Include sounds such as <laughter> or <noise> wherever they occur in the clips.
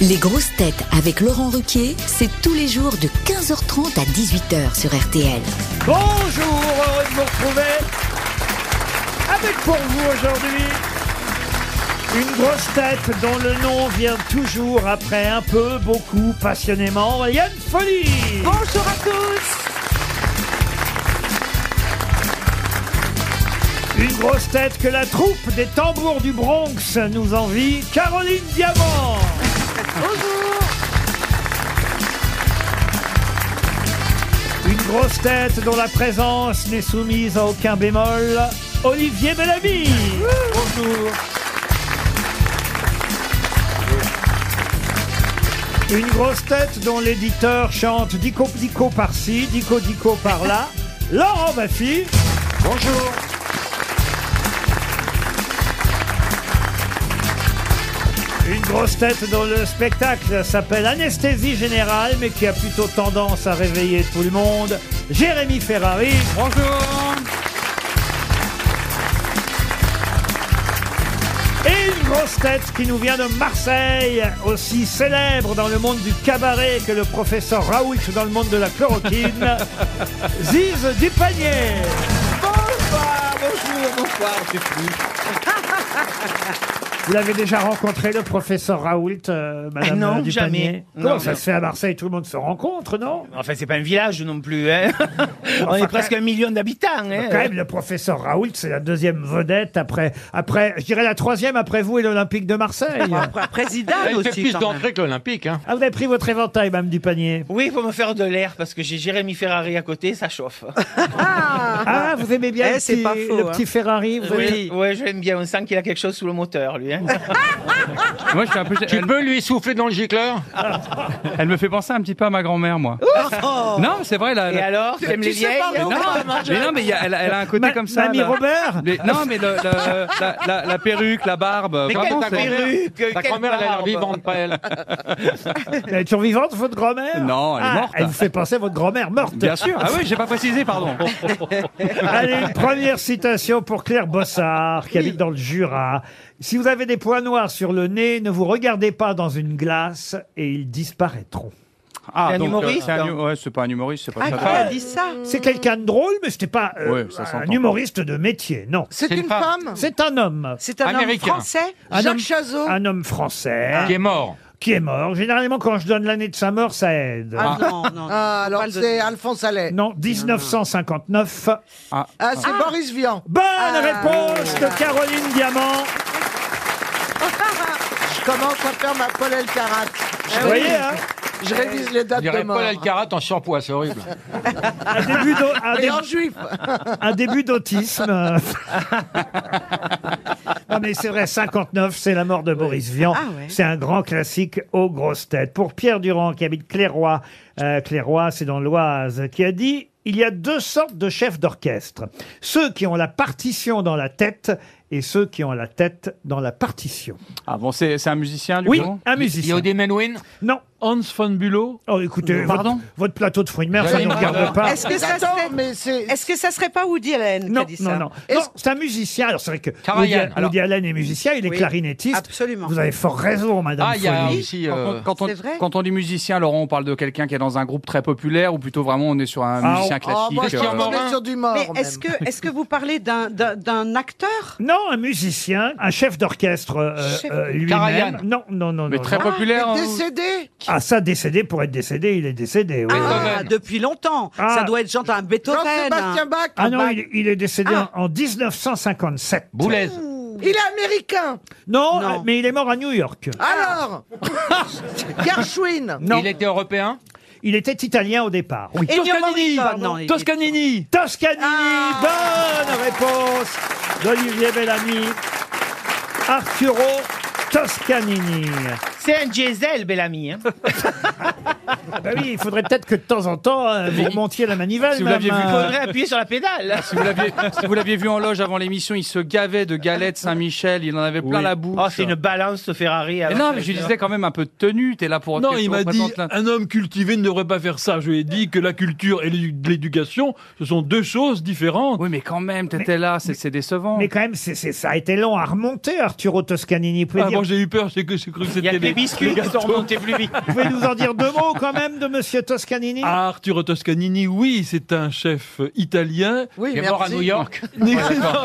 Les grosses têtes avec Laurent Ruquier, c'est tous les jours de 15h30 à 18h sur RTL. Bonjour, heureux de vous retrouver avec pour vous aujourd'hui une grosse tête dont le nom vient toujours après un peu, beaucoup, passionnément, Yann Folie Bonjour à tous Une grosse tête que la troupe des tambours du Bronx nous envie, Caroline Diamant Bonjour Une grosse tête dont la présence n'est soumise à aucun bémol, Olivier Bellamy Bonjour Une grosse tête dont l'éditeur chante Dico Dico par-ci, Dico Dico par-là, <laughs> Laurent Baffy Bonjour Une grosse tête dont le spectacle s'appelle Anesthésie Générale, mais qui a plutôt tendance à réveiller tout le monde. Jérémy Ferrari. Bonjour. Et une grosse tête qui nous vient de Marseille, aussi célèbre dans le monde du cabaret que le professeur Raoult dans le monde de la chloroquine, Ziz Dupanier. Bonsoir, bonjour, bonsoir, je Vous l'avez déjà rencontré, le professeur Raoult, euh, madame non, euh, Dupanier jamais. Comment Non, ça non. se fait à Marseille Tout le monde se rencontre, non Enfin, c'est pas un village non <laughs> plus, hein. On Enfin, est presque un million d'habitants, hein. Quand même, le professeur Raoult, c'est la deuxième vedette après, après, je dirais la troisième après vous et l'Olympique de Marseille. Là, Président il fait aussi, plus quand même. d'entrée que l'Olympique. Hein. Ah, vous avez pris votre éventail, Mme Dupanier. Oui, faut me faire de l'air parce que j'ai Jérémy Ferrari à côté, <laughs> ça chauffe. Ah, vous aimez bien Eh, le, c'est petit, pas faux, le hein. petit Ferrari. vous aimez- Oui, ouais, je l'aime bien. On sent qu'il a quelque chose sous le moteur, lui. hein. Moi, je suis un peu- Tu Elle, peux lui souffler dans le gicleur <laughs> elle me fait penser un petit peu à ma grand-mère, moi. Oh, non, mais c'est vrai. La, Oh. Et la- alors, t'aimes les vieilles hein, non, mais non, mais il y a- elle, elle a un côté Ma- comme ça. Mamie là. Robert Mais- non, mais le- le- la, la- la perruque, la barbe. Mais vraiment, quelle c'est- perruque, Ta quelle grand-mère, elle a l'air barbe. vivante, pas <laughs> elle. Elle est toujours vivante, votre grand-mère Non, elle est Ah, morte. Elle vous fait penser à votre grand-mère morte. Bien sûr. Ah oui, j'ai pas <laughs> précisé, pardon. Allez, une première citation pour Claire Bossard, qui habite dans le Jura. Si vous avez des points noirs sur le nez, ne vous regardez pas dans une glace et ils disparaîtront. Ah, C'est un donc, euh, humoriste, c'est un hein. hu- ouais, c'est pas un humoriste, c'est pas Ah, ça. qui a dit ça C'est quelqu'un de drôle, mais c'était pas euh, Ouais, ça un s'entend. humoriste de métier, non. C'est une une femme C'est un homme. C'est un homme Américain. français Un homme- Jacques Chazot Un homme français Ah. Qui est mort. qui est mort. Généralement, quand je donne l'année de sa mort, ça aide. Ah non, non, non. Ah, alors Pas le c'est Alphonse Allais. Non, 1959. Ah, c'est Boris Vian. Bonne Ah. réponse de Caroline Diamant. <laughs> Je commence à faire ma Paul Elkarat. Je, Vous voyez, hein, je révise les Je dates hein. de dirais mort. Paul Alcarat en shampoing, c'est horrible. un début d'au- un Et en dé- juif. un début d'autisme. non, mais c'est vrai, 59, c'est la mort de Boris Vian. Ah ouais. C'est un grand classique aux grosses têtes. Pour Pierre Durand, qui habite Clairoy, euh, Clairoy, c'est dans l'Oise, qui a dit Il y a deux sortes de chefs d'orchestre. Ceux qui ont la partition dans la tête et ceux qui ont la tête dans la partition. Ah bon, c'est c'est un musicien, du <laughs> Oui, coup Il un y a musicien. des Menouin Non. Hans von Bülow. Oh, écoutez, Pardon votre, votre plateau de fruits de mer, ça ne nous regarde Ah, pas. Est-ce que ça Attends, serait... mais c'est. Est-ce que ça serait pas Woody Allen qui Non, a dit ça non, non. Non, c'est un musicien. Alors, c'est vrai que Karajan. Woody, Woody Alors- Allen est musicien, il est Oui, clarinettiste. absolument. Vous avez fort raison, madame. Ah, il y a Fournier. aussi. Quand euh, on, quand on- C'est vrai quand on dit musicien, Laurent, on parle de quelqu'un qui est dans un groupe très populaire ou plutôt vraiment on est sur un Ah, musicien Oh, classique. moi, je Christian euh, suis tombé Morin. sur du mort. Mais est-ce même. que, est que vous parlez d'un- d'un d'un acteur Non, un musicien, un chef d'orchestre euh, Chef- euh, lui-même. Karajan. Non, non, non, Mais non. très non. populaire. hein, Décédé Ah, ça, décédé pour être décédé, il est décédé. oui. Ah, Ah, depuis longtemps. Ah. Ça doit être genre un Beethoven. Jean-Sébastien hein. Bach. non, il, il est décédé Ah. en en 1957. Boulez. Il est américain. Non, Non. mais il est mort à New York. <laughs> Alors Gershwin. Non, Il était européen. il était italien au départ. Oui. Ennio Morricone, Toscanini, pardon. non, il- Toscanini. Toscanini, bonne réponse d'Olivier Bellamy. Arturo Toscanini. C'est un diesel, Bellamy. hein. Bah oui, il faudrait peut-être que de temps en temps, euh, vous remontiez la manivelle. Si vous l'aviez même, vu, euh, Faudrait appuyer sur la pédale. <laughs> Si vous l'aviez- si vous l'aviez vu en loge avant l'émission, il se gavait de galettes Saint-Michel, il en avait plein la bouche. Oh, c'est une balance ce Ferrari. Mais alors. non, mais je lui disais quand même un peu de tenue, t'es là pour. Non, qu'est-ce il qu'on m'a dit représente la- un homme cultivé ne devrait pas faire ça. Je lui ai dit que la culture et l'édu- l'éducation, ce sont deux choses différentes. Oui, mais quand même, t'étais là, c'est c'est décevant. Mais quand même, c'est c'est- ça a été long à remonter, Arturo Toscanini. Vous pouvez Ah, dire- moi j'ai eu peur, c'est que j'ai cru que Il y a c'était que les les biscuits. T'es plus vite. Vous pouvez nous en dire deux mots quand même de Monsieur Toscanini Ah, Arturo Toscanini, oui, c'est un chef euh, italien. Oui, Il est mort à New <laughs> York. Né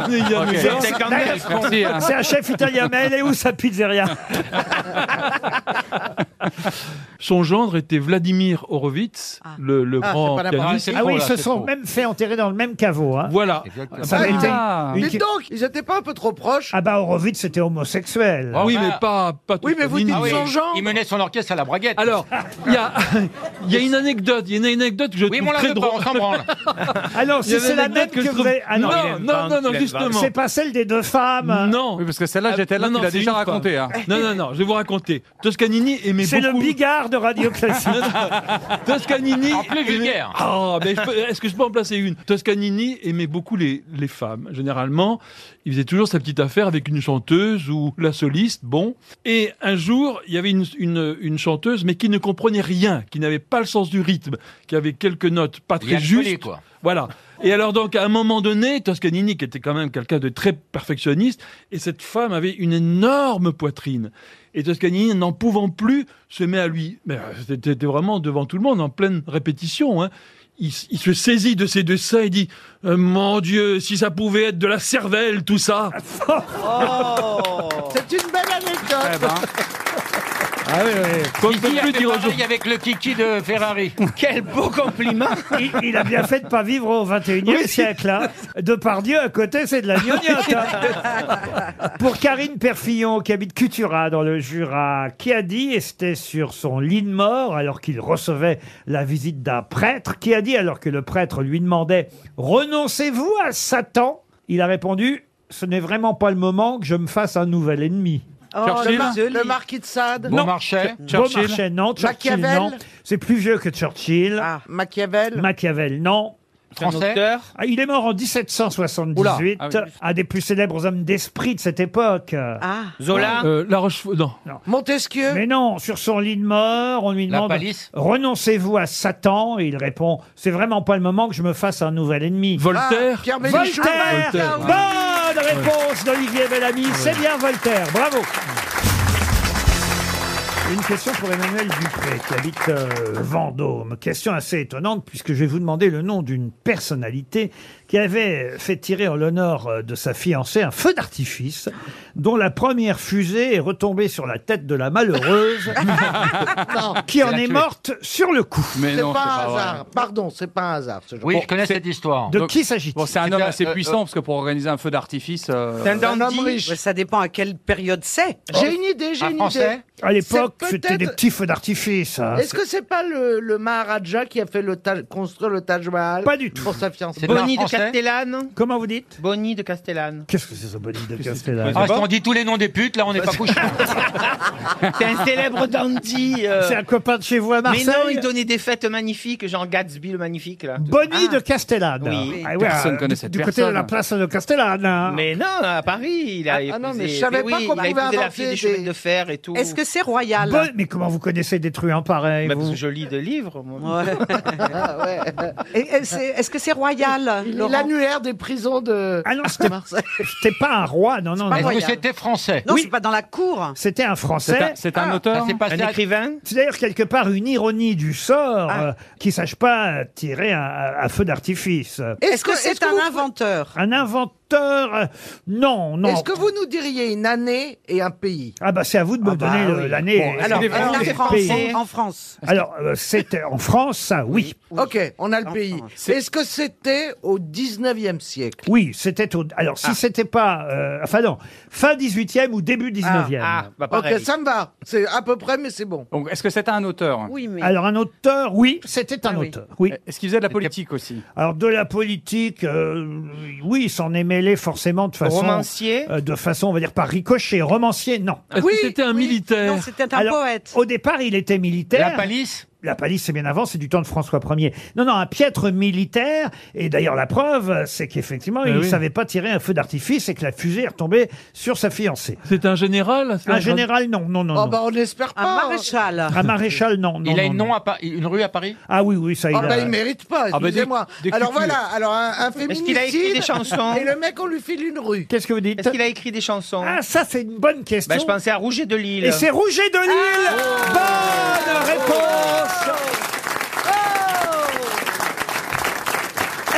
il y a C'est un D'ailleurs, belge. Merci. hein. C'est un chef italien, mais elle est où sa pizzeria <laughs> Son gendre était Vladimir Horowitz, le, le Ah, c'est grand pas la Ah, pianiste. c'est Ah trop, oui, ils là, se c'est sont trop. même fait enterrer dans le même caveau. hein. Voilà. Ça avait été Ah. une- Mais bah, donc, ils n'étaient pas un peu trop proches Ah bah Horowitz, c'était homosexuel. oui, Ah. mais pas, pas Oui, mais vous Toscanini. Ah oui, dites son gendre. il menait son orchestre à la braguette. Ah. Alors, il y a, il y a une anecdote, il y a une anecdote que je oui, trouve mon très lave pas, drôle. on s'en branle. Ah non, Il y si a c'est une la même anecdote que je vous trouve- avez... Ah non, il non, est- non, non, non, il aime justement. c'est pas celle des deux femmes. Non. Ah, Oui, parce que celle-là, j'étais là, Non, tu non, l'as c'est déjà une femme. raconté. hein. Non, non, non, je vais vous raconter. Toscanini aimait C'est le beaucoup... bigard de Radio <laughs> Classique. Toscanini... En plus vulgaire. Ah, mais je peux- est-ce que je peux en placer une Toscanini aimait beaucoup les, les femmes. Généralement, il faisait toujours sa petite affaire avec une chanteuse ou la soliste, bon. Et un jour, il y avait une, une, une chanteuse, mais qui ne comprenait rien, qui n'avait pas le sens du rythme, qui avait quelques notes pas Il est très alcoolé, justes. quoi. Voilà. Et alors donc, à un moment donné, Toscanini, qui était quand même quelqu'un de très perfectionniste, et cette femme avait une énorme poitrine. Et Toscanini, n'en pouvant plus, se met à lui. Mais euh, c'était c'était vraiment devant tout le monde, en pleine répétition. hein. Il, s- il se saisit de ses deux seins et dit Euh, Mon Dieu, si ça pouvait être de la cervelle, tout ça <laughs> C'est une belle anecdote. Eh ben, Ah oui, oui. Qu'on ne peut Kiki a plus fait dire aux pareil avec le Kiki de Ferrari. Quel beau compliment. <laughs> Il, il a <laughs> bien fait de pas vivre au 21e siècle. Hein. Depardieu, à côté, c'est de la gnognotte. hein. Pour Karine Perfillon, qui habite Cutura, dans le Jura, qui a dit, et c'était sur son lit de mort, alors qu'il recevait la visite d'un prêtre, qui a dit, alors que le prêtre lui demandait « Renoncez-vous à Satan ?» Il a répondu « Ce n'est vraiment pas le moment que je me fasse un nouvel ennemi. » Oh, Churchill. le Le, joli. marquis de Sade. Bon marché. Churchill. Beaumarchais, non. Churchill, Machiavel. non. C'est plus vieux que Churchill. Ah, Machiavel. Machiavel, non. Français. Ah, il est mort en 1778, Oula, ah oui. un des plus célèbres hommes d'esprit de cette époque. Ah. Zola. Euh, La Rochefort. Non. Montesquieu. Mais non, sur son lit de mort, on lui La demande palisse. Renoncez-vous à Satan Et il répond C'est vraiment pas le moment que je me fasse un nouvel ennemi. Voltaire. Ah, Pierre Bénichou. Voltaire, Voltaire, ouais. Bonne réponse d'Olivier Bellamy, c'est bien Voltaire, bravo une question pour Emmanuel Dupré, qui habite euh, Vendôme. Question assez étonnante, puisque je vais vous demander le nom d'une personnalité qui avait euh, fait tirer en l'honneur euh, de sa fiancée un feu d'artifice, dont la première fusée est retombée sur la tête de <laughs> la malheureuse, qui en Elle l'a est tué. morte sur le coup. mais C'est non, pas, c'est un pas vrai. hasard. Pardon, c'est pas un hasard ce genre. Oui, Bon, je connais c'est- cette histoire. De Donc- qui s'agit-il Bon, c'est un C'est homme un- assez euh, puissant, parce que pour organiser un feu d'artifice... euh, Un homme riche. Ouais, Ça dépend à quelle période c'est. J'ai une idée, j'ai Un une Français. idée. À l'époque, C'est c'était des peut-être- petits feux d'artifice. hein. Est-ce que c'est pas le, le Maharaja qui a fait le Taj- construire le Taj Mahal Pas du tout. pour sa fiancée C'est de hein. l'art Bonnie de français. Castellane. Comment vous dites Bonnie <laughs> de Castellane. Qu'est-ce que c'est ce bonnet de Castellane Ah, si on dit tous les noms des putes, là on n'est pas couché. C'est un célèbre dandy. euh, C'est un copain de chez vous à Mais non, Marseille il donnait des fêtes magnifiques, genre Gatsby le magnifique là. Bonnie Ah. de Castellane. Oui. Personne euh, connaît du- cette Du côté personne. de la place de Castellane. hein. Mais non, à Paris, il a Ah, ah épousé. Eh non, mais je savais oui, pas qu'on il a pouvait épousé la inventer fille des des- chevaliers de fer et tout. Est-ce que c'est royal Bon- mais comment vous connaissez des truands pareils Bah, vous parce que je lis des livres. Moi. <laughs> <laughs> Ouais. Ah Et- et c'est- Est-ce que c'est royal Laurent L'annuaire des prisons de Ah non, c'était <laughs> Marseille. c'était pas un roi, non, non, non. pas vrai. Est-ce que Royal. c'était français Non, Oui. c'est pas dans la cour. C'était un C'est Français. un, c'est un Ça auteur s'est passé Un à- écrivain C'est d'ailleurs quelque part une ironie du sort Ah. euh, qui sache pas tirer un, un feu d'artifice. Est-ce que c'est est-ce que un vous- inventeur Un inventeur euh, Non, non. Est-ce que vous nous diriez une année et un pays Ah bah c'est à vous de me Ah bah donner le- oui. l'année. Bon, et- alors, et- alors, et- En et- c'est France, pays. en- en France. Alors, euh, c'était en France, ça, oui. Ok, on a le En pays. France. Est-ce que c'était au 19e siècle Oui, c'était au... Alors, Ah. si c'était pas... euh, enfin, non. Fin 18e ou début 19e. Ah, bah pareil. Ok, ça me va. C'est à peu près, mais c'est bon. Donc, est-ce que c'était un auteur Oui, mais. Alors, un auteur, oui, c'était un Ah oui. auteur. Oui. Est-ce qu'il faisait de la politique aussi Alors, de la politique, euh, oui, il s'en est mêlé forcément de façon... Romancier. Ah, euh, de façon, on va dire, par ricochet. Romancier, non. Est-ce Oui, que c'était un Oui. militaire Non, c'était un Euh, Alors, poète. Au départ, il était militaire. La palisse la palisse, c'est bien avant, c'est du temps de François Ier. Non, non, un piètre militaire. Et d'ailleurs, la preuve, c'est Eh qu'effectivement, il ne oui. savait pas tirer un feu d'artifice et que la fusée est retombée sur sa fiancée. C'est un général c'est Un général, non, non, non. Oh non. bah on n'espère Un pas. maréchal. Un maréchal, <laughs> non. non Il a non, une, non. nom à Pa- une rue à Paris Ah oui, oui, ça, il Ah a- bah il mérite pas, bah, des- excusez-moi. des Alors cucules. voilà, alors un, un Est-ce féminicide. qu'il a écrit des chansons Et le mec on lui file une rue. Qu'est-ce que vous dites Est-ce qu'il a écrit des chansons Ah, ça, c'est une bonne question. Bah, Je pensais à Rouget de Lille. Ah Et c'est Rouget de Lille Bonne réponse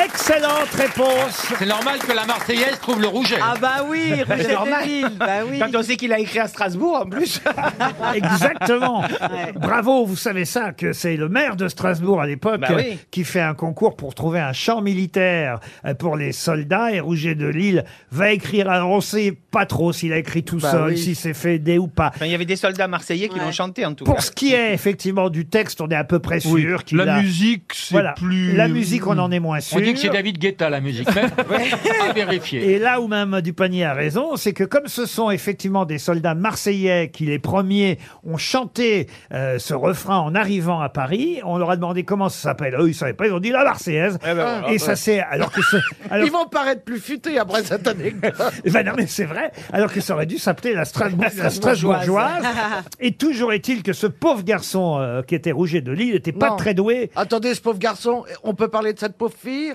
Excellente réponse C'est normal que la Marseillaise trouve le rouget. Ah bah <laughs> oui, Roger Deville, bah oui. Quand on sait qu'il a écrit à Strasbourg, en plus. <laughs> Exactement Bravo, vous savez ça, que c'est le maire de Strasbourg à l'époque Bah oui. euh, qui fait un concours pour trouver un champ militaire euh, pour les soldats et Rouget de Lille va écrire, alors on sait pas trop s'il a écrit tout Bah seul, oui. si c'est fait aider ou pas. Enfin, il y avait des soldats marseillais qui Ouais. l'ont chanté, en tout Pour cas. ce qui est effectivement du texte, on est à peu près sûr Oui. qu'il La a... musique, c'est Voilà. plus. La musique, on en est moins sûr. On dit que c'est David Guetta la <laughs> musique, même à vérifier. Et là où même Dupanier a raison, c'est que comme ce sont effectivement des soldats marseillais qui, les premiers, ont chanté euh, ce refrain en arrivant à Paris, on leur a demandé comment ça s'appelle. Eux, ils savaient pas, ils ont dit la Marseillaise. Eh ben voilà. Et ça, c'est. Alors que ce- alors- Ils vont <laughs> paraître plus futés après cette anecdote. Ben non, mais c'est vrai. Alors que ça aurait dû s'appeler la, Strasbourg- la Strasbourgeoise. Et toujours est-il que ce pauvre garçon euh, qui était Rouget de Lille n'était pas Non. très doué. Attendez, ce pauvre garçon, on peut parler de cette pauvre <laughs> fille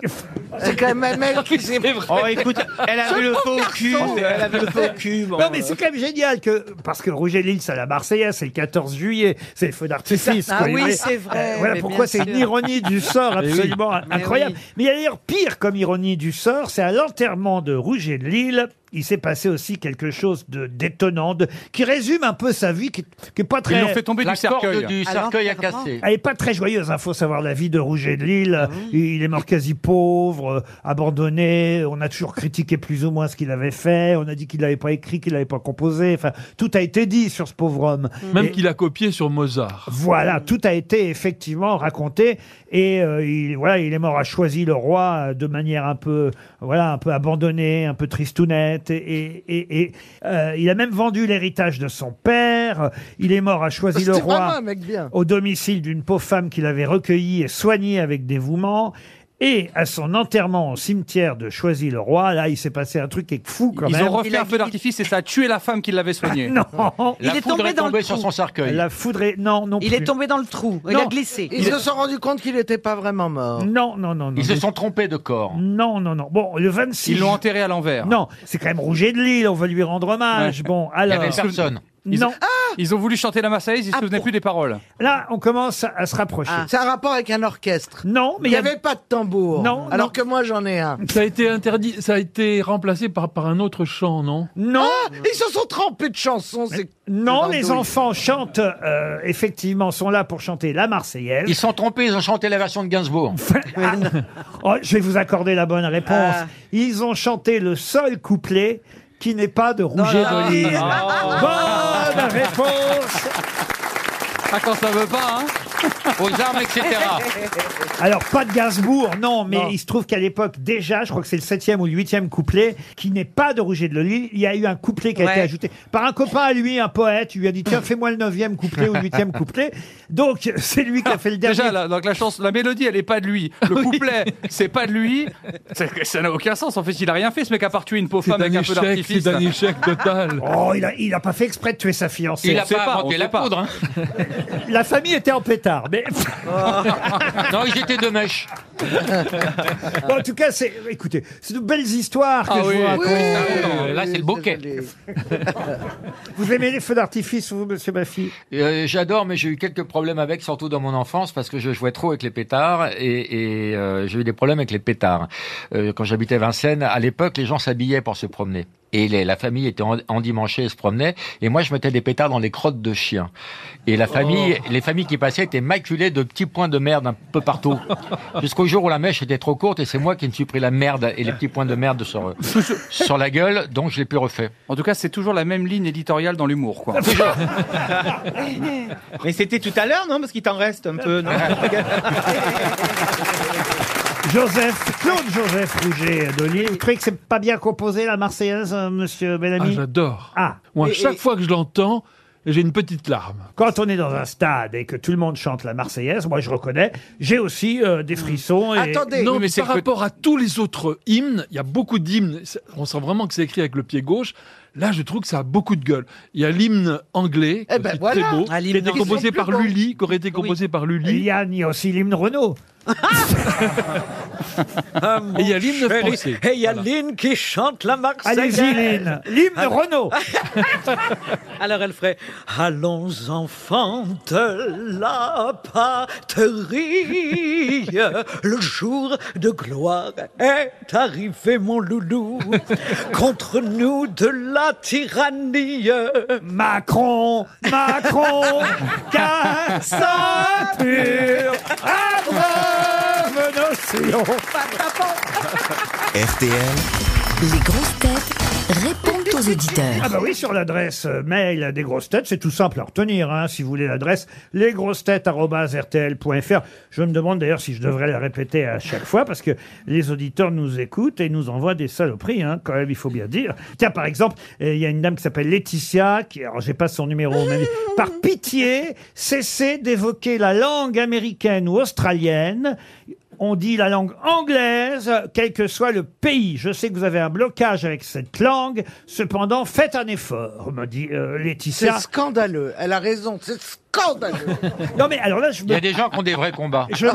C'est quand même un mec qui s'est... Oh, écoute, elle avait le faux cul. Oh, Elle avait le faux cul. bon. Non, mais c'est quand même génial que. Parce que Rouget Lille, c'est la Marseillaise, c'est le 14 juillet, c'est le feu d'artifice. Ah quoi, vous oui, voyez. Euh, c'est vrai, voilà mais pourquoi bien c'est une sûr. ironie du sort absolument Mais incroyable. oui. Mais il y a d'ailleurs pire comme ironie du sort, c'est à l'enterrement de Rouget de Lille. Il s'est passé aussi quelque chose de détonnant, de- qui résume un peu sa vie, qui n'est pas Ils très. Eh l'ont fait tomber La du cercueil. corde du À cercueil a l'enterrement. cassé. Elle est pas très joyeuse, il faut savoir la vie de Rouget de Lille. Ah Il est mort quasi pauvre, euh, abandonné. On a toujours critiqué plus ou moins ce qu'il avait fait. On a dit qu'il n'avait pas écrit, qu'il n'avait pas composé. Enfin, tout a été dit sur ce pauvre homme. Mmh. Même Et qu'il a copié sur Mozart. Voilà, tout a été effectivement raconté et euh, il, voilà, il est mort à choisy le roi de manière un peu, voilà, un peu abandonnée, un peu tristounette et, et, et- et, euh, il a même vendu l'héritage de son père. Il est <laughs> mort à choisy le C'était roi vraiment un mec bien. au domicile d'une pauvre femme qu'il avait recueillie et soignée avec dévouement. Et à son enterrement au cimetière de Choisy-le-Roi, là, il s'est passé un truc qui est fou quand Ils même. ont refait Il a un feu d'artifice et ça a tué la femme qui l'avait soignée. Non, La Il est foudre tombé est dans le tombée sur trou. son cercueil. la foudre est... Non, non Il est plus. tombé dans le trou, il Non. a glissé. Ils se sont rendus compte qu'il n'était pas vraiment mort. Non, non, non, non. Ils se sont trompés de corps. Non, non, non. Bon, le 26... Ils l'ont enterré à l'envers. Non, c'est quand même Rouget de Lille, on veut lui rendre hommage. Bon, Il n'y alors... avait personne. Ils- Non, Ils ont voulu chanter la Marseillaise, ils se Ah, souvenaient pour- plus des paroles. là, on commence à, à se rapprocher. Ah. C'est un rapport avec un orchestre. Non, mais il n'y avait pas de tambour. Non, alors non. que moi j'en ai un. Ça a été interdit, ça a été remplacé par, par un autre chant, non Non Ah, Ils se sont trempés de chansons. c'est- Non, c'est les bandouille. enfants chantent, euh, effectivement, sont là pour chanter la Marseillaise. Ils se sont trompés, ils ont chanté la version de Gainsbourg. <laughs> Ah. Oh, je vais vous accorder la bonne réponse. Ah. Ils ont chanté le seul couplet qui n'est pas de Rouget là de <laughs> Lille. Bonne réponse Ah, quand ça veut pas, hein Aux armes, etc. Alors, pas de Gainsbourg, non, mais Non. il se trouve qu'à l'époque, déjà, je crois que c'est le septième ou le huitième couplet, qui n'est pas de Rouget de Lille. Il y a eu un couplet qui a Ouais. été ajouté par un copain à lui, un poète. Il lui a dit, tiens, fais-moi le neuvième couplet ou le huitième couplet. Donc, c'est lui qui a fait le dernier. Déjà, la, donc la chanson, la mélodie, elle est pas de lui. Le couplet, c'est pas de lui. C'est- Ça n'a aucun sens. En fait, il a rien fait, ce mec, à part tuer une pauvre C'est femme un avec un peu échec, d'artifice. c'est un échec total. Oh, il a, il a pas fait exprès de tuer sa fiancée. Il n'a sait pas, pas, on inventé sait la pas. poudre. hein. La famille était en pétard, mais... Oh. Non, ils étaient de <laughs> mèche. Bon, en tout cas, c'est, écoutez, c'est de belles histoires que Ah je oui. vous raconte. Euh, là, c'est le bouquet. joli. Vous aimez les feux d'artifice, vous, monsieur Baffy Euh, J'adore, mais j'ai eu quelques problèmes avec, surtout dans mon enfance, parce que je jouais trop avec les pétards et, et, euh, j'ai eu des problèmes avec les pétards. Euh, quand j'habitais Vincennes, à l'époque, les gens s'habillaient pour se promener. Et les- la famille était en, endimanchée et se promenait. Et moi, je mettais des pétards dans les crottes de chiens. Et la famille, Oh. les familles qui passaient étaient maculées de petits points de merde un peu <laughs> partout. Jusqu'au jour où la mèche était trop courte et c'est moi qui me suis pris la merde et les petits points de merde <laughs> sur, sur la gueule. Donc, je l'ai plus refait. En tout cas, c'est toujours la même ligne éditoriale dans l'humour, quoi. Mais c'était tout à l'heure, non Parce qu'il t'en reste un peu, non Joseph, Claude Joseph Rouget de Lille. Vous trouvez que c'est pas bien composé, la Marseillaise, euh, monsieur Ah, Bellamy j'adore. Ah, Moi, à Et- chaque et- fois que je l'entends, j'ai une petite larme. Quand on est dans un stade et que tout le monde chante la Marseillaise, moi je reconnais, j'ai aussi euh, des frissons. Et... Attendez. Non, Oui, mais mais c'est par le côté- rapport à tous les autres hymnes, il y a beaucoup d'hymnes. c'est- On sent vraiment que c'est écrit avec le pied gauche. Là, je trouve que ça a beaucoup de gueule. Il y a l'hymne anglais, qui Eh est ben aussi voilà, très beau, un qui a hymne été anglais. composé Ils sont par plus beaux. Lully, qui aurait été composé par Lully. Yann, il y a aussi l'hymne <laughs> Renault. Et il y a l'hymne Ah, français. Et il y a Lynn qui chante la Marseillaise. Allez-y, Lynn. L'hymne Renault. <laughs> Alors elle ferait Allons enfants de la patrie, le jour de gloire est arrivé mon loulou, contre nous de la tyrannie. Macron, <laughs> Macron, ceinture, Ah, abreuve nos sillons. RTL, Les grosses têtes répondent aux auditeurs. Ah bah oui, sur l'adresse euh, mail des grosses têtes, c'est tout simple à retenir. hein, si vous voulez l'adresse, lesgrossetêtes.rtl.fr. Je me demande d'ailleurs si je devrais la répéter à chaque fois, parce que les auditeurs nous écoutent et nous envoient des saloperies, hein, quand même, il faut bien dire. Tiens, par exemple, euh, il y a une dame qui s'appelle Laetitia, qui, alors j'ai pas son numéro, mais elle dit, par pitié, cessez d'évoquer la langue américaine ou australienne. On dit la langue anglaise, quel que soit le pays. Je sais que vous avez un blocage avec cette langue. Cependant, faites un effort, me dit euh, C'est Laetitia. scandaleux. Elle a raison. C'est scandaleux. Non, mais alors là, je Il y me, a des gens qui ont des vrais combats. je, Ah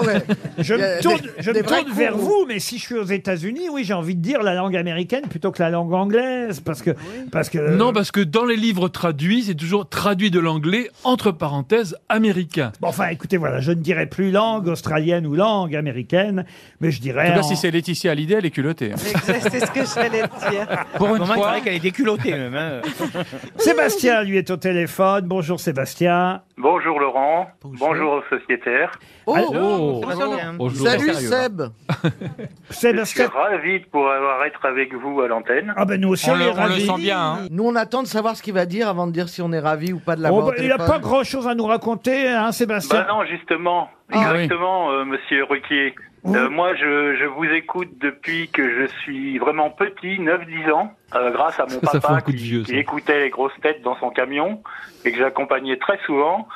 je Il y a me des- tourne, je des me vrais tourne vers coups. vous, mais si je suis aux États-Unis, oui, j'ai envie de dire la langue américaine plutôt que la langue anglaise, parce que, parce que. Non, parce que dans les livres traduits, c'est toujours traduit de l'anglais, entre parenthèses, américain. Bon, enfin, écoutez, voilà, je ne dirais plus langue australienne ou langue américaine, mais je dirais. En tout cas, en- si c'est Laetitia Hallyday, elle est culottée. hein. Exact, C'est ce que j'allais te dire. Pour une Comment il fois, paraît qu'elle est déculottée même. hein. Sébastien, lui, est au téléphone. Bonjour, Sébastien. Bonjour Laurent, bonjour, aux sociétaires. Oh, Oh, hein. Bonjour. salut Sérieux. Seb. Je suis Sébastien. ravi de pouvoir être avec vous à l'antenne. Ah ben nous aussi On on, est le, on le ravis. sent bien. hein. Nous, on attend de savoir ce qu'il va dire avant de dire si on est ravi ou pas de Oh, l'avoir bah, au il n'a téléphone. pas grand chose à nous raconter, hein, Ah, Sébastien. Bah non, justement, Ah oui. exactement, euh, Monsieur Ruquier. Oui. Euh, moi, je, je vous écoute depuis que je suis vraiment petit, 9-10 ans, euh, grâce à mon Ça, ça fait un papa coup de qui, vieux, qui ça. écoutait les grosses têtes dans son camion et que j'accompagnais très souvent.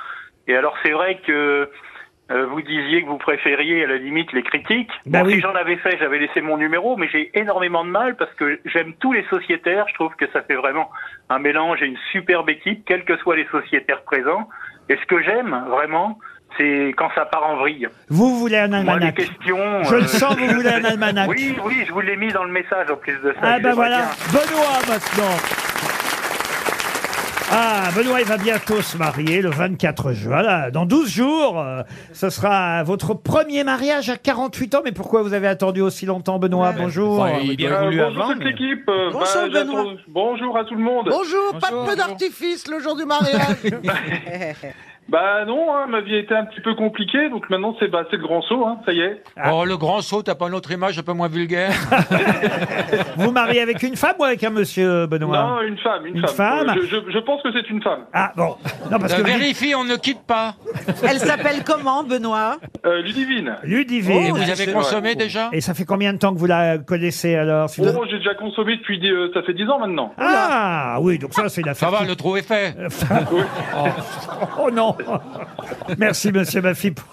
Et alors, c'est vrai que euh, vous disiez que vous préfériez à la limite les critiques. Bah bon, oui. Si j'en avais fait, j'avais laissé mon numéro, mais j'ai énormément de mal parce que j'aime tous les sociétaires. Je trouve que ça fait vraiment un mélange et une superbe équipe, quels que soient les sociétaires présents. Et ce que j'aime vraiment, c'est quand ça part en vrille. Vous voulez un Moi, les almanach questions. Je euh, le sens, vous voulez un <laughs> almanach. Oui, oui, je vous l'ai mis dans le message en plus de ça. ah que ben j'aimerais voilà, bien. Benoît maintenant. Ah, Benoît, il va bientôt se marier le 24 juin. Voilà, dans 12 jours, euh, ce sera votre premier mariage à 48 ans. Mais pourquoi vous avez attendu aussi longtemps, Benoît Bonjour. Bah, Enfin, Il est il- bien voulu avant. mais- Euh, équipe. Euh, Bonjour, bah, Benoît. j'attends- bonjour à tout le monde. Bonjour, pas de peu d'artifice le jour du <laughs> mariage. <laughs> Bah non, ma vie était un petit peu compliquée, donc maintenant c'est bah, le grand saut, ça y est. Ah. oh, le grand saut, t'as pas une autre image un peu moins vulgaire Vous mariez avec une femme ou avec un monsieur, Benoît une femme, Une femme. femme. Euh, je, pense que c'est une femme. Ah bon. Non, parce Euh, que Vérifie, on ne quitte pas. Elle s'appelle comment, Benoît Euh, Ludivine. Ludivine. Vous avez consommé déjà Et ça fait combien de temps que vous la connaissez alors si vous- j'ai déjà consommé depuis euh, ça fait 10 ans maintenant. Ah oui, donc ça c'est une Ça affaire. va, le trou est <laughs> fait. Oh non Merci Monsieur Maffy pour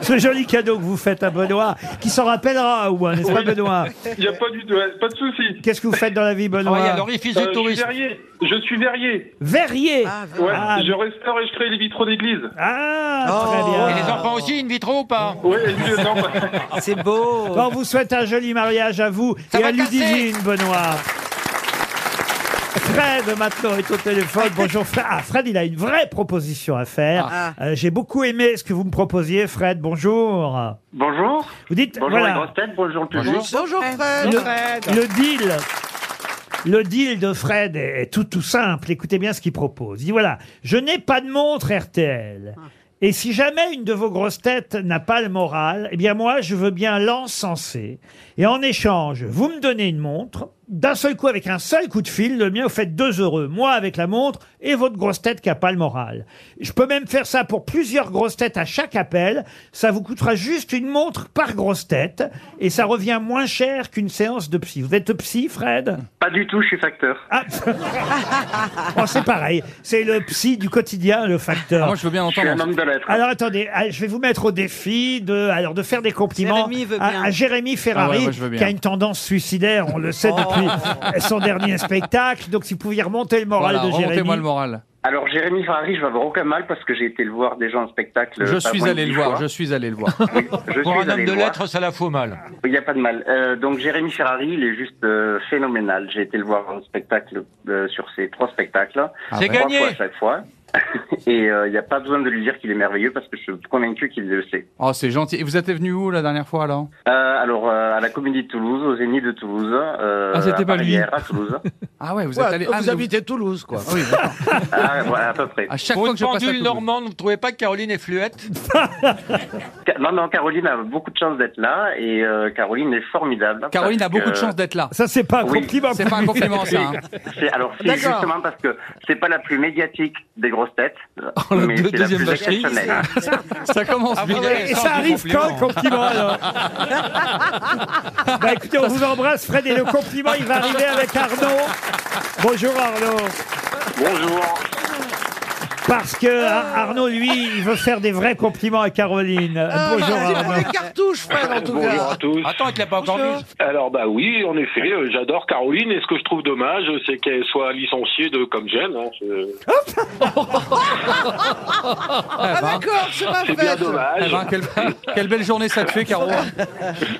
ce joli cadeau que vous faites à Benoît, qui s'en rappellera au moins, n'est-ce pas Oui. Benoît Il n'y a pas, du, ouais, pas de souci. Qu'est-ce que vous faites dans la vie Travaille à Benoît l'orifice Euh, du je suis tourisme. verrier. Je suis verrier. Verrier Ah, Ouais, Ah. je restaure et je crée les vitraux d'église. Ah, Oh. très bien Et les enfants aussi, in vitro ou pas Ouais, et puis, euh, non, bah, C'est beau. Bon, on vous souhaite un joli mariage à vous Ça et va à casser. Ludivine, Benoît. Fred, maintenant, est au téléphone. Bonjour, Fred. Ah, Fred, il a une vraie proposition à faire. Ah. Euh, J'ai beaucoup aimé ce que vous me proposiez, Fred. Bonjour. Bonjour. Vous dites, Bonjour les voilà, grosses têtes, bonjour le public. Bonjour. Bonjour Fred. le, le deal. Le deal de Fred est tout, tout simple. Écoutez bien ce qu'il propose. Il dit voilà, je n'ai pas de montre RTL. Et si jamais une de vos grosses têtes n'a pas le moral, eh bien moi, je veux bien l'encenser. Et en échange, vous me donnez une montre, d'un seul coup, avec un seul coup de fil, le mien, vous faites deux heureux. Moi avec la montre et votre grosse tête qui n'a pas le moral. Je peux même faire ça pour plusieurs grosses têtes à chaque appel. Ça vous coûtera juste une montre par grosse tête et ça revient moins cher qu'une séance de psy. Vous êtes psy, Fred Pas du tout, je suis facteur. <laughs> Oh, Ah, c'est pareil. C'est le psy du quotidien, le Ah, facteur. moi, je veux bien entendre. Je suis un homme de lettres. hein. Alors, attendez, ah, je vais vous mettre au défi de, alors, de faire des compliments Jérémy veut bien. à, à Jérémy Ferrari, Ah ouais, moi, je veux bien. qui a une tendance suicidaire, on le Oh. sait depuis son dernier spectacle. Donc, si vous pouviez remonter le moral de Jérémy. moral. Alors, Jérémy Ferrari, je vais avoir aucun mal parce que j'ai été le voir déjà en spectacle. Je pas suis moins de allé le dix voir, fois. je suis allé le voir. Je Pour suis un homme allé de le voir. lettres, ça la fout mal. Il n'y a pas de mal. Euh, donc, Jérémy Ferrari, il est juste euh, phénoménal. J'ai été le voir en spectacle euh, sur ces trois spectacles. Ah C'est ouais. Trois gagné. fois à chaque fois. <laughs> Et euh, il n'y a pas besoin de lui dire qu'il est merveilleux parce que je suis convaincu qu'il le sait. Oh, c'est gentil. Et vous êtes venu où la dernière fois alors Euh, alors, euh, à la Comédie de Toulouse, au Zénith de Toulouse. euh, Ah, c'était à pas lui. Barrière, à Toulouse. <laughs> Ah ouais, vous Ouais, êtes allé. vous ah, habitez Toulouse, quoi. Ah oui, d'accord. Ah, voilà, à peu près. À chaque Pour fois une que je passe à pendule Toulouse. normande, vous ne trouvez pas que Caroline est fluette Ca- Non, non, Caroline a beaucoup de chance d'être là et euh, Caroline est formidable. Caroline parce a beaucoup que- de chance d'être là. Ça, c'est pas un Oui. compliment. C'est pas un compliment ça. hein. <laughs> C'est- Alors, c'est D'accord. justement parce que c'est pas la plus médiatique des grosses têtes, la mais Oh, deux- c'est la deuxième plus vacherie. exceptionnelle. Ça commence Ah, bien. vous avez Et ça arrive quand, le compliment, alors Ah, Bah écoutez, on vous embrasse, Fred, et le compliment, il va arriver avec Arnaud. Bonjour Arnaud. Bonjour. Parce que Ar- Arnaud, lui, il veut faire des vrais compliments à Caroline. Bonjour C'est pour les Arnaud. cartouches, Fred, en tout Bonjour cas. à tous. Attends, il l'a pas encore Bonjour. lu. Alors bah oui, en effet, euh, j'adore Caroline et ce que je trouve dommage, c'est qu'elle soit licenciée de comme j'aime. hein. Je- ben. Ah, ben. d'accord, c'est ma C'est bien fête. dommage. Eh ben, quelle, quelle belle journée ça te fait, Ah, Caro.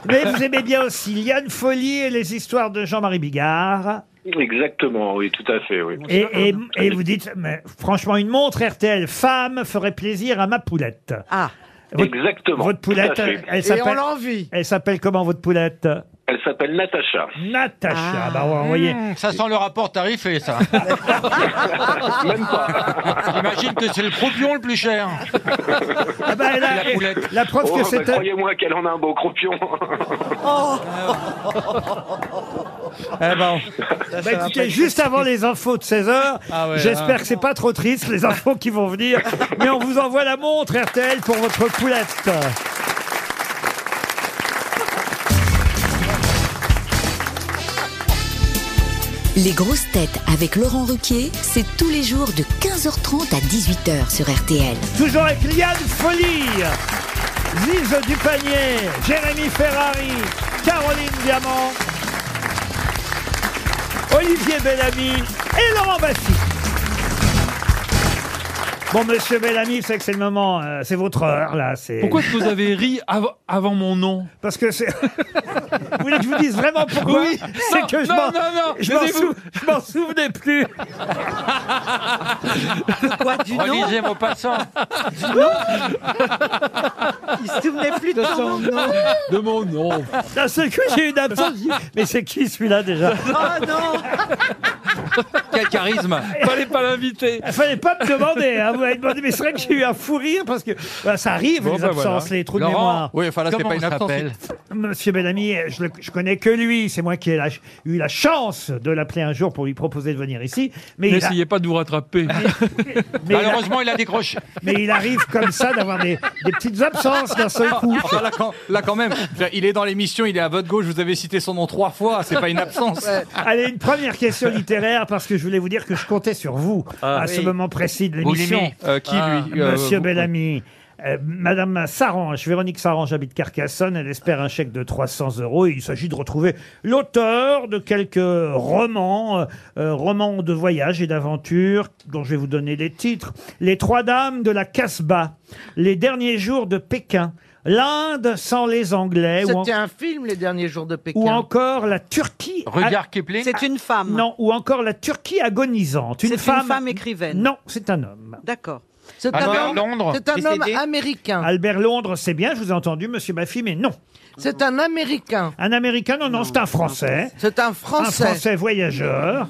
Mais vous aimez bien aussi Liane Folly et les histoires de Jean-Marie Bigard. Exactement, oui, tout à fait, oui. Oh Et, et- et vous dites, mais franchement, une montre RTL femme ferait plaisir à ma poulette. Ah, Votre, Exactement. votre poulette, tout à fait. elle Et on s'appelle... l'a envie. Elle s'appelle comment votre poulette Elle s'appelle Natacha. Natacha. Bah, on va envoyer. Mmh, Ça sent le rapport tarifé, <laughs> ça. Même pas. Imagine que c'est le croupion le plus cher. Ah bah, elle a- La poulette. la preuve Oh, que bah, c'est un- Croyez-moi qu'elle en a un beau croupion. Oh. Eh ben, Ah, Bah, écoutez, juste avant les infos de 16h, Ah ouais, j'espère hein. que c'est pas trop triste les infos qui vont venir, mais on vous envoie la montre RTL pour votre poulette. Les grosses têtes avec Laurent Ruquier, c'est tous les jours de 15h30 à 18h sur RTL. Toujours avec Liane Folie, Lise Dupanier, Jérémy Ferrari, Caroline Diamant, Olivier Bellamy et Laurent Bassi. Bon, monsieur Bellamy, c'est que c'est le moment, euh, c'est votre heure, là. c'est- Pourquoi est-ce que <laughs> vous avez ri av- avant mon nom Parce que c'est. vous voulez que je vous dise vraiment pourquoi Oui. C'est Non, que je non, m'en- non, non, je m'en taisez-vous. sou- je m'en souvenais <laughs> plus. quoi Ah, du nom Relisez mon passant. Il se souvenait plus de son nom. De mon nom. D'un seul coup, j'ai eu une absence. j'ai dit, Mais c'est qui celui-là <laughs> déjà Oh non quel charisme. Fallait pas l'inviter. Il fallait pas me demander. hein, Vous m'avez demandé. Mais c'est vrai que j'ai eu un fou rire parce que bah, ça arrive, Bon, les bah, absences, voilà. les trous de Laurent. mémoire. Oui, enfin là, c'est Comment pas on une absence. s'appelle Monsieur Bellamy, je, le- je connais que lui. C'est moi qui ai la ch- eu la chance de l'appeler un jour pour lui proposer de venir ici. Mais, il, a- N'essayez pas de vous rattraper. mais il a- Malheureusement, il a décroché. mais il arrive comme ça d'avoir des, des petites absences d'un <laughs> seul coup. Ah, là, quand, là, quand même, il est dans l'émission, il est à votre gauche, vous avez cité son nom trois fois, Ah, c'est pas une absence. Allez, une première question littéraire, parce que je voulais vous dire que je comptais sur vous Ah. à ce oui. moment précis de Vous l'émission. Ah, l'aimez. Euh, qui lui Euh, Monsieur vous- Bellamy. euh, Madame Sarange, Véronique Sarange habite Carcassonne, elle espère un chèque de 300 euros. Il s'agit de retrouver l'auteur de quelques romans, euh, euh, romans de voyage et d'aventure, dont je vais vous donner les titres. Les Trois Dames de la Casbah, Les Derniers Jours de Pékin, L'Inde sans les Anglais, Eh, ou, en- C'était un film, Les Derniers Jours de Pékin. ou encore La Turquie. à- Rudyard Kipling. C'est une femme. non, ou encore la Turquie agonisante. C'est Une femme. une femme écrivaine. Non, c'est un homme. D'accord. C'est Ah un Albert homme, Londres. c'est un homme Décédé. américain. Albert Londres, c'est bien, je vous ai entendu, monsieur Baffy, mais non. C'est un américain. Un Américain, non, non, c'est un Français. C'est un Un français. Français voyageur.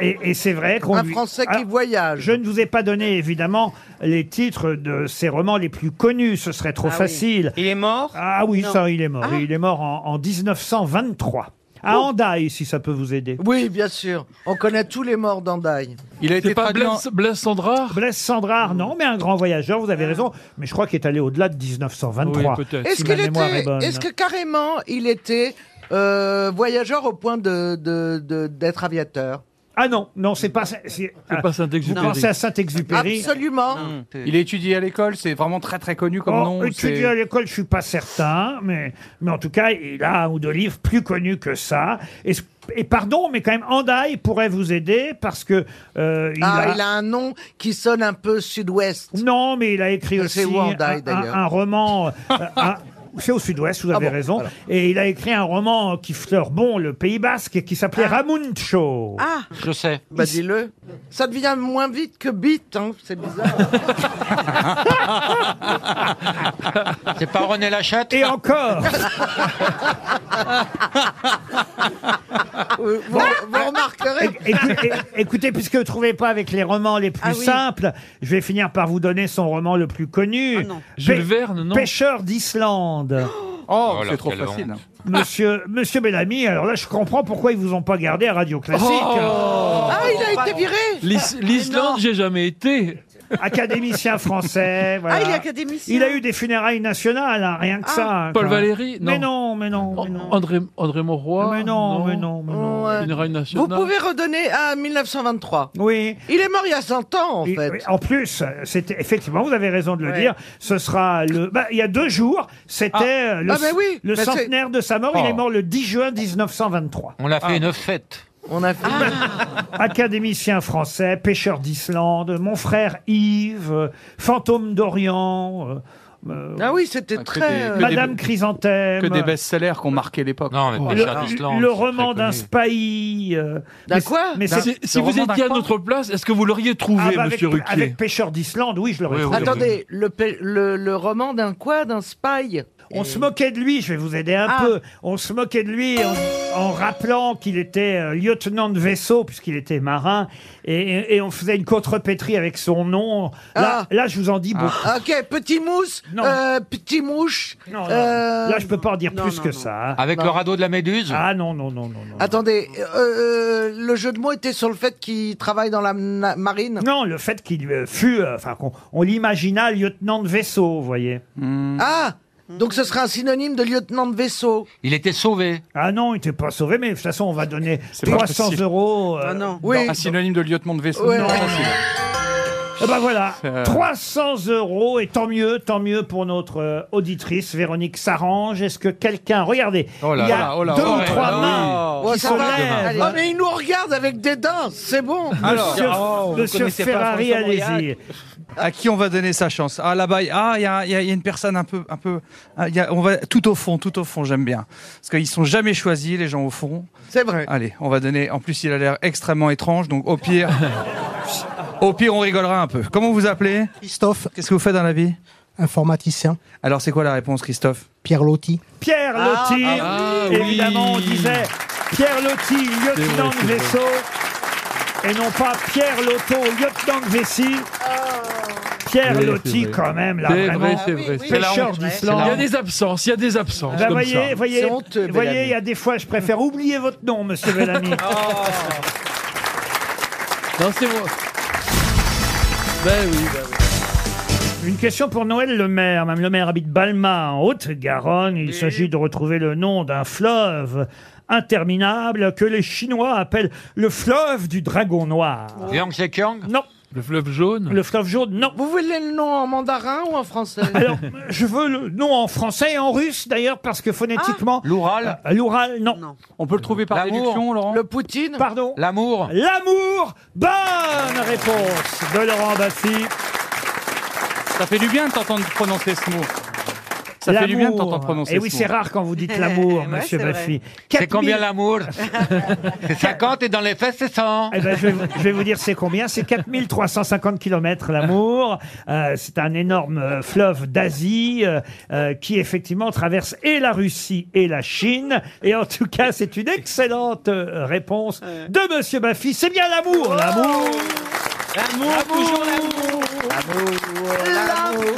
Et, et c'est vrai qu'on. Un lui- Français qui Alors, voyage. Je ne vous ai pas donné, évidemment, les titres de ses romans les plus connus, ce serait trop Ah oui. facile. Il est mort Ah oui, Non. ça, il est mort. Ah. Il est mort en, en 1923. À Andaï, si ça peut vous aider. Oui, bien sûr. On connaît tous les morts d'Andaï. Il a été pas traduit en- Blaise- Sandrard Blaise Sandrard, non, mais un grand voyageur, vous avez raison. Mais je crois qu'il est allé au-delà de 1923. Est-ce si ma qu'il mémoire était, est bonne. est-ce que carrément il était euh, voyageur au point de de- de- d'être aviateur Ah non, non, c'est pas c'est c'est pas Saint-Exupéry. Vous pensez à Saint-Exupéry Absolument. Il est étudié à l'école, c'est vraiment très très connu comme Oh, nom. étudié c'est- à l'école, je suis pas certain, mais, mais en tout cas, il a un ou deux livres plus connus que ça. Et, ce- et pardon, mais quand même, Andaï pourrait vous aider parce que euh, il, Ah, a, il a un nom qui sonne un peu sud-ouest. Non, mais il a écrit aussi C'est où Andaï, un, un- d'ailleurs Ah un roman. euh, un- c'est au sud-ouest, vous avez raison. Et il a écrit un roman qui fleure bon le Pays Basque et qui s'appelait Ramuncho. Ah. Je sais. Bah dis-le. Ça devient moins vite que bite, hein, c'est bizarre. C'est pas René Lachatte Et encore vous, vous- Bah vous remarquerez. Écoutez, écoutez, puisque vous ne trouvez pas avec les romans les plus Ah oui. simples, je vais finir par vous donner son roman le plus Ah connu. Jules Pê- Verne, non Pêcheur d'Islande. Oh, Oh, c'est alors, trop quelle facile. hein. honte. Monsieur, Monsieur Bellamy, alors là, je comprends pourquoi ils vous ont pas gardé à Radio Classique. Oh Ah, il a été viré L'Is- L'Islande, j'ai jamais été. Académicien français. voilà. Ah, il est académicien. Il a eu des funérailles nationales, hein, rien Ah. que ça. hein, Paul quand même. Valéry Mais non, mais non. mais non. André, André Mauroy Mais non, mais non, mais non. Ouais. Funérailles Vous nationales. pouvez redonner à 1923. Oui. Il est mort il y a 100 ans, en Et- fait. En plus, c'était effectivement, vous avez raison de le dire. Ce sera le. bah, il y a deux jours, c'était Ah. euh, le, Ah, mais oui, le mais c'est- centenaire de sa mort. Il Oh. Ah. est mort le 10 juin 1923. On a fait une fête. On a fait. Académicien français, pêcheur d'Islande, mon frère Yves, euh, fantôme d'Orient, euh, euh, Ah oui, c'était que très. des- euh, que des- Madame Chrysanthème. euh, Que des Oh, best-sellers qui ont marqué l'époque. Non, mais le, Pêcheur d'Islande. le c'est roman très d'un connu. spahi. euh, D'un mais- quoi mais Si- c'est- si vous étiez à notre place, est-ce que vous l'auriez trouvé, Ah, bah, avec, monsieur Ruquier avec pêcheur d'Islande, oui, je l'aurais Oui, trouvé. Attendez, le, pe- le, le roman d'un quoi D'un spy On se moquait de lui, je vais vous aider un Ah. peu. On se moquait de lui en, en rappelant qu'il était euh, lieutenant de vaisseau, puisqu'il était marin, et, et- et on faisait une contrepétrie avec son nom. Là, Ah. là, je vous en dis beaucoup. Ah. Ok, petit mousse, euh, petit mouche. Non, non. euh, Là, je peux pas en dire non, plus non, que non. ça. hein. Avec le radeau de la Méduse Ah non, non, non, non. non. Attendez, euh, euh, le jeu de mots était sur le fait qu'il travaille dans la na- marine Non, le fait qu'il euh, fût, euh, enfin, qu'on on l'imagina lieutenant de vaisseau, vous voyez. Ah Donc ce serait un synonyme de lieutenant de vaisseau. Il était sauvé. Ah non, il n'était pas sauvé, mais de toute façon, on va donner pas 300 possible. euros. euh, Ah non. Oui. Un synonyme de lieutenant de vaisseau. Ouais. Non, c'est- Eh ben voilà, Euh. 300 euros et tant mieux, tant mieux pour notre euh, auditrice Véronique S'arrange. Est-ce que quelqu'un, regardez, Oh là il y a là, oh là, deux oh ou là, trois oh là, mains Ouais, qui ça se va. lèvent. Oh, mais il nous regarde avec des dents, c'est bon. Monsieur, oh, vous monsieur connaissez pas Ferrari, François Mauriac. allez-y. À qui on va donner sa chance Ah là-bas, il- ah il y a, il y a- il y a une personne un peu, un peu, ah, il y a- on va tout au fond, tout au fond, j'aime bien, parce qu'ils sont jamais choisis les gens au fond. C'est vrai. Allez, on va donner. En plus, il a l'air extrêmement étrange, donc au pire, au pire, on rigolera un peu. Comment vous appelez Christophe, Qu'est-ce que vous faites dans la vie informaticien, Alors, c'est quoi la réponse, Christophe Pierre Lotti. Pierre Ah, Lotti, ah oui. évidemment, on disait Pierre Lotti, lieutenant C'est de vrai, c'est vaisseau, et non pas Pierre Lotto, lieutenant de vessie. Pierre Oui, c'est Lotti, vrai. quand même, là, C'est vraiment. vrai, c'est vrai. c'est vrai. Pêcheur Il y a d'Islande. des absences, il y a des absences. Ben comme voyez, ça. voyez, C'est honteux, voyez, Bellamy. il y a des fois, je préfère oublier votre nom, monsieur <laughs> Bellamy. Oh. Non, c'est moi. Ben oui, ben oui. Une question pour Noël Le Maire. Mme Le Maire habite Balma, en Haute-Garonne. Il s'agit de retrouver le nom d'un fleuve interminable que les Chinois appellent le fleuve du dragon noir. Yang Zekiang Non, Le fleuve jaune. le fleuve jaune, non. Vous voulez le nom en mandarin ou en français <laughs> Alors, je veux le nom en français et en russe d'ailleurs, parce que phonétiquement. Ah. L'Oural Euh, L'Oural, non. Non. On peut le trouver par L'amour. déduction, Laurent Le Poutine Pardon. L'amour L'amour Bonne réponse de Laurent Baffy. Ça fait du bien de t'entendre prononcer ce mot. Ça fait du bien de t'entendre prononcer Et Eh oui, ce c'est mot. rare quand vous dites <laughs> l'amour, <laughs> Ouais, monsieur c'est vrai. Baffy. C'est 4000 combien l'amour <laughs> C'est 50 et dans les fesses, c'est 100. Eh ben, je, vais, vous- je vais vous dire c'est combien. C'est 4350 kilomètres l'amour. Euh, c'est un énorme euh, fleuve d'Asie euh, euh, qui effectivement traverse et la Russie et la Chine. Et en tout cas, c'est une excellente euh, réponse de Monsieur Baffy. C'est bien l'amour, l'amour. L'amour, toujours l'amour. L'amour,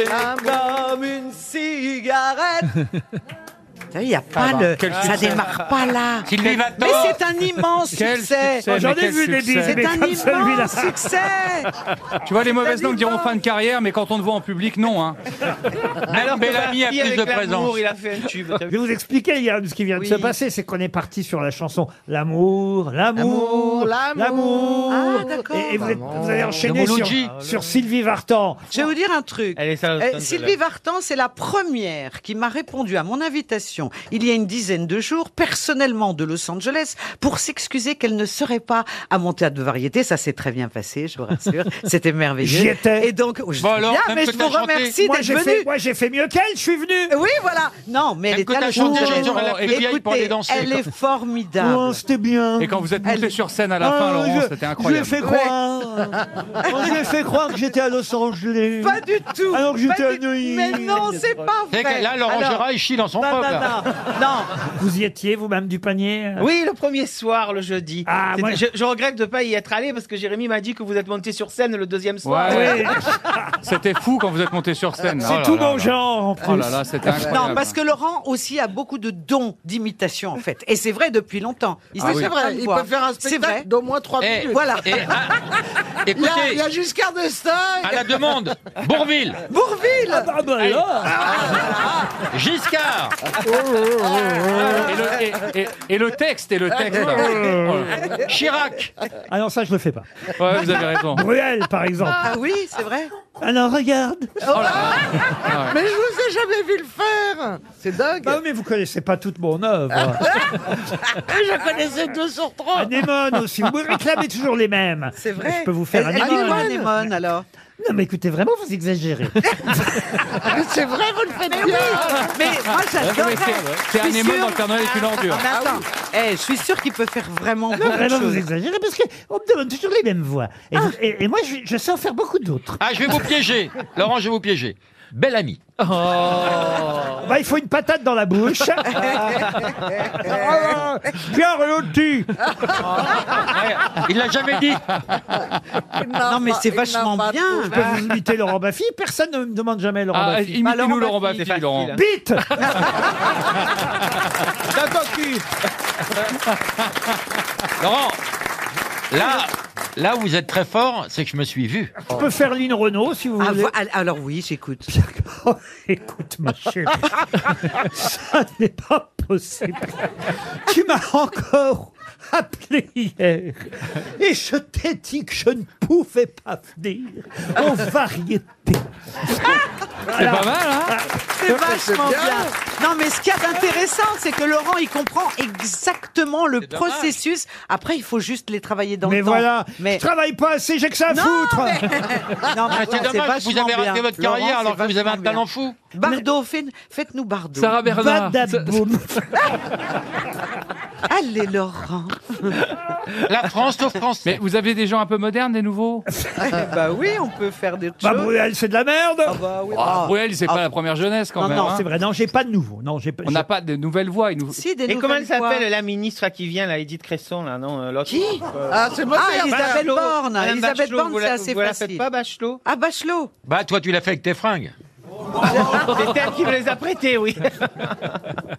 c'est comme une cigarette. savez, il y a pas va. le, Quel ça succès. démarre pas là. Sylvie Vartan. mais c'est un immense Quel succès. succès, Oh, j'en ai mais vu des succès. C'est mais un comme celui-là. immense <laughs> succès. <laughs> Tu vois, les mauvaises langues diront fin de carrière, mais quand on te voit en public, non. <laughs> Hein. Alors que Bellamy a plus Barbie, avec de l'amour, présence. Il a fait un tube. Je vais vous expliquer, Yann, ce qui vient de se passer, c'est qu'on est parti sur la chanson L'amour, l'amour, l'amour. Ah, d'accord. Et, et vous, êtes- vous allez enchaîner De sur, Mouloudji. sur Sylvie Vartan. Je vais vous dire un truc. Elle est sérieuse, Euh, Tom, Sylvie celle-là. Vartan, c'est la première qui m'a répondu à mon invitation il y a une dizaine de jours, personnellement de Los Angeles, pour s'excuser qu'elle ne serait pas à mon théâtre de variété. Ça s'est très bien passé, je vous <laughs> rassure. C'était merveilleux. J'y étais. Et donc, oh, je Bon, sais alors, bien, Oh, même mais que je t'as vous chanté. remercie Moi, d'être j'ai venu. fait- moi, j'ai fait mieux qu'elle, je suis venu. Oui, voilà. Non, mais elle est que t'as chanté, talentueuse. j'aurais la plus vieille pour aller Écoutez, danser, Elle quoi. est formidable. Oh, c'était bien. Ah, Et quand vous êtes monté sur scène à la fin, Laurent, c'était incroyable. Oh, Je lui ai fait croire. <laughs> Oh, je lui ai fait croire que j'étais à Los Angeles. Pas du tout. Alors que j'étais Pas à du- New York. Mais non, c'est pas C'est vrai. que là, Laurent Alors- Gérard, il chie dans son Non, propre. non, là. non. Non. Vous y étiez, vous-même, du panier euh Oui, le premier soir, le jeudi. C'était- Ah, moi- je, je regrette de ne pas y être allé parce que Jérémy m'a dit que vous êtes monté sur scène le deuxième soir. <laughs> Ouais. Ah, C'était fou quand vous êtes monté sur scène. C'est Oh là tout là mon là. genre, en Oh plus. là là, c'était incroyable. Non, parce que Laurent aussi a beaucoup de dons d'imitation, en fait. Et c'est vrai depuis longtemps. Il Ah Oui, s'est c'est fait pas vrai, me il voir. peut faire un C'est vrai. spectacle d'au moins 3 Eh, minutes. voilà. Il y a- écoutez. <laughs> Ah, il y a Giscard d'Estaing. À la demande, Bourville, Bourville Ah, bah, Allez. Giscard. Oh, Et le, et- et- et le texte, et le texte. Oh Chirac. Ah non, ça, je le fais pas. Ouais, vous avez raison. Bruel, par exemple. Ah oui, c'est vrai. Alors, regarde. Oh. Mais je vous ai jamais vu le faire C'est dingue Ah. Non, Bah mais vous connaissez pas toute mon œuvre. Je connaissais 2 sur 3 Anémone aussi. Vous me réclamez toujours les mêmes. C'est vrai. Je peux vous faire Elle- elle Anémone. joue Anémone, alors. Non, mais écoutez, vraiment, vous exagérez. C'est vrai, vous le faites Mais oui. bien Mais moi, j'adorerais. c'est- c'est Je suis Anémone sûre- dans le Père Noël est une ordure. Ah, mais attends. <laughs> Eh, je suis sûr qu'il peut faire vraiment Non, beaucoup de vraiment, vous choses. Ah. exagérez parce qu'on me demande toujours les mêmes voix. Et, vous- et- et moi, je, je sais en faire beaucoup d'autres. Ah, je vais vous piéger, Laurent, je vais vous piéger. Bel ami. Bah, il faut une patate dans la <laughs> bouche. Ah, Bien Relotti Il l'a jamais dit. Ah, Non, mais c'est vachement bien. Je peux vous imiter Laurent Baffy Personne ne me demande jamais Laurent Ah, Baffy. Imitez-nous Laurent Baffy, Laurent. Bite Laurent, là, là où vous êtes très fort, c'est que je me suis vu. Je peux faire Lynn Renault si vous Ah, voulez. vo- al- alors oui, j'écoute. <laughs> Écoute, ma chérie, ça n'est pas possible. Tu m'as encore appelé hier et je t'ai dit que je ne pouvais pas venir en variété. C'est pas mal, hein C'est vachement bien. bien. Non, mais ce qu'il y a d'intéressant, c'est que Laurent, il comprend exactement le processus. Après, il faut juste les travailler dans Mais le temps. voilà, Mais je travaille pas assez, j'ai que ça à <laughs> Non, foutre. non, mais Ah, attends, c'est dommage, vachement vous avez raté bien. votre Laurent, carrière alors c'est que vous avez un vachement bien. talent fou. Bardot, fais- faites-nous Bardot. Sarah Bernard. Badaboum. <laughs> Allez, Laurent. <laughs> La France, aux Français. Mais vous avez des gens un peu modernes, des nouveaux Eh ben bah oui, on peut faire des choses. Bah, Bruel, c'est de la merde. bah oui. Ah, Bruel, c'est pas la première jeunesse quand Non, même. non, hein. C'est vrai, non, j'ai pas de nouveau. Non, j'ai pas. On n'a pas de nouvelles voix. il nous- Si, des Et comment elle nouvelles voix. s'appelle la ministre là, qui vient, là, Edith Cresson, là, non euh, l'autre, Qui euh, Ah, c'est moi Ah, faire, Elisabeth Bachelot. Borne. Madame Elisabeth Bachelot, Borne, vous c'est la- assez Vous la facile. faites pas, Bachelot Ah, Bachelot. Bah, toi, tu l'as fait avec tes fringues. Ah, <laughs> C'est elle qui me les a prêtés, <laughs> oui.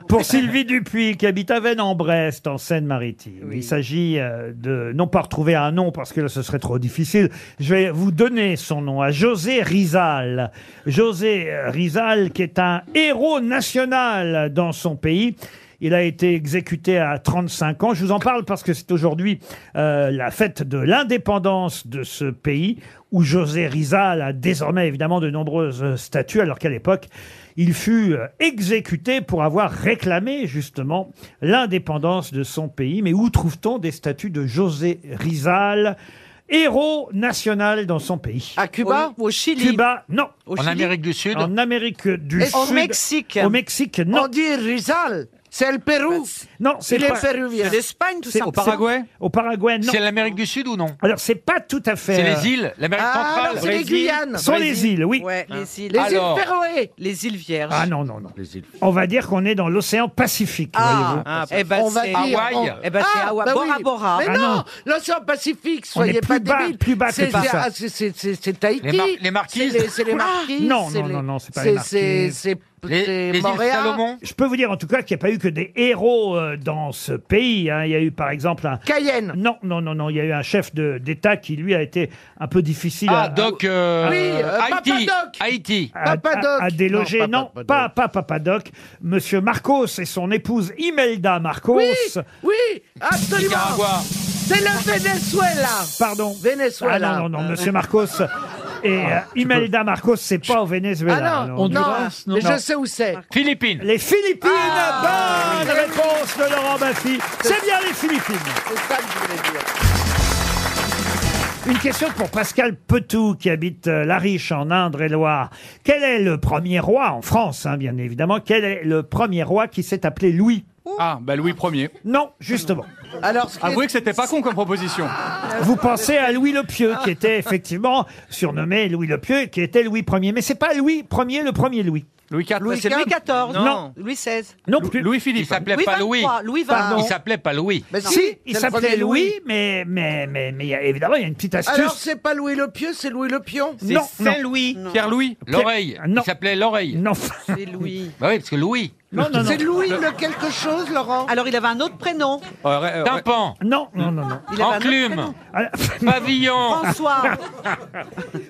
Pour Sylvie Dupuis, qui habite à Vennes en Brest, en Seine-Maritime, il s'agit euh, de non pas retrouver un nom parce que là ce serait trop difficile. Je vais vous donner son nom à José Rizal. José euh, Rizal, qui est un héros national dans son pays. Il a été exécuté à 35 ans. Je vous en parle parce que c'est aujourd'hui euh, la fête de l'indépendance de ce pays où José Rizal a désormais évidemment de nombreuses euh, statues alors qu'à l'époque il fut euh, exécuté pour avoir réclamé justement l'indépendance de son pays. Mais où trouve-t-on des statues de José Rizal, héros national dans son pays À Cuba Au Chili Cuba, non. En Au Chili Amérique du Sud. En Amérique du Au Sud. Mexique Au Mexique, On non. dit Rizal, c'est le Pérou. Non, c'est Il est pas- péruvien. L'Espagne, tout c'est- ça. c'est- Au Paraguay, non. C'est l'Amérique du Sud ou non Alors, c'est pas tout à fait. C'est euh, les îles, l'Amérique Ah, centrale. Ah. alors c'est les Brésil. Guyanes. Sont les îles, oui. Ouais, les îles. Les Alors. îles Féroé. Les îles Vierges. Ah non, non, non. Les îles. On va dire qu'on est dans l'océan Pacifique, voyez-vous. Ah, eh ben, On va c'est- dire. Hawaï. Eh ben, c'est Ah, Hawaï. bah oui. Bora Bora. Mais Ah non. non, l'océan Pacifique, On est soyez pas plus bas- débiles. plus bas que C'est- tout c'est- ça. ah, c'est- C'est c'est- c'est Tahiti. Les mar- les Marquises. C'est les, c'est les Oula. Marquises. Non, c'est non, les- non, non, c'est pas les c'est- c'est- Marquises. C'est les, Montréal. Je peux vous dire en tout cas qu'il n'y a pas eu que des héros euh, dans ce pays. hein. Il y a eu par exemple un Cayenne. Non, non, non, non. Il y a eu un chef de- d'État qui lui a été un peu difficile. Ah, à- Doc, euh, à- Oui, euh, Haïti, Papa Doc. Haïti. À, Papa à- à Doc. déloger. Non, Non, pas, pas Papa Doc. Monsieur Marcos et son épouse Imelda Marcos. Oui, absolument. Nicaragua. C'est le Venezuela. Pardon. Venezuela. Euh, Ah non, non, non, Monsieur Marcos et euh, Imelda Marcos, c'est pas au Venezuela. Ah non, Honduras, non. mais je sais où Ah. c'est. Philippines. Les Philippines, bonne réponse de Laurent Baffy. C'est bien les Philippines. C'est ça que je voulais dire. Une question pour Pascal Petou qui habite euh, La Riche en Indre-et-Loire. Quel est le premier roi en France, hein, bien évidemment Quel est le premier roi qui s'est appelé Louis Ah, bah Louis Ier. Non, justement. Alors, avouez que c'était pas con comme proposition. Vous pensez à Louis le Pieux, qui était effectivement surnommé Louis le Pieux, et qui était Louis Ier. Mais c'est pas Louis Ier, le premier Louis. Louis IV. Louis c'est Louis XIV. Non. Louis XVI. Non plus. Louis Philippe. Il s'appelait Louis pas 23, Louis. Louis 20. Il s'appelait pas Louis. Mais si, il s'appelait Louis, Louis. mais, mais, mais, mais il y a- évidemment, il y a une petite astuce. Alors, c'est pas Louis le Pieux, c'est Louis le Pion. Non, non. Non. Pierre-Louis. L'oreille. Il s'appelait l'oreille. Non. C'est Louis. Bah oui, parce que Louis. C'est Louis le quelque chose, Laurent. Alors, il avait un autre prénom. Tympan. Non, non, non, non. Il avait un autre Enclume. prénom. <laughs> Pavillon. <laughs> François.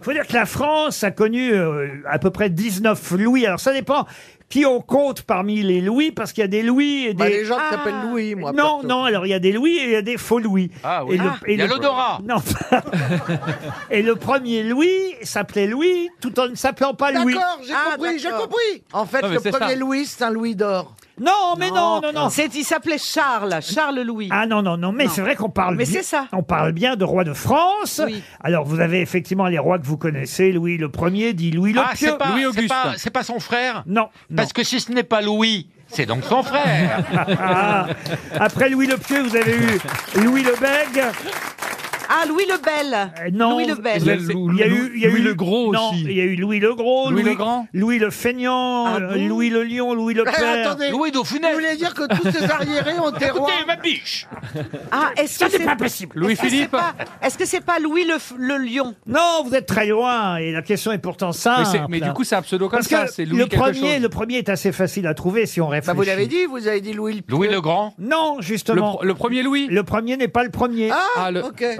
faut dire que la France a connu euh, à peu près 19 louis. Alors ça dépend qui on compte parmi les louis, parce qu'il y a des louis et des... Ah. Bah, les gens qui s'appellent Louis, moi, Non, perso. non, alors il y a des louis et il y a des faux louis. Ah oui. Ah, il y a l'odorat. <laughs> Non. et le premier louis s'appelait Louis tout en ne s'appelant pas Louis. Ah, D'accord, j'ai compris, j'ai compris. En fait, Non, mais le c'est premier ça. Louis, c'est un Louis d'or. Non, mais non, non, non. C'est, il s'appelait Charles, Charles Louis. Ah non, non, non, mais Non. c'est vrai qu'on parle Mais bien, c'est ça. on parle bien de roi de France. Oui. Alors vous avez effectivement les rois que vous connaissez, Louis le Premier, dit Louis le Ah, Pieux. c'est pas, c'est pas, c'est pas son frère Non. Parce que si ce n'est pas Louis, c'est donc son frère. Ah, après Louis le Pieux, vous avez eu Louis le Bègue. Ah, Louis le Bel. Euh, Non, Louis le Bel. vous avez- il y a eu, il y a Louis eu- le Gros non, aussi. Il y a eu Louis le Gros, Louis le Grand Louis le Feignant, Ah euh, Louis le Lion, Louis le Eh, Père. attendez, vous voulez dire que tous ces arriérés <laughs> ont été rois ma biche Ah, est-ce Ça, que c'est pas possible. est-ce que c'est Louis-Philippe. pas- Est-ce que c'est pas Louis le, f- le Lion Non, vous êtes très loin et la question est pourtant Mais simple. c'est- mais du coup, c'est un pseudo comme Parce ça, que c'est Louis le quelque premier, chose. le premier est assez facile à trouver si on réfléchit. Bah, vous l'avez dit, vous avez dit Louis le Louis le Grand Non, justement. Le, premier Louis Le premier n'est pas le premier. Ah, le, ok. euh,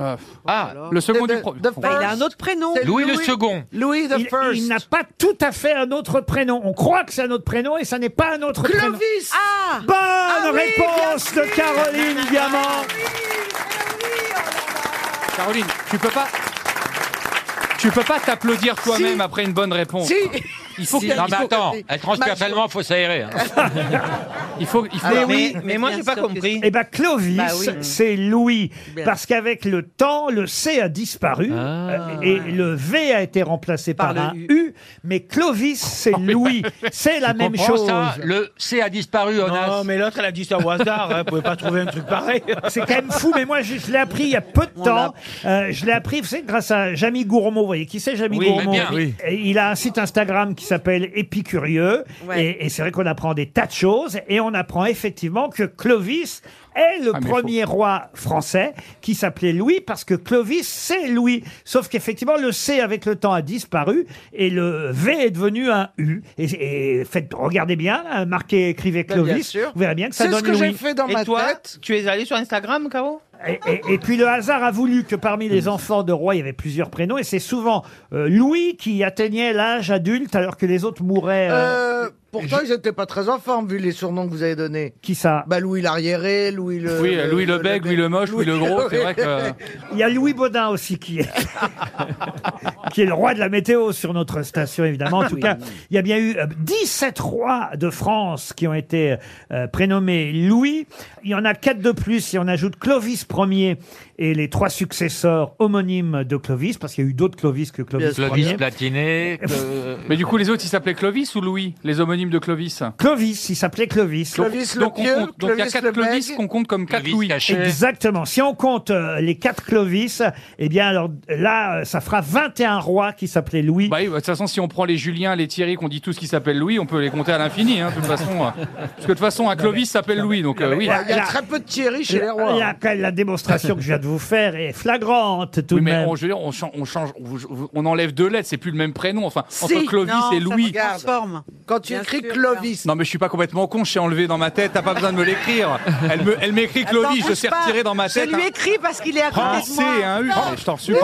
ah, Oh le second The- du premier. the Bah, Il a un autre prénom. C'est Louis le Louis- second. Louis the il, First. il n'a pas tout à fait un autre prénom. On croit que c'est un autre prénom et ça n'est pas un autre prénom. Clovis Ah Bonne Ah oui, réponse bien de sûr. Caroline Diamant. Caroline, tu peux pas. Tu peux pas t'applaudir toi-même après une bonne réponse. Si. Il faut Si. que- Non, il mais faut- attends, elle transpire Ma- tellement, faut s'aérer. hein. Il faut, il faut. Mais oui, mais moi j'ai bien pas sûr que compris. Eh ben Clovis, Bah oui. c'est Louis, Bien. parce qu'avec le temps, le C a disparu Ah. euh, et le V a été remplacé par, Par le un U. mais <laughs> Clovis, c'est Oh, Louis, c'est la même Comprends chose. ça, le C a disparu, Non, Onas. mais l'autre elle a dit ça au hasard, hein, vous pouvez pas trouver un truc pareil. C'est quand même fou, mais moi je, je l'ai appris il y a peu de temps. Euh, je l'ai appris, vous savez, grâce à Jamy Gourmand. Vous voyez qui c'est Jamy Oui, Gourmand bien, oui. Et Il a un site Instagram qui s'appelle Épicurieux. Ouais. Et, et c'est vrai qu'on apprend des tas de choses. Et on apprend effectivement que Clovis est le Ah, mais premier roi français qui s'appelait Louis parce que Clovis, c'est Louis. Sauf qu'effectivement, le C avec le temps a disparu et le V est devenu un U. Et, et faites, regardez bien, là, marquez, écrivez Bah, bien Clovis. sûr. Vous verrez bien que ça C'est ce donne que j'ai Louis. fait dans ma Et toi, tête. tu es allé sur Instagram, Caro Et, et- et puis le hasard a voulu que parmi les enfants de roi, il y avait plusieurs prénoms, et c'est souvent euh, Louis qui atteignait l'âge adulte alors que les autres mouraient. euh, Euh, pourtant, ils n'étaient pas très en forme, vu les surnoms que vous avez donnés. Qui ça Bah, Louis l'arriéré, Louis le... Oui, Louis le Bègue, Louis le Moche, Louis le Gros, c'est vrai que. Il y a Louis Baudin aussi qui est, <laughs> qui est le roi de la météo sur notre station, évidemment. En tout cas, il y a bien eu euh, 17 rois de France qui ont été euh, prénommés Louis. Il y en a quatre de plus si on ajoute Clovis Ier et les trois successeurs homonymes de Clovis, parce qu'il y a eu d'autres Clovis que Clovis Clovis euh, Ier. Platiné. que- Mais du coup, les autres, ils s'appelaient Clovis ou Louis Les homonymes de Clovis. Clovis, il s'appelait Clovis. Clovis le donc, on Pieux, compte- donc il y a Clovis quatre le Clovis Bègue. qu'on compte comme quatre Clovis Louis. caché. Exactement. Si on compte euh, les quatre Clovis, eh bien alors là, euh, ça fera 21 rois qui s'appelaient Louis. Bah oui, bah, de toute façon, si on prend les Julien, les Thierry, qu'on dit tous qui s'appellent Louis, on peut les compter à l'infini, hein, de toute façon. euh. Parce que de toute façon, un Clovis s'appelle Louis, donc euh, oui. Il y a très peu de Thierry chez les Là, rois. hein. là, quand même, la démonstration que je viens de vous vous faire est flagrante tout Oui, de mais même. on, je veux dire, on, chan- on change, on, on enlève deux lettres, c'est plus le même prénom. Enfin, Si, entre Clovis non, et ça Louis. se garde. Quand tu écris Clovis. Non mais je suis pas complètement con, je sais enlever dans ma tête, t'as pas besoin de me l'écrire. Elle me- elle m'écrit Clovis, je sais retirer dans ma tête. hein. Je lui un- écris parce qu'il est à côté de Français, moi. hein, oui. Non. Je t'en supplie.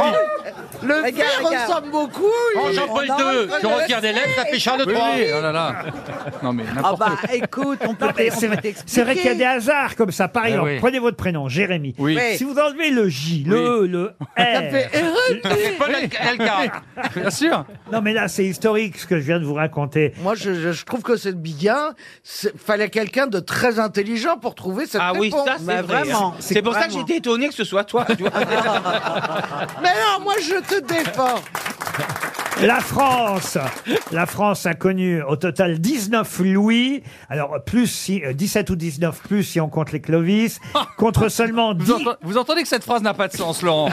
Le Regarde, verre regarde. Oh, ressemble beaucoup. Prends il- Jean-Paul on II, enlève tu le retires des C lettres, ça fait et Charles ça- Oui, trois. oui, oh là là. Non mais n'importe Ah bah écoute, on peut Non, mais on c'est peut vrai, t'expliquer. c'est vrai qu'il y a des hasards comme ça. Par Eh exemple, oui. prenez votre prénom, Jérémy. Oui. Si vous enlevez le J, le E, le R. Ça fait Paul Bien sûr. Non, mais là, c'est historique ce que je viens de vous raconter. Moi, je, je- je trouve que c'est bien. C'est- Fallait quelqu'un de très intelligent pour trouver cette Ah oui, réponse. ça c'est vrai. hein. C'est pour ça que j'étais étonné que ce soit toi. tu vois. Mais non, moi, je te défends. La France, la France a connu au total 19 Louis, alors plus si, euh, 17 ou 19 plus si on compte <laughs> les Clovis, contre seulement 10. Vous, enten- vous entendez que cette phrase n'a pas de sens, <laughs> Laurent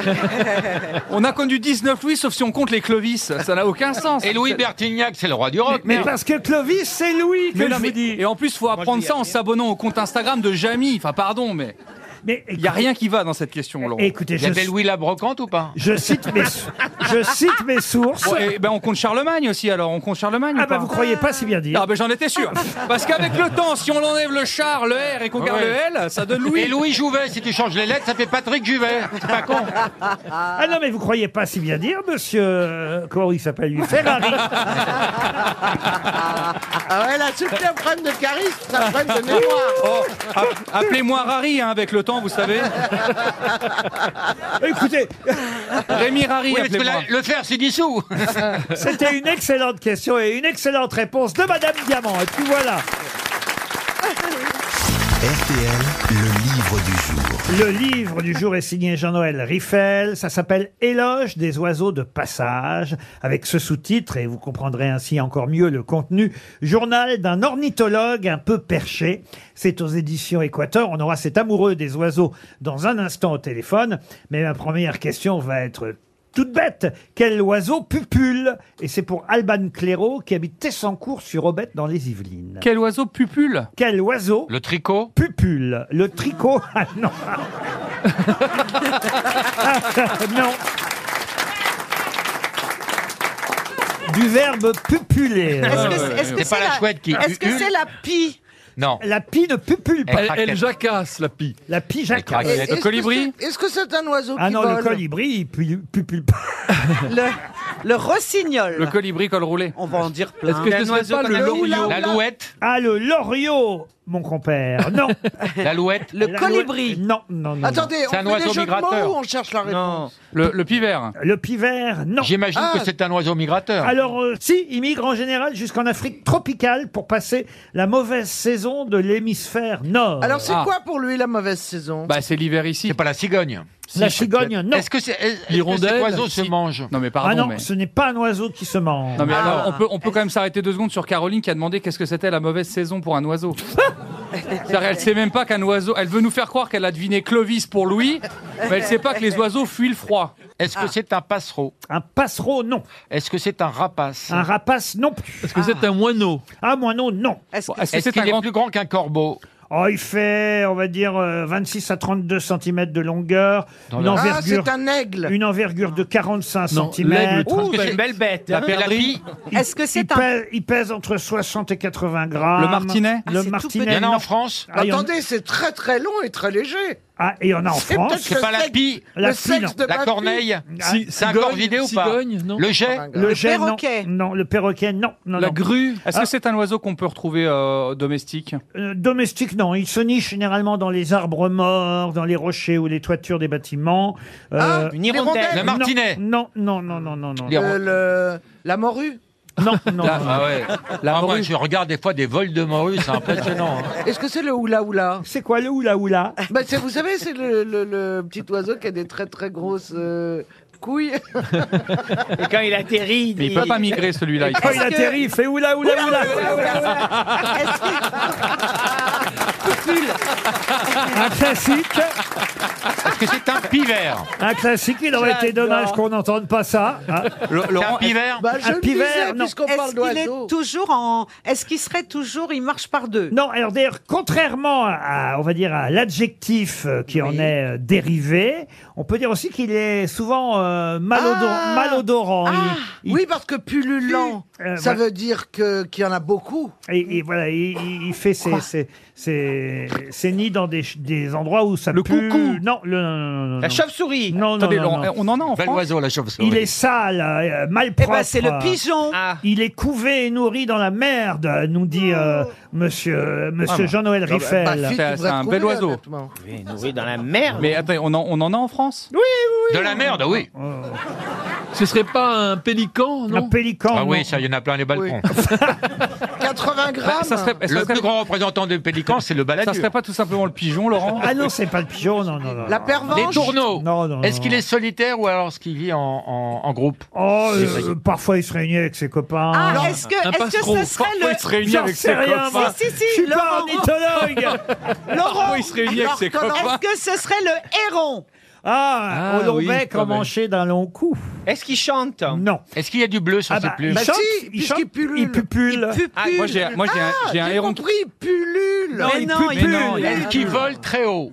On a connu 19 Louis, sauf si on compte les Clovis. Ça n'a aucun sens. Et Louis Bertignac, c'est le roi du rock. Mais merde. parce que Clovis, c'est Louis que Mais je non, vous mais- dis. Et en plus, faut apprendre ça en s'abonnant au compte Instagram de Jamy. Enfin, pardon, mais Mais il n'y a rien qui va dans cette question, Laurent. Écoutez, Il y je avait s- Louis la brocante ou pas Je cite mes, sou- je cite mes sources. Bon, eh ben, on compte Charlemagne aussi, alors. On compte Charlemagne ah ou pas bah vous croyez pas si bien dire. Ah ben j'en étais <laughs> sûr. Parce qu'avec le temps, si on enlève le char, le R et qu'on garde Ouais. le L, ça donne Louis. Et Louis Jouvet, si tu changes les lettres, ça fait Patrick <laughs> Juvet. C'est pas con. Ah non mais vous croyez pas si bien dire, monsieur. euh, Comment il s'appelle lui <laughs> Ferrari. <laughs> Ah ouais, là, c'est plus un problème de charisme, c'est un problème de mémoire. Oh, a- appelez-moi Rari hein, avec le temps, vous savez. Écoutez, Rémi Rari, Oui, parce que appelez-moi. là, le fer, c'est dissous. C'était une excellente question et une excellente réponse de Madame Diamant. Et puis voilà, RTL, le livre du jour. le livre du jour est signé Jean-Noël Riffel. Ça s'appelle Éloge des oiseaux de passage, avec ce sous-titre, et vous comprendrez ainsi encore mieux le contenu, Journal d'un ornithologue un peu perché. C'est aux éditions Équateur. On aura cet amoureux des oiseaux dans un instant au téléphone. Mais ma première question va être toute bête. Quel oiseau pupule Et c'est pour Alban Clairaut qui habite Tessancourt sur Aubette dans les Yvelines. Quel oiseau pupule Quel oiseau Le tricot Pupule. Le tricot <laughs> Ah non <laughs> <laughs> Non Du verbe pupuler. Est-ce que c'est- est-ce que C'est pas c'est la la chouette qui Est-ce que hurle c'est la pie Non. La pie ne pupule pas. Elle- Elle, elle jacasse, la pie. La pie jacasse. Elle- Est-ce que colibri c'est- Est-ce que c'est un oiseau Ah qui non, vole le colibri, il pu- pupule pas. le, le rossignol. Le colibri col roulé. On va en dire Est-ce plein. que ce Un serait oiseau pas qu'on le appelle loriot L'alouette Ah, le loriot, mon compère. Non. L'alouette Le La colibri. loi- Non, non, non, non. Attendez, on C'est un fait oiseau des jeux de migrateur. mots ou on cherche la Non. réponse Le, le pivert. Le pivert, non. J'imagine Ah. que c'est un oiseau migrateur. Alors, euh, si, ils migrent en général jusqu'en Afrique tropicale pour passer la mauvaise saison de l'hémisphère nord. Alors, c'est Ah. quoi pour lui la mauvaise saison Bah c'est l'hiver ici. C'est pas la cigogne. la cigogne, non. Est-ce que, c'est, est-ce que L'hirondelle, cet oiseau si. se mange Non mais pardon. Ah non, mais... ce n'est pas un oiseau qui se mange. Non mais Ah. alors on peut on peut quand même s'arrêter deux secondes sur Caroline qui a demandé qu'est-ce que c'était la mauvaise saison pour un oiseau. C'est-à-dire, elle sait même pas qu'un oiseau. Elle veut nous faire croire qu'elle a deviné Clovis pour Louis, mais elle sait pas que les oiseaux fuient le froid. Est-ce Ah. que c'est un passereau Un passereau, non. Est-ce que c'est un rapace Un rapace, non plus. Est-ce que c'est un moineau Un moineau, non. Est-ce que- Ah. Est-ce que Est-ce c'est qu'il un est grand plus grand qu'un corbeau Oh, il fait, on va dire, euh, 26 à 32 cm de longueur, Dans une la- Ah, envergure, c'est un aigle. une envergure de 45 Non, cm. l'aigle, Ouh, C'est une belle bête. hein. Et la pie Est-ce que il, c'est un. pèse, il pèse entre 60 et 80 grammes. Le martinet Ah, Le c'est tout Il y martinet, en a non. en France Ah, il y en- Attendez, c'est très très long et très léger. Ah, et il y en a en C'est France. peut-être C'est Le pas la sexe- pie La le pie, sexe non. de La ma corneille Ah, C'est un corps vidé ou pas Cigogne, non Le jet Le, jet, non. perroquet. Non, le perroquet, non. non, non. La Ah. grue Est-ce que c'est un oiseau qu'on peut retrouver euh, domestique Euh, domestique, non. Il se niche généralement dans les arbres morts, dans les rochers ou les toitures des bâtiments. Ah, Euh, Une hirondelle. Le martinet Non, non, non, non, non, non. Les- Euh, le- La morue Non, non, non. Ah ouais. La Ah, moi, morue. je regarde des fois des vols de morue, c'est impressionnant. hein. Est-ce que c'est le oula oula C'est quoi le oula oula bah, c'est- Vous savez, c'est le, le- le petit oiseau qui a des très très grosses euh, couilles. <laughs> Et quand il atterrit, Mais il peut pas migrer celui-là. il Quand il paraît. <laughs> atterrit, il fait oula oula oula. Est-ce que- pull. Un <laughs> <laughs> classique. Est-ce que c'est un pivert Un classique, il aurait été J'adore. dommage qu'on n'entende pas ça. hein. Laurent, Un pivert Bah, Bah, Un pivert, non. Est-ce qu'il est toujours en. Est-ce qu'il serait toujours. Il marche par deux Non, alors d'ailleurs, contrairement à, on va dire, à l'adjectif euh, qui en est euh, dérivé, on peut dire aussi qu'il est souvent euh, malodo- Ah malodorant. oui, parce que pullulant, Ça veut dire que- qu'il y en a beaucoup. euh, Et, et voilà, il, il- il fait ses, ses, ses- ses nids dans des, ch- des endroits où ça le pue. coucou. Non, le, non, non, non, non. La chauve-souris. Non, non, Attendez, non, Laurent, non. on en a en Bel France oiseau, la chauve-souris. Il est sale, euh, mal Eh propre. ben, c'est le pigeon. Ah. Il est couvé et nourri dans la merde, nous dit euh, monsieur, monsieur Ah, Jean-Noël non, mais Riffel. pas fit, C'est- tu c'est un devrais bel trouver, oiseau. honnêtement. nourri dans la merde. Mais attendez, on en, on en a en France Oui, oui. De la merde, oui. Ce serait pas un pélican, non Un pélican. Ah oui, ça, il y en a plein les balcons. <laughs> 80 grammes. Bah, Ça serait- ça le serait- plus grand représentant de pélican, c'est le Ça baladure. serait pas tout simplement le pigeon, Laurent Ah non, c'est pas le pigeon, non, non, non. La pervenche Les tourneaux. Non, non. Est-ce non. qu'il est solitaire ou alors est-ce qu'il vit en, en- en groupe Oh, C'est euh, vrai. parfois il se réunit avec ses copains. Ah, Non, est-ce que- un est-ce que passe-trou. ce serait Parfois, le- il se réunit J'en avec sais ses rien, copains. moi. Si, si, si, Je suis pas Laurent. <laughs> ornithologue. Parfois, il se réunit avec ses copains. Est-ce que ce serait le héron Ah, Ah, au long oui, bec, quand même. emmanché d'un long cou. Est-ce qu'il chante Non. Est-ce qu'il y a du bleu sur Ah ses bah, plumes il chante, il chante, il pupule. Ah, Ah, moi, j'ai- moi, j'ai un- j'ai un héron Ah, compris, pullule. Non, il pupule. qui vole très haut.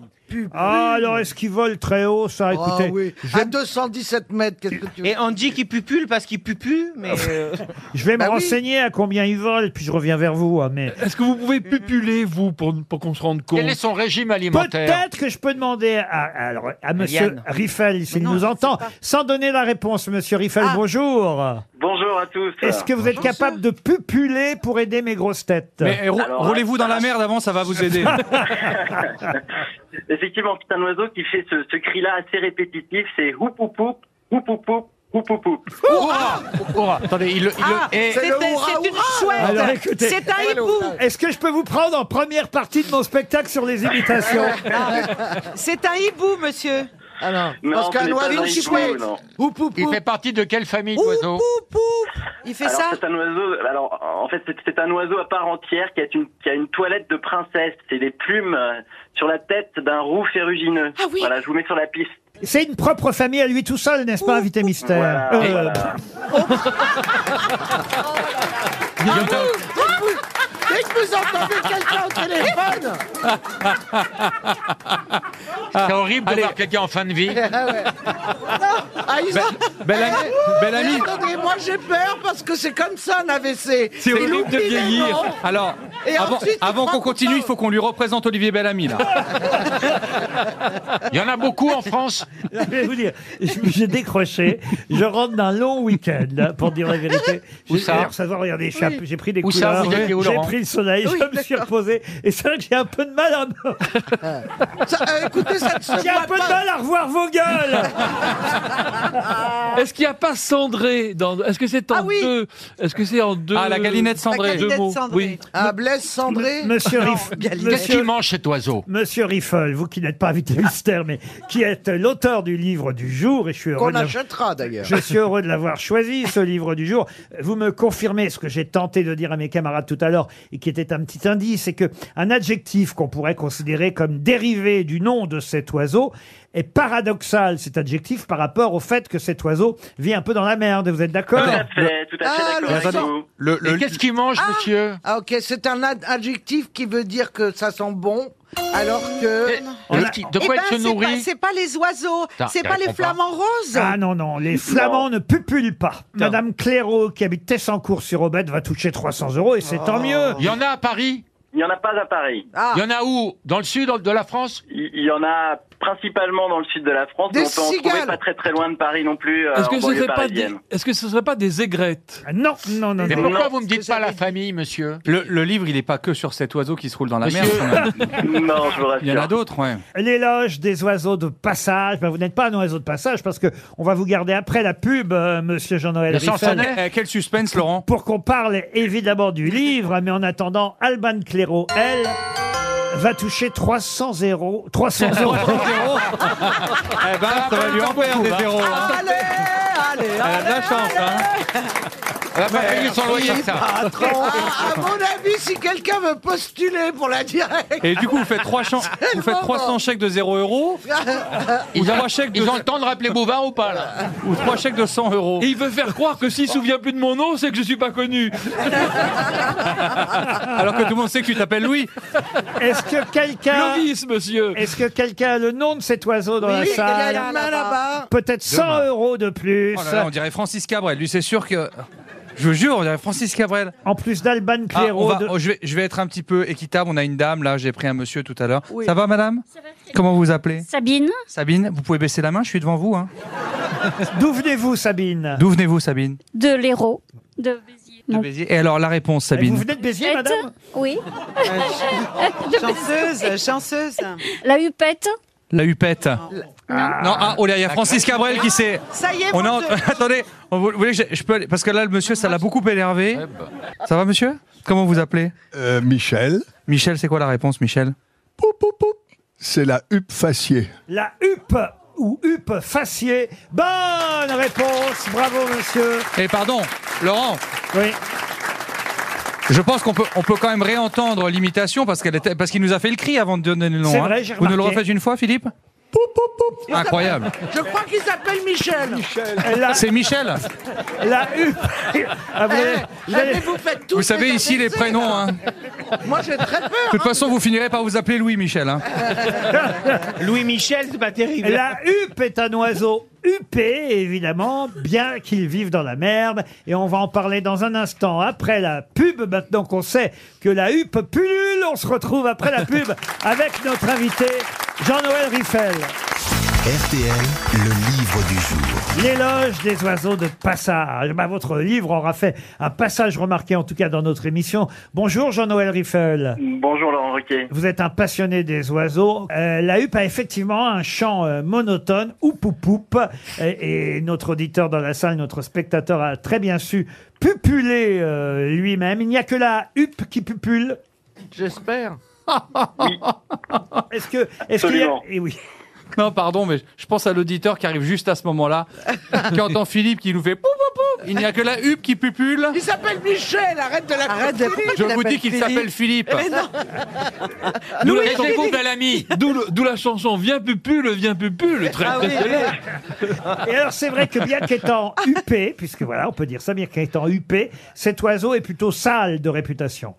Ah, alors est-ce qu'il vole très haut, Ah ça Écoutez. oui. À 217 mètres, qu'est-ce que tu veux Ah Et on dit qu'il pupule parce qu'il pupule, mais. <laughs> euh, Je vais Bah me oui. <laughs> renseigner à combien il vole, puis je reviens vers vous. hein, mais Est-ce que vous pouvez pupuler, vous, pour, pour qu'on se rende compte Quel est son régime alimentaire peut-être que je peux demander à, alors, à Ah, Monsieur Yann. Riffel s'il nous entend, sans donner la réponse. Monsieur Riffel, Ah. bonjour. Bonjour à tous. Est-ce que vous êtes capable de pupuler pour aider mes grosses têtes Mais euh, eh, rou- roulez-vous euh, dans la merde avant, ça va vous <laughs> aider. <laughs> Effectivement, c'est un oiseau qui fait ce, ce cri-là assez répétitif, c'est houp houp houp, houp houp houp, houp houp houp. Hourra Hourra Attendez, il le. il le- Ah, eh, c'est un- c'est une chouette. Alors, écoutez. c'est un hibou. Est-ce que je peux vous prendre en première partie de mon spectacle sur les imitations Ah, C'est un hibou, monsieur. Non, Parce ce qu'un n'est pas oiseau un qui hibou, chouette. non. Il fait partie de quelle famille d'oiseaux Il fait alors, ça c'est un oiseau. Alors, en fait, c'est- c'est un oiseau à part entière qui a une, qui a une toilette de princesse. C'est des plumes euh, sur la tête d'un roux ferrugineux. Ah Voilà, je vous mets sur la piste. C'est une propre famille à lui tout seul, n'est-ce pas, invité mystère Voilà, Euh, voilà. Ah, vous, dès que vous- Dès Ah que vous entendez quelqu'un au téléphone C'est horrible de voir quelqu'un en fin de vie. <laughs> Ah ouais. Ah, ils Bel- ont- bel ami- Eh, bel ami. attendez, moi j'ai peur parce que c'est comme ça un AVC. C'est Il horrible de oublie les vieillir. noms. Alors, Et avant, ensuite, il avant croit qu'on continue, il faut qu'on lui représente Olivier Bellamy, là. Il y en a beaucoup en France. Je vais vous dire, je- j'ai décroché, je rentre d'un long week-end, pour dire la vérité. Où J'ai- ça alors, ça va, regardez, j'ai j'ai pris des Où ça, couleurs, vous étiez où, j'ai Laurent pris le soleil, Oui, je me suis reposé, et c'est vrai que j'ai un peu de mal à... me- Ça, euh, écoutez, ça ne se j'ai un voit peu de pas. mal à revoir vos gueules <laughs> Est-ce qu'il n'y a pas cendré dans... Est-ce que c'est en deux Est-ce que c'est en deux Ah, la galinette cendrée. Deux mots. Oui. Ah, Blaise Cendré. Monsieur Non, Riff- Galilée. Qu'est-ce Monsieur- qu'il mange cet oiseau Monsieur Riffel, vous qui n'êtes pas invité mystère, mais qui êtes l'auteur du livre du jour, et je suis heureux Qu'on de la- achètera d'ailleurs. Je suis heureux de l'avoir choisi, ce livre du jour. Vous me confirmez ce que j'ai tenté de dire à mes camarades tout à l'heure, et qui était un petit indice, c'est que un adjectif qu'on pourrait considérer comme dérivé du nom de cet oiseau est paradoxal, cet adjectif, par rapport au fait que cet oiseau vit un peu dans la merde. Vous êtes d'accord Tout à fait, tout à fait Ah, d'accord avec le- vous. Et qu'est-ce qu'il mange, monsieur Ah, ok, c'est un ad- adjectif qui veut dire que ça sent bon, alors que. Le petit- De quoi Eh ben, il se c'est pas- nourrit C'est pas les oiseaux, Putain, c'est il pas les répond pas. flamants roses. Ah non, non, les flamands ne pupulent pas. Madame Clairaut, qui habite Tessancourt sur Aubette, va toucher 300 euros, et c'est Oh. tant mieux. Il y en a à Paris Il n'y en a pas à Paris. Ah. Il y en a où Dans le sud de la France Il il y en a principalement dans le sud de la France, Des mais on peut en trouver cigales. pas très très loin de Paris non plus, euh, Est-ce en que, ce banlieue serait pas des... parisienne. Est-ce que ce serait pas des aigrettes Ah, Non, non, non, Mais non. pourquoi Non, vous me dites pas la famille, monsieur Le, le livre, il est pas que sur cet oiseau qui se roule dans la Monsieur- merde. quand même. Non, je vous rassure. Il y en a d'autres, ouais. L'éloge des oiseaux de passage. Ben, vous n'êtes pas un oiseau de passage parce que on va vous garder après la pub, euh, monsieur Jean-Noël Le Riffel, Sansonnet. Eh, quel suspense, Laurent. pour qu'on parle évidemment du livre. Mais en attendant, Alban Cléro, elle, va toucher 300 euros. <laughs> 300 euros. ben, Ah, Eh bah, ben, ça va lui en faire des zéros. hein. Allez, allez, Elle a de la chance, hein. Elle va pas payer son loyer, ça. Ah, à mon avis, si quelqu'un veut postuler pour la directe. Et du <laughs> coup, vous faites, 3 chan- vous faites 300 chèques de 0 euros. Ou Ils ont- trois chèques de... ils ont le temps de rappeler Bouvard ou pas, <laughs> là Ou trois chèques de 100 euros. Et il veut faire croire que s'il se souvient plus de mon nom, c'est que je suis pas connu. Alors que tout le monde sait que tu t'appelles Louis. Est-ce que quelqu'un. Clovis, monsieur Est-ce que quelqu'un a le nom de cet oiseau dans Oui, la il y a salle la main là-bas. Peut-être 100 Demain. euros de plus. Oh là là, on dirait Francis Cabrel. Lui, c'est sûr que. Je vous jure, on dirait Francis Cabrel. En plus d'Alban Ah, on Clairaut. va- de- oh, je, vais, je vais être un petit peu équitable. On a une dame, là, j'ai pris un monsieur tout à l'heure. Oui. Ça va, madame Comment vous vous appelez Sabine Sabine, vous pouvez baisser la main, je suis devant vous. hein. D'où venez-vous, Sabine D'où venez-vous, Sabine de l'Hérault. De... De Béziers. Et alors, la réponse, Sabine Vous venez de Béziers, madame Oui. Chanceuse, chanceuse. La hupette. La hupette. Non, ah, oh là, il y a Francis Cabrel qui s'est. Ah, Ça y est, On a- mon Dieu. <laughs> Attendez, on vou- vous voulez que je, je peux aller- Parce que là, le monsieur, ça l'a beaucoup énervé. Ça va, monsieur Comment vous appelez Euh, Michel. Michel, c'est quoi la réponse, Michel C'est la huppe faciée. La huppe ou huppe faciée. Bonne réponse. Bravo, monsieur. Et pardon, Laurent. Oui. Je pense qu'on peut, on peut quand même réentendre l'imitation parce qu'elle était, parce qu'il nous a fait le cri avant de donner le nom. C'est hein. vrai, j'ai Vous nous le remarqué. refaites une fois, Philippe Incroyable. Je crois qu'il s'appelle Michel. Michel. La- C'est Michel. Eh, La huppe. Ah, vous avez- vous avez- vous faites tous Vous savez les ici les ABC, prénoms. là. hein. Moi, j'ai très peur. De toute façon, vous finirez par vous appeler Louis Michel. hein. Euh, <laughs> Louis Michel, c'est pas terrible. La huppe est un oiseau huppé, évidemment, bien qu'il vive dans la merde. Et on va en parler dans un instant. Après la pub, maintenant qu'on sait que la huppe pullule, on se retrouve après la <laughs> pub avec notre invité Jean-Noël Riffel. RTL, le livre du jour. L'éloge des oiseaux de passage. Bah, votre livre aura fait un passage remarqué, en tout cas dans notre émission. Bonjour Jean-Noël Riffel. Bonjour Laurent Ruquier. Vous êtes un passionné des oiseaux. Euh, la huppe a effectivement un chant euh, monotone, oup oup oup. Et, et notre auditeur dans la salle, notre spectateur a très bien su pupuler euh, lui-même. Il n'y a que la huppe qui pupule. J'espère. Est-ce que, est-ce qu'il y a... Absolument. Eh oui. Non, pardon, mais je pense à l'auditeur qui arrive juste à ce moment-là, qui entend Philippe qui nous fait pou pou pou. Il n'y a que la huppe qui pupule. Il s'appelle Michel, arrête de la Arrête Je vous dis qu'il s'appelle Philippe. Mais non. Nous Louis le Philippe. couple à l'ami. D'où le- d'où la chanson Viens Pupule, viens Pupule, très Ah très oui. célèbre. Et alors c'est vrai que bien qu'étant huppé, puisque voilà, on peut dire ça, bien qu'étant huppé, cet oiseau est plutôt sale de réputation.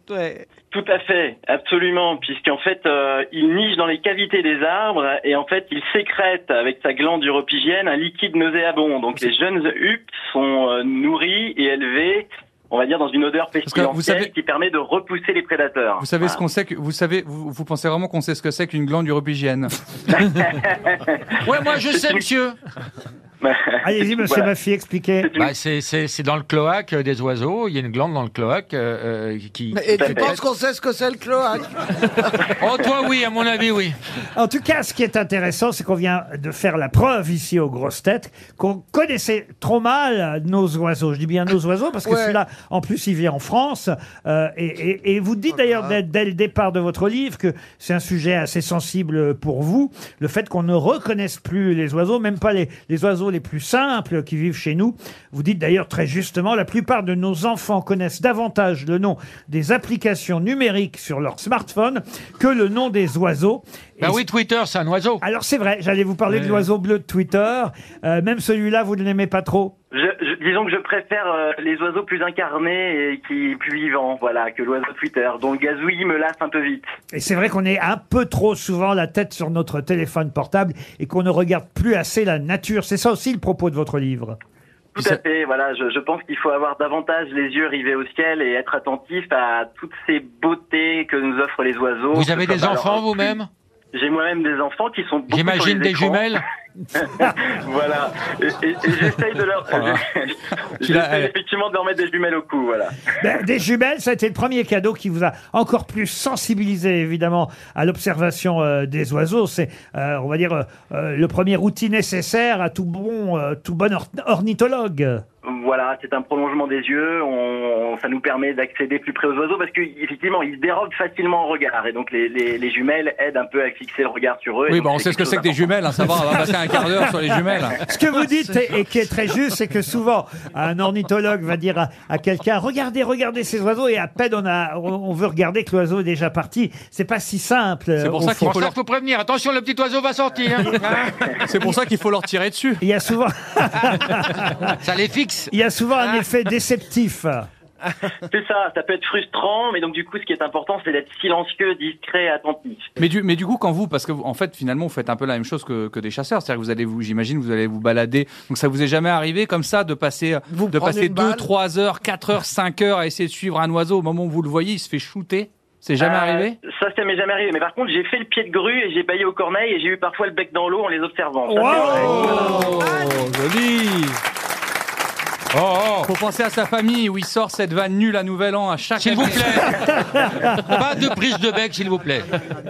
Tout à fait, absolument, puisqu'en fait, euh, il niche dans les cavités des arbres et en fait, il sécrète avec sa glande uropigienne un liquide nauséabond. Donc, les jeunes huppes sont euh, nourries et élevées, on va dire, dans une odeur pestilentielle vous savez- qui permet de repousser les prédateurs. Vous savez ce qu'on sait que vous savez vous, vous pensez vraiment qu'on sait ce que c'est qu'une glande uropygienne Ouais, moi, je sais, monsieur. Allez-y, monsieur Voilà. Maffy, expliquez. Bah, c'est- c'est c'est dans le cloaque euh, des oiseaux. Il y a une glande dans le cloaque euh, euh, qui. Et tu penses qu'on sait ce que c'est le cloaque Oh, toi, oui, à mon avis, oui. En tout cas, ce qui est intéressant, c'est qu'on vient de faire la preuve ici aux grosses têtes qu'on connaissait trop mal nos oiseaux. Je dis bien nos oiseaux parce que Ouais. celui-là, en plus, il vit en France. Euh, et, et- et vous dites d'ailleurs dès, dès le départ de votre livre que c'est un sujet assez sensible pour vous, le fait qu'on ne reconnaisse plus les oiseaux, même pas les, les oiseaux les plus simples qui vivent chez nous. Vous dites d'ailleurs très justement, la plupart de nos enfants connaissent davantage le nom des applications numériques sur leur smartphone que le nom des oiseaux. Bah Et oui, Twitter, c'est un oiseau. alors c'est vrai, j'allais vous parler de l'oiseau bleu de Twitter. Euh, même celui-là, vous ne l'aimez pas trop. <laughs> Je, je- disons que je préfère euh, les oiseaux plus incarnés et qui plus vivants, voilà, que l'oiseau Twitter, dont le gazouillis me lasse un peu vite. Et c'est vrai qu'on est un peu trop souvent la tête sur notre téléphone portable et qu'on ne regarde plus assez la nature. C'est ça aussi le propos de votre livre. Tout à fait, voilà, je, je pense qu'il faut avoir davantage les yeux rivés au ciel et être attentif à toutes ces beautés que nous offrent les oiseaux. Vous avez Que ce des soit leur enfants, refus. vous-même J'ai moi-même des enfants qui sont beaucoup sur J'imagine les des écrans. jumelles. <laughs> voilà, et, et- et j'essaye de leur... <laughs> Voilà. j'essaye effectivement de leur mettre des jumelles au cou, voilà. Ben, des jumelles, ça a été le premier cadeau qui vous a encore plus sensibilisé, évidemment, à l'observation euh, des oiseaux. C'est, euh, on va dire, euh, euh, le premier outil nécessaire à tout bon, euh, tout bon or- ornithologue. voilà, c'est un prolongement des yeux. On, ça nous permet d'accéder plus près aux oiseaux parce qu'effectivement, ils dérobent facilement au regard. Et donc, les, les- les jumelles aident un peu à fixer le regard sur eux. Et Oui, donc, bah on sait ce que quelque c'est que des chose jumelles, hein, ça va, on va passer un quart d'heure sur les jumelles. Ce que vous dites, et, et qui est très juste, c'est que souvent, un ornithologue va dire à, à quelqu'un Regardez, regardez ces oiseaux, et à peine on, a, on veut regarder que l'oiseau est déjà parti. C'est pas si simple. C'est pour ça qu'il faut, leur... faut prévenir. Attention, le petit oiseau va sortir. <laughs> C'est pour ça qu'il faut leur tirer dessus. Il y a souvent, ça les fixe. Hein il y a souvent un effet déceptif. <laughs> C'est ça, ça peut être frustrant, mais donc du coup, ce qui est important, c'est d'être silencieux, discret, attentif. Mais du, mais du coup, quand vous, parce que vous- en fait, finalement, vous faites un peu la même chose que, que des chasseurs, c'est-à-dire que vous allez vous, j'imagine, vous allez vous balader. Donc ça vous est jamais arrivé comme ça de passer, euh, de prenez passer une 2, balle. 3 heures, 4 heures, 5 heures à essayer de suivre un oiseau au moment où vous le voyez, il se fait shooter. C'est jamais Euh, arrivé Ça, ça m'est jamais arrivé. Mais par contre, j'ai fait le pied de grue et j'ai baillé aux corneilles et j'ai eu parfois le bec dans l'eau en les observant. Ça, c'est vrai. joli Oh, Faut penser à sa famille où il sort cette vanne nulle à Nouvel An à chaque S'il vous <laughs> plaît Pas de prise de bec, s'il vous plaît.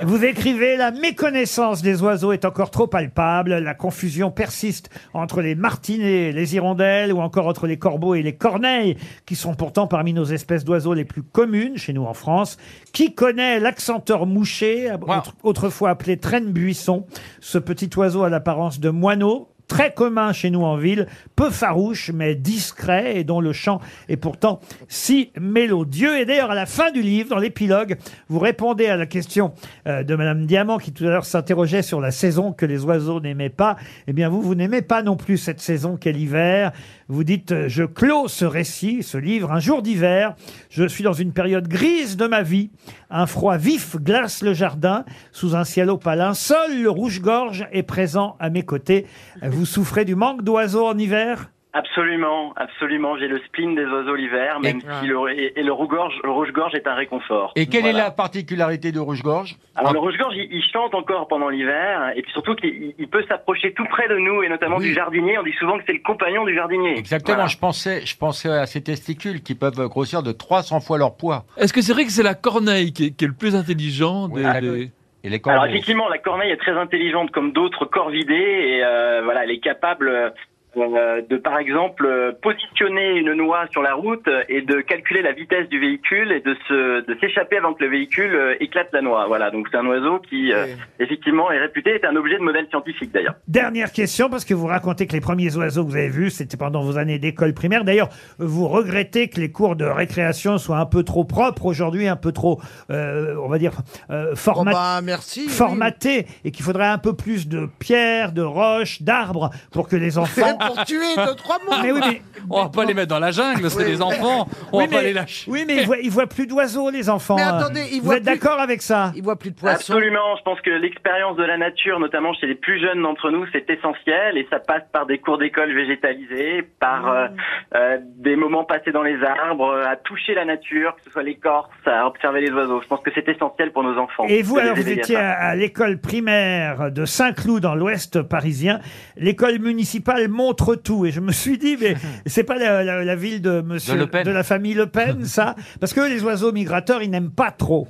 Vous écrivez La méconnaissance des oiseaux est encore trop palpable. La confusion persiste entre les martinets et les hirondelles ou encore entre les corbeaux et les corneilles, qui sont pourtant parmi nos espèces d'oiseaux les plus communes chez nous en France. Qui connaît l'accenteur mouché, autre- autrefois appelé traîne-buisson Ce petit oiseau à l'apparence de moineau, très commun chez nous en ville, peu farouche mais discret et dont le chant est pourtant si mélodieux. Et d'ailleurs, à la fin du livre, dans l'épilogue, vous répondez à la question euh, de Madame Diamant qui tout à l'heure s'interrogeait sur la saison que les oiseaux n'aimaient pas. Eh bien, vous, vous n'aimez pas non plus cette saison qu'est l'hiver. Vous dites, euh, je clôt ce récit, ce livre, un jour d'hiver. Je suis dans une période grise de ma vie. Un froid vif glace le jardin. Sous un ciel opalin, seul le rouge-gorge est présent à mes côtés. Vous souffrez du manque d'oiseaux en hiver Absolument, absolument. J'ai le spleen des oiseaux l'hiver, même si le, et, et le rouge-gorge, le rouge-gorge est un réconfort. Et quelle Voilà. est la particularité de Rouge-Gorge Alors le rouge-gorge, il, il chante encore pendant l'hiver, et puis surtout qu'il il- il peut s'approcher tout près de nous, et notamment du jardinier. On dit souvent que c'est le compagnon du jardinier. Exactement, Voilà. je, pensais, je pensais à ces testicules qui peuvent grossir de 300 fois leur poids. Est-ce que c'est vrai que c'est la corneille qui est, qui est le plus intelligent des, des- Alors effectivement, la corneille est très intelligente comme d'autres corvidés et euh, voilà, elle est capable euh, de par exemple euh, positionner une noix sur la route et de calculer la vitesse du véhicule et de se de s'échapper avant que le véhicule euh, éclate la noix. Voilà, donc c'est un oiseau qui euh, effectivement est réputé est un objet de modèle scientifique d'ailleurs. Dernière question, parce que vous racontez que les premiers oiseaux que vous avez vus, c'était pendant vos années d'école primaire. D'ailleurs, vous regrettez que les cours de récréation soient un peu trop propres aujourd'hui, un peu trop, euh, on va dire, euh, format- Oh bah, merci, oui. formatés, et qu'il faudrait un peu plus de pierres, de roches, d'arbres, pour que les enfants... <laughs> Pour tuer deux, trois mots. Mais oui, mais On va pas les mettre dans la jungle, Ah, c'est des enfants, on Oui, va pas mais- les lâcher. Oui, mais ils voient, ils voient plus d'oiseaux, les enfants. Mais Euh, attendez, ils vous voient êtes plus- d'accord avec ça Ils voient plus de Absolument, je pense que l'expérience de la nature, notamment chez les plus jeunes d'entre nous, c'est essentiel et ça passe par des cours d'école végétalisés, Mmh. par euh, euh, des moments passés dans les arbres, euh, à toucher la nature, que ce soit l'écorce, à observer les oiseaux. Je pense que c'est essentiel pour nos enfants. Et vous, de les alors, vous éveiller à étiez ça. à, à l'école primaire de Saint-Cloud, dans l'ouest parisien. L'école municipale montre tout. Et je me suis dit, mais c'est pas la, la- la ville de monsieur, De Le Pen. la famille <laughs> Le Pen, ça? Parce que les oiseaux migrateurs, ils n'aiment pas trop.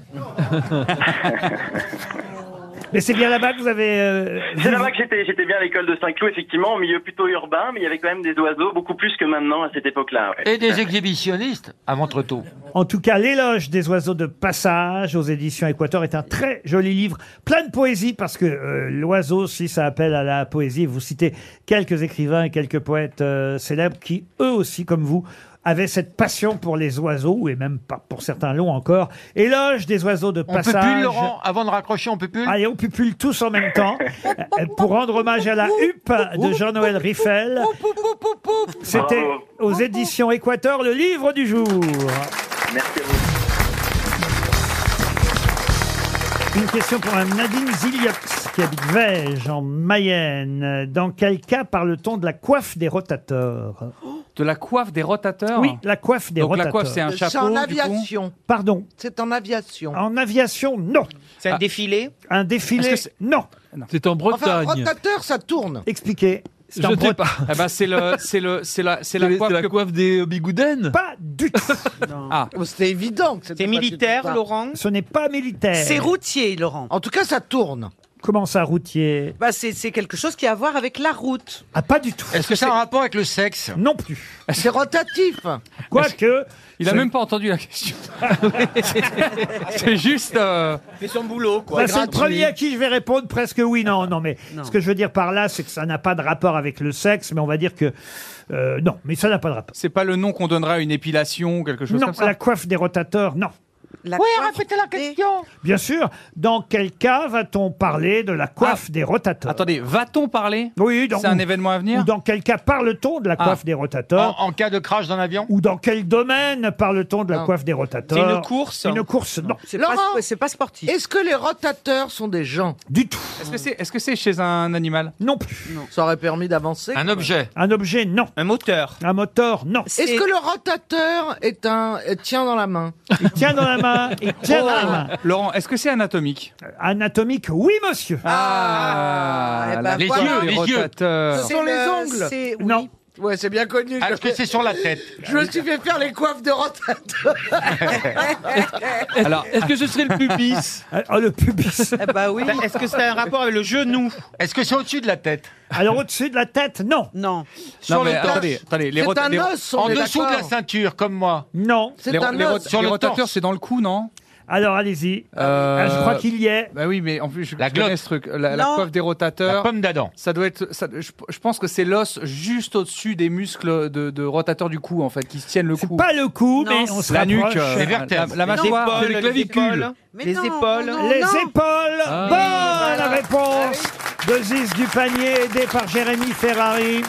mais c'est bien là-bas que vous avez, euh, C'est là-bas que j'étais, j'étais bien à l'école de Saint-Cloud, effectivement, au milieu plutôt urbain, mais il y avait quand même des oiseaux, beaucoup plus que maintenant à cette époque-là. ouais. Et des exhibitionnistes à Montretot. En tout cas, L'éloge des oiseaux de passage aux éditions Équateur est un très joli livre, plein de poésie, parce que euh, l'oiseau, si ça appelle à la poésie, vous citez quelques écrivains et quelques poètes euh, célèbres qui, eux aussi, comme vous, avaient cette passion pour les oiseaux, et même pas pour certains longs encore. Éloge des oiseaux de On passage. pupule, Laurent, avant de raccrocher, on pupule Allez, on pupule tous en même temps euh, pour rendre hommage à la huppe de Jean-Noël Riffel. C'était Bravo. aux éditions Équateur le livre du jour. Merci à vous. Une question pour Mme Nadine Ziliox, qui habite Vège, en Mayenne. Dans quel cas parle-t-on de la coiffe des rotateurs De la coiffe des rotateurs Oui, la coiffe des Oh Donc la rotateurs. coiffe, c'est un chapeau, en du coup aviation. Pardon C'est en aviation. En aviation, non. Ah. C'est un défilé Un défilé, non. C'est en Enfin, Bretagne. rotateur, ça tourne. Expliquez. Je sais pas. Eh ben, c'est le, c'est le, c'est la, c'est C'est la les- coiffe c'est la que- coiffe des euh, bigoudens Pas du tout. <laughs> Ah. C'était évident. que c'était C'est pas du tout militaire, ça. Laurent Ce n'est pas militaire. C'est routier, Laurent. En tout cas, ça tourne. Eh. Comment ça, routier Bah, c'est c'est quelque chose qui a à voir avec la route. Ah, pas du tout. Est-ce que ça a un rapport avec le sexe Non plus. C'est rotatif. Quoique. Il a même pas entendu <laughs> la question. C'est juste. euh, Fais son boulot, quoi. Bah, c'est le premier à qui je vais répondre presque oui, non, non, mais Non. ce que je veux dire par là, c'est que ça n'a pas de rapport avec le sexe, mais on va dire que euh, non, mais ça n'a pas de rapport. C'est pas le nom qu'on donnera à une épilation ou quelque chose Non, comme ça la coiffe des rotateurs, non. oui, répétez la question. Bien sûr. Dans quel cas va-t-on parler de la coiffe des Ah. rotateurs Attendez, va-t-on parler Oui, dans- C'est un événement à venir Ou dans quel cas parle-t-on de la Ah. coiffe des rotateurs En cas de crash d'un avion Ou dans quel domaine parle-t-on de la Ah. coiffe des rotateurs C'est une course Une course, non. C'est Laurent, pas, c'est pas sportif. Oh. Est-ce que les rotateurs sont des gens Du tout. Est-ce que c'est est-ce que c'est chez un animal Non plus. Ça aurait permis d'avancer. Un objet Un objet, non. Un moteur Un moteur, non. Est-ce que le rotateur est un euh, tient dans la main Ah. Il tient dans la main, il tient dans la main. Oh, Laurent, est-ce que c'est anatomique Anatomique, oui, monsieur. Ah, eh ben les voilà. yeux, les Les yeux. rotateurs. Ce sont les ongles. Non. Ouais, c'est bien connu. Ah, Est-ce que c'est sur la tête <laughs> Je me suis fait faire les coiffes de rotateur. Alors, est-ce que ce serait le pubis Ben, Ah, le pubis. Eh bah oui. Est-ce que c'est un rapport avec le genou Est-ce que c'est au-dessus de la tête Alors au-dessus de la tête, non. Non. Non, mais attendez, attendez, les rota- les- En dessous de la ceinture, comme moi. Non. les, les rota- Sur les le rotateurs, torse. c'est dans le cou, non Alors allez-y. Euh, Ah, je crois qu'il y est. Bah oui, mais en plus, je, La je connais glotte. ce truc. La, la Non. coiffe des rotateurs. La pomme d'Adam. Ça doit être. ça- je, je pense que c'est l'os juste au-dessus des muscles de, de rotateurs du cou, en fait, qui se tiennent le cou. Pas le cou, Non, mais on se La rapproche. nuque, euh, Les la, vertèbres. la- la mâchoire, épaules, épaules. Mais Les non, épaules. non, Les non. épaules. Ah. Bonne Voilà. Ah réponse de Ziz du panier, aidé par Jérémy Ferrari.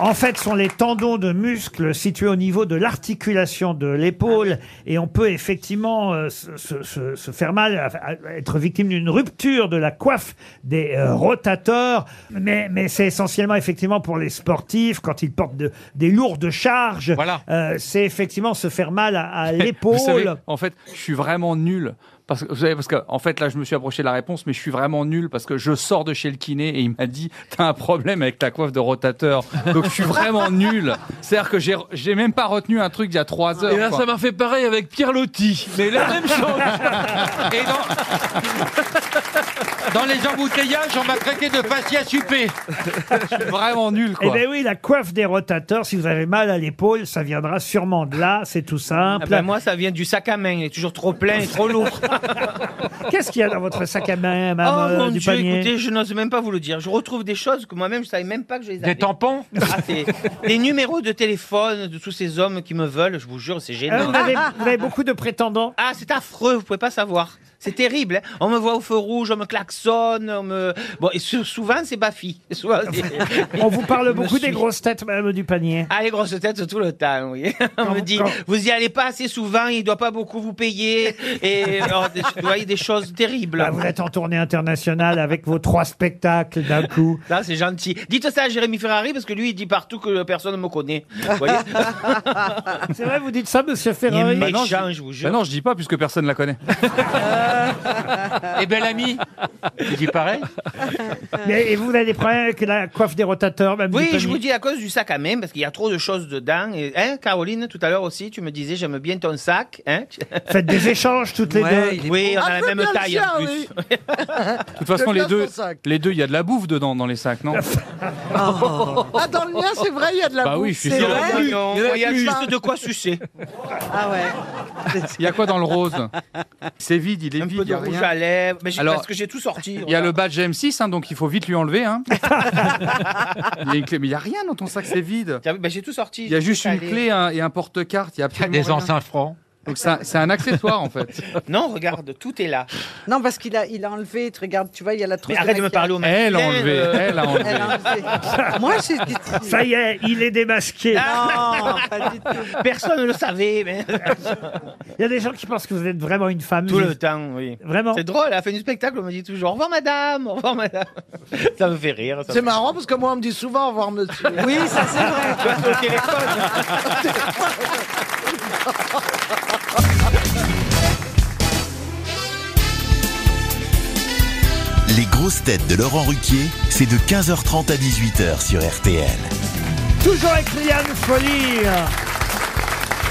En fait, sont les tendons de muscles situés au niveau de l'articulation de l'épaule Ah et on peut effectivement euh, se, se- se- se faire mal, à- à- être victime d'une rupture de la coiffe des euh, rotateurs. Mais, mais c'est essentiellement effectivement pour les sportifs quand ils portent de- des lourdes charges. Voilà. Euh, c'est effectivement se faire mal <laughs> à, à Vous savez, l'épaule. en fait, je suis vraiment nul. Parce que, vous savez, parce que, en fait, là, je me suis approché de la réponse, mais je suis vraiment nul parce que je sors de chez le kiné et il m'a dit T'as un problème avec ta coiffe de rotateur. Donc, je suis vraiment nul. C'est-à-dire que j'ai- j'ai même pas retenu un truc d'il y a trois heures. Et là, quoi. ça m'a fait pareil avec Pierre Lotti. Mais la <laughs> même chose. Et dans... dans les embouteillages, on m'a traité de fascia supé. Je suis vraiment nul, Eh quoi. bien oui, la coiffe des rotateurs, si vous avez mal à l'épaule, ça viendra sûrement de là, c'est tout simple. Ah ben, Moi, ça vient du sac à main. Il est toujours trop plein et trop lourd. Qu'est-ce qu'il y a dans votre sac à main, Oh madame Ah, euh, mon du dieu, panier écoutez, je n'ose même pas vous le dire. Je retrouve des choses que moi-même, je savais même pas que je les avais. Des tampons Ah, c'est- des numéros de téléphone de tous ces hommes qui me veulent, je vous jure, c'est Ah, gênant. vous, avez, vous avez beaucoup de prétendants. Ah, c'est affreux, vous pouvez pas savoir. C'est terrible. hein. On me voit au feu rouge, on me klaxonne, on me. Bon, et sou- souvent, c'est ma fille. <laughs> Souvent, c'est- <laughs> On vous parle me beaucoup des suis- grosses têtes, madame du panier. Ah, les grosses têtes tout le temps, oui. <laughs> On me dit, quand- vous y allez pas assez souvent, il doit pas beaucoup vous payer. <laughs> Et alors, des- vous voyez des choses terribles. Bah, vous êtes en tournée internationale avec vos trois spectacles d'un coup. Là, c'est gentil. Dites ça à Jérémy Ferrari parce que lui, il dit partout que personne ne me connaît. Vous <laughs> voyez C'est vrai, vous dites ça, Il monsieur est Ferrari Bah non, méchant, je- je vous Bah jure. non, je dis pas puisque personne la <laughs> connaît. Eh, Et bel ami Tu dis pareil Mais- Et vous avez des problèmes avec la coiffe des rotateurs, madame du oui, panier je vous dis à cause du sac à main parce qu'il y a trop de choses dedans. Et, hein, Caroline, tout à l'heure aussi, tu me disais j'aime bien ton sac. Hein <laughs> Faites des échanges toutes les deux. oui, on Ah, a la c'est même bien le taille en sien, plus. oui. De toute façon, Le les classement deux, sac. les deux, il y a de la bouffe dedans dans les sacs, non Ah, dans le mien, c'est vrai, il y a de la Bah oui, bouffe, je suis c'est sûr. vrai. Ah non, il y a plus. juste de quoi sucer. Ah ouais. Il y a quoi dans le rose <laughs> C'est vide, il est Un vide. peu il de y a rouge rien. à lèvres. Mais j'ai- Alors, parce que j'ai tout sorti. Il y a le badge M6, hein, donc il faut vite lui enlever. <laughs> Hein. il y a une clé, mais il n'y a rien dans ton sac, c'est vide. Tiens, ben, j'ai tout sorti. Il y a j'ai juste tout une calé. clé hein, et un porte-carte. Il y a absolument Des rien. anciens francs. Donc c'est un, c'est un accessoire en fait. <laughs> Non, regarde, tout est là. Non, parce qu'il a, il a enlevé, tu regardes, tu vois, il y a la trousse. Mais arrête de me maquillage. parler au masculin. Elle a enlevé, euh. elle a enlevé. Elle a enlevé. Moi, c'est. Ça y est, il est démasqué. Non, pas du tout. Personne ne le savait. <laughs> Mais... <laughs> Il y a des gens qui pensent que vous êtes vraiment une femme. Tout le temps, oui. Vraiment. C'est drôle, à la fin du spectacle, on me dit toujours au revoir madame, au revoir madame. Ça me fait rire. ça C'est me- marrant parce que moi, on me dit souvent au revoir, monsieur. Oui, ça c'est vrai. Tu vois, c'est au téléphone. Les grosses têtes de Laurent Ruquier, c'est de 15h30 à 18h sur RTL. Toujours avec Liane Folie,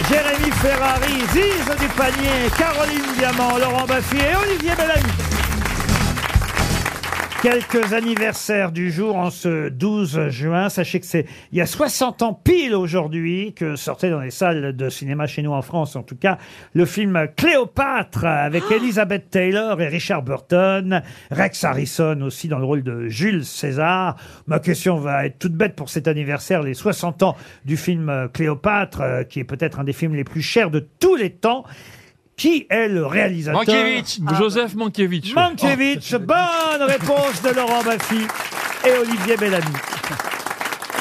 Jérémy Ferrari, Ziz du Panier, Caroline Diamant, Laurent Baffy et Olivier Bellamy. Quelques anniversaires du jour en ce 12 juin. Sachez que c'est il y a 60 ans pile aujourd'hui que sortait dans les salles de cinéma chez nous en France, en tout cas, le film Cléopâtre avec Elizabeth Taylor et Richard Burton, Rex Harrison aussi dans le rôle de Jules César. Ma question va être toute bête pour cet anniversaire, les 60 ans du film Cléopâtre, euh, qui est peut-être un des films les plus chers de tous les temps. Qui est le réalisateur Ah, Mankiewicz, Joseph Mankiewicz. Mankiewicz, bonne réponse de Laurent Baffy et Olivier Bellamy.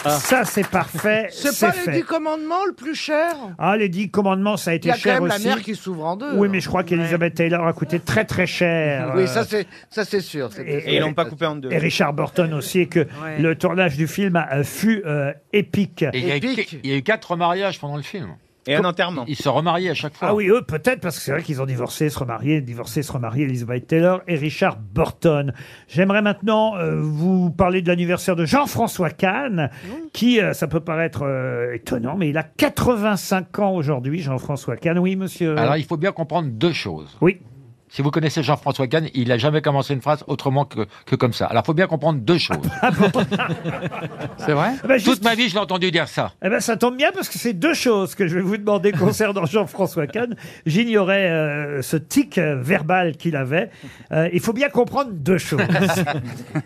Ça, c'est parfait. C'est pas fait. les 10 commandements le plus cher Ah, les 10 commandements, ça a Il été y a quand cher même la aussi. mer qui s'ouvre en deux. hein. Oui, mais je crois qu'Elizabeth Taylor a coûté très très cher. Oui, euh, ça c'est ça c'est sûr. c'était et- sûr. l'ont pas coupé en deux. Et Richard Burton aussi, et que le tournage du film euh, fut euh, épique. Et il y a eu- il y a eu quatre mariages pendant le film. Et un enterrement. Ils se remariaient à chaque fois. Ah oui, eux peut-être, parce que c'est vrai qu'ils ont divorcé, se remarié, divorcé, se remarié, Elizabeth Taylor et Richard Burton. J'aimerais maintenant euh, vous parler de l'anniversaire de Jean-François Kahn, qui, euh, ça peut paraître euh, étonnant, mais il a 85 ans aujourd'hui, Jean-François Kahn. Oui, monsieur. Alors, il faut bien comprendre deux choses. Oui. Si vous connaissez Jean-François Kahn, il n'a jamais commencé une phrase autrement que, que comme ça. Alors, il faut bien comprendre deux choses. Ah <laughs> C'est vrai Toute ma vie, je l'ai entendu dire ça. Eh ben, ça tombe bien parce que c'est deux choses que je vais vous demander concernant Jean-François Kahn. J'ignorais euh, ce tic euh, verbal qu'il avait. Euh, il faut bien comprendre deux choses.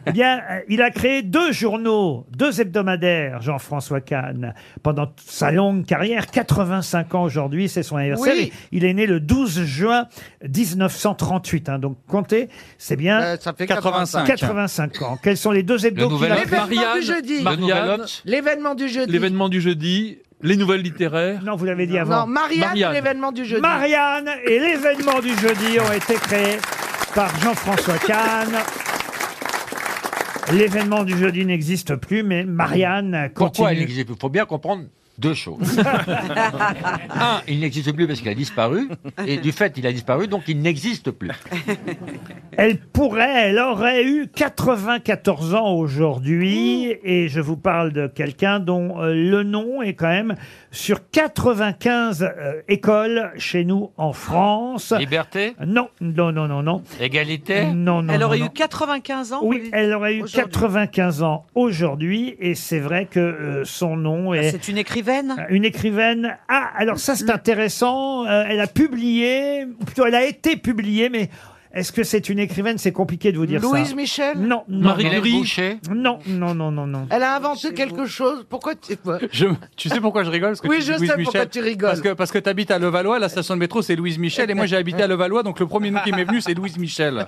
eh bien, euh, il a créé deux journaux, deux hebdomadaires, Jean-François Kahn, pendant toute sa longue carrière. 85 ans aujourd'hui, c'est son anniversaire. Oui. Il il est né le 12 juin 1938. hein. donc, comptez, c'est bien. Euh, ça fait 85. 85 ans. Quels sont les deux hebdos qu'il a fait L'événement du jeudi. Marianne, L'événement du jeudi. Oh, l'événement du jeudi, les nouvelles littéraires. Non, vous l'avez dit Non, Marianne, l'événement du jeudi. Marianne et l'événement du jeudi ont été créés par Jean-François Kahn. L'événement du jeudi n'existe plus, mais Marianne Pourquoi il continue. n'existe plus Il faut bien comprendre deux <laughs> choses. Un, il n'existe plus parce qu'il a disparu. Et du fait, il a disparu, donc il n'existe plus. Elle pourrait, elle aurait eu 94 ans aujourd'hui, Mmh. et je vous parle de quelqu'un dont euh, le nom est quand même sur 95 euh, écoles chez nous en France. Liberté Non, non, non, non, non. Égalité Non, non, Elle non, aurait non. eu 95 ans Oui, elle aurait eu 95 ans aujourd'hui, et c'est vrai que euh, son nom est... Ah, C'est une écrivaine Une écrivaine. Ah, alors ça c'est intéressant. Euh, elle a publié, ou plutôt elle a été publiée, mais est-ce que c'est une écrivaine C'est compliqué de vous dire ça. Louise Michel Non, non, Marie non. Curie Non, non, non, non, non. Elle a inventé quelque chose. Pourquoi tu... Je- tu sais pourquoi je rigole Parce que Oui, tu dis je Louise sais Michel, pourquoi tu rigoles. Parce que, parce que tu habites à Levallois, la station de métro c'est Louise Michel, et moi j'ai habité à Levallois, donc le premier nom qui m'est venu c'est Louise Michel.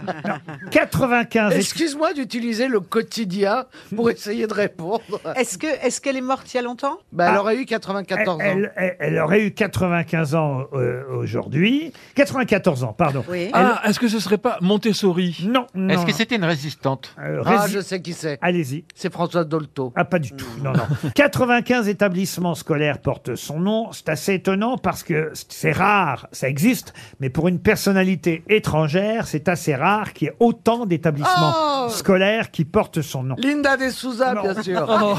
95. Excuse-moi d'utiliser le quotidien pour essayer de répondre. Est-ce que est-ce qu'elle est morte il y a longtemps Bah, elle aurait eu 94 ans. Elle, elle- elle aurait eu 95 ans euh, aujourd'hui. 94 ans, pardon. Oui. Ah, est-ce que ce serait pas Montessori Non. non, Est-ce que non. Euh, c'était une résistante Ah, rési- je sais qui c'est. Allez-y. C'est François Dolto. Ah, pas du tout. Non, <laughs> non. 95 établissements scolaires portent son nom. C'est assez étonnant parce que c'est rare, ça existe, mais pour une personnalité étrangère, c'est assez rare qu'il y ait autant d'établissements Oh scolaires qui portent son nom. Linda de Souza, Non. <laughs> bien sûr. Oh.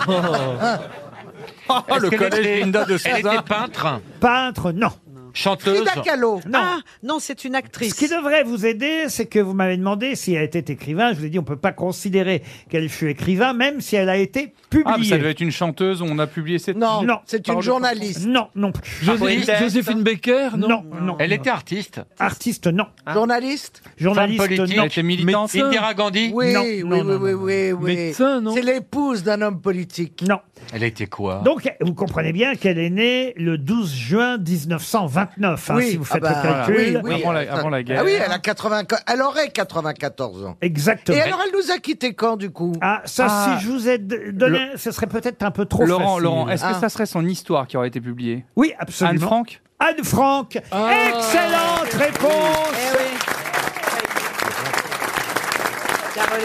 Ah, le collège Linda de Elle Souza. était peintre, Peintre, non. chanteuse. Non. Ah, non, c'est une actrice. Ce qui devrait vous aider, c'est que vous m'avez demandé si elle était écrivain. Je vous ai dit, on peut pas considérer qu'elle fut écrivain, même si elle a été Ah, mais publiée. ça devait être une chanteuse, on a publié cette. Non, Non. c'est une Parole de journaliste. Non, non Ah, plus. José- Poétesse. Joséphine Baker Non. Non, non. Elle non. était artiste, Ah, Artiste, non. Ah. Journaliste Journaliste, femme politique, non. Elle était militante. Médecin. Indira Gandhi. Oui, Non, oui, non, oui, non, oui, non, oui, oui. Médecin, non C'est l'épouse d'un homme politique. Non. Elle était quoi Donc, vous comprenez bien qu'elle est née le 12 juin 1929, hein, Oui, si vous ah faites bah, le calcul. oui, oui. Avant la- avant la guerre. Ah oui, elle, a 80, elle aurait 94 ans. Et Exactement. alors, elle nous a quittés quand, du coup ah, ça, Ah. si je vous ai d- donné, ce serait peut-être un peu trop Laurent, facile. Laurent, est-ce que Ah. ça serait son histoire qui aurait été publiée Oui, Anne absolument. Frank Anne Frank. Ah. Eh Excellente réponse.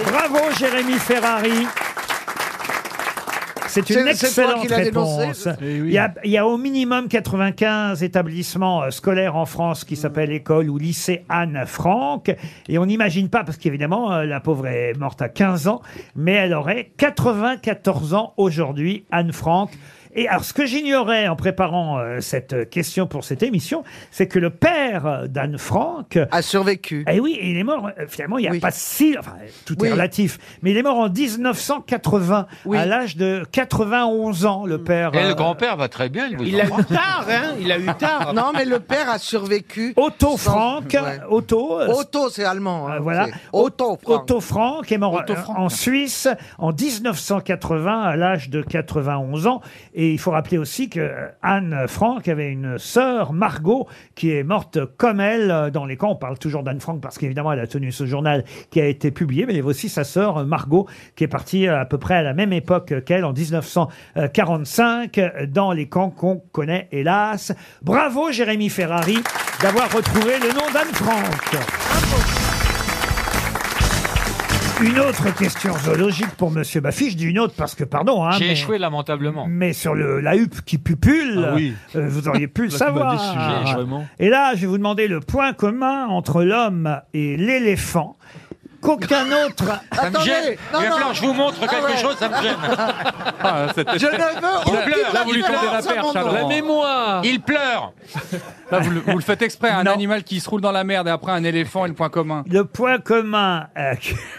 Bravo, Jérémy Ferrari. C'est une C'est- c'est toi excellente qui l'as dénoncé, réponse. je Il, y a, il y a au minimum 95 établissements euh, scolaires en France qui s'appellent école ou lycée Anne Frank. Et on n'imagine pas, parce qu'évidemment, euh, la pauvre est morte à 15 ans, mais elle aurait 94 ans aujourd'hui, Anne Frank. Et alors, ce que j'ignorais en préparant euh, cette question pour cette émission, c'est que le père d'Anne Frank a survécu. Eh oui, et il est mort euh, finalement il n'y a pas si, enfin tout Oui. est relatif, mais il est mort en 1980 à l'âge de 91 ans, le père. Et le euh, grand-père va très bien. Il, vous Il a eu embrasse. tard, hein, il a eu tard. Non, mais le père a survécu. Otto Frank, Otto. euh, Otto, c'est allemand. hein, voilà. c'est Otto Frank. Otto Frank est mort euh, en Suisse en 1980 à l'âge de 91 ans. Et il faut rappeler aussi que euh, Anne Frank avait une sœur, Margot, qui est morte comme elle euh, dans les camps. On parle toujours d'Anne Frank parce qu'évidemment, elle a tenu ce journal qui a été publié, mais il y avait aussi sa sœur, euh, Margot, qui est partie euh, à peu près à la même époque qu'elle, en 1945, euh, dans les camps qu'on connaît, hélas. Bravo, Jérémy Ferrari, d'avoir retrouvé le nom d'Anne Frank. Une autre question zoologique pour Monsieur Baffy. Je dis une autre parce que, pardon, hein, J'ai mais, échoué lamentablement. mais sur le, la huppe qui pupule, Ah oui. euh, vous auriez pu le Là, tu m'as dit savoir. ce sujet, vraiment. Et là, je vais vous demander le point commun entre l'homme et l'éléphant <laughs> qu'aucun autre... Ça me gêne. Mais Blanc, je vous montre Ah Ah quelque chose, ça me gêne. Je ne veux Il aucune pleure. Là, vous lui référence tendez la à perche, mon alors. nom. La mémoire. Il pleure. Là, vous, le, vous le faites exprès, un animal qui se roule dans la merde et après un éléphant et le point commun. Le point commun. euh,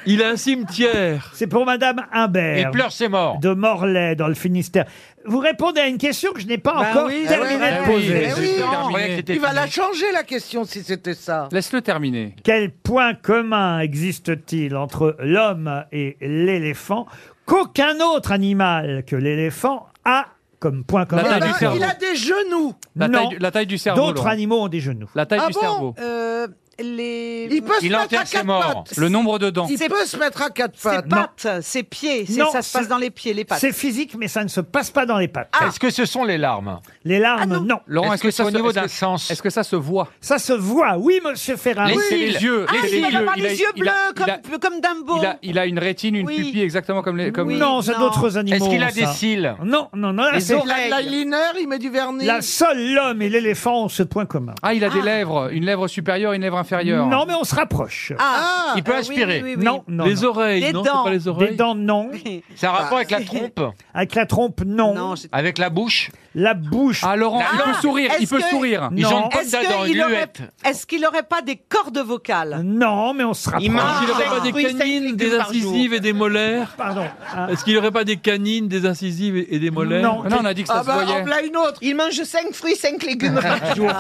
Il a un cimetière. C'est pour Madame Imbert. Il pleure ses morts. De Morlaix, dans le Finistère. Vous répondez à une question que je n'ai pas Ah, encore terminé de poser. Eh Bah oui, non. Il va la changer la question si c'était ça. Laisse-le terminer. Quel point commun existe-t-il entre l'homme et l'éléphant qu'aucun autre animal que l'éléphant a comme point commun La taille du Ah, Il a <laughs> des genoux. La Non. taille, du- la taille du cerveau. D'autres Laurent. animaux ont des genoux. La taille ah du bon cerveau. Euh, les... Il peut se Il mettre enterre à ses quatre morts. pattes. Le nombre de dents. Il peut se mettre à quatre Ses pattes. pattes, ses pieds, c'est- Non, ça se c'est- passe dans les pieds, les pattes. C'est physique, mais ça ne se passe pas dans les pattes. Est-ce que ce sont les larmes Les larmes, non. Laurent, est-ce que, ça c'est au se- niveau est-ce d'un que- sens Est-ce que ça se voit Ça se voit, oui, monsieur Ferrari. Les- c'est les yeux. Ah, les- il les va yeux. avoir Il les a- yeux il bleus, a- comme, il a- comme Dumbo. il a, il a une rétine, une Oui. pupille exactement comme les. Comme... non, c'est d'autres animaux. Est-ce qu'il a ça. des cils Non, non, non. là, Les c'est- oreilles. La, L'eyeliner, il met du vernis. la seule l'homme et l'éléphant ont ce point commun. Ah, il a des lèvres, une lèvre supérieure, une lèvre inférieure. Non, mais on se rapproche. Ah, Il peut ah, oui, aspirer. oui, oui, oui. Non, non. Les non. oreilles, Des non, c'est dents. pas les oreilles Des dents, <laughs> non. Ça a rapport avec la trompe Bah, Avec la trompe, non. Avec la bouche La bouche. Ah, Laurent, La il peut langue. sourire, il Est-ce peut que- sourire. Ils ont Non. une pomme Est-ce d'Adam, qu'il une aurait, luette. est-ce qu'il aurait pas des cordes vocales Non, mais on se rapproche. Il marche. Est-ce qu'il n'aurait Ah. pas des Oui, cinq canines, des piqûres par incisives et des molaires Pardon. Ah. Est-ce qu'il n'aurait pas des canines, des incisives et et des molaires Non. Non, on a dit que ça Ah se bah, voyait. en voilà une autre. Il mange 5 fruits, 5 légumes par jour.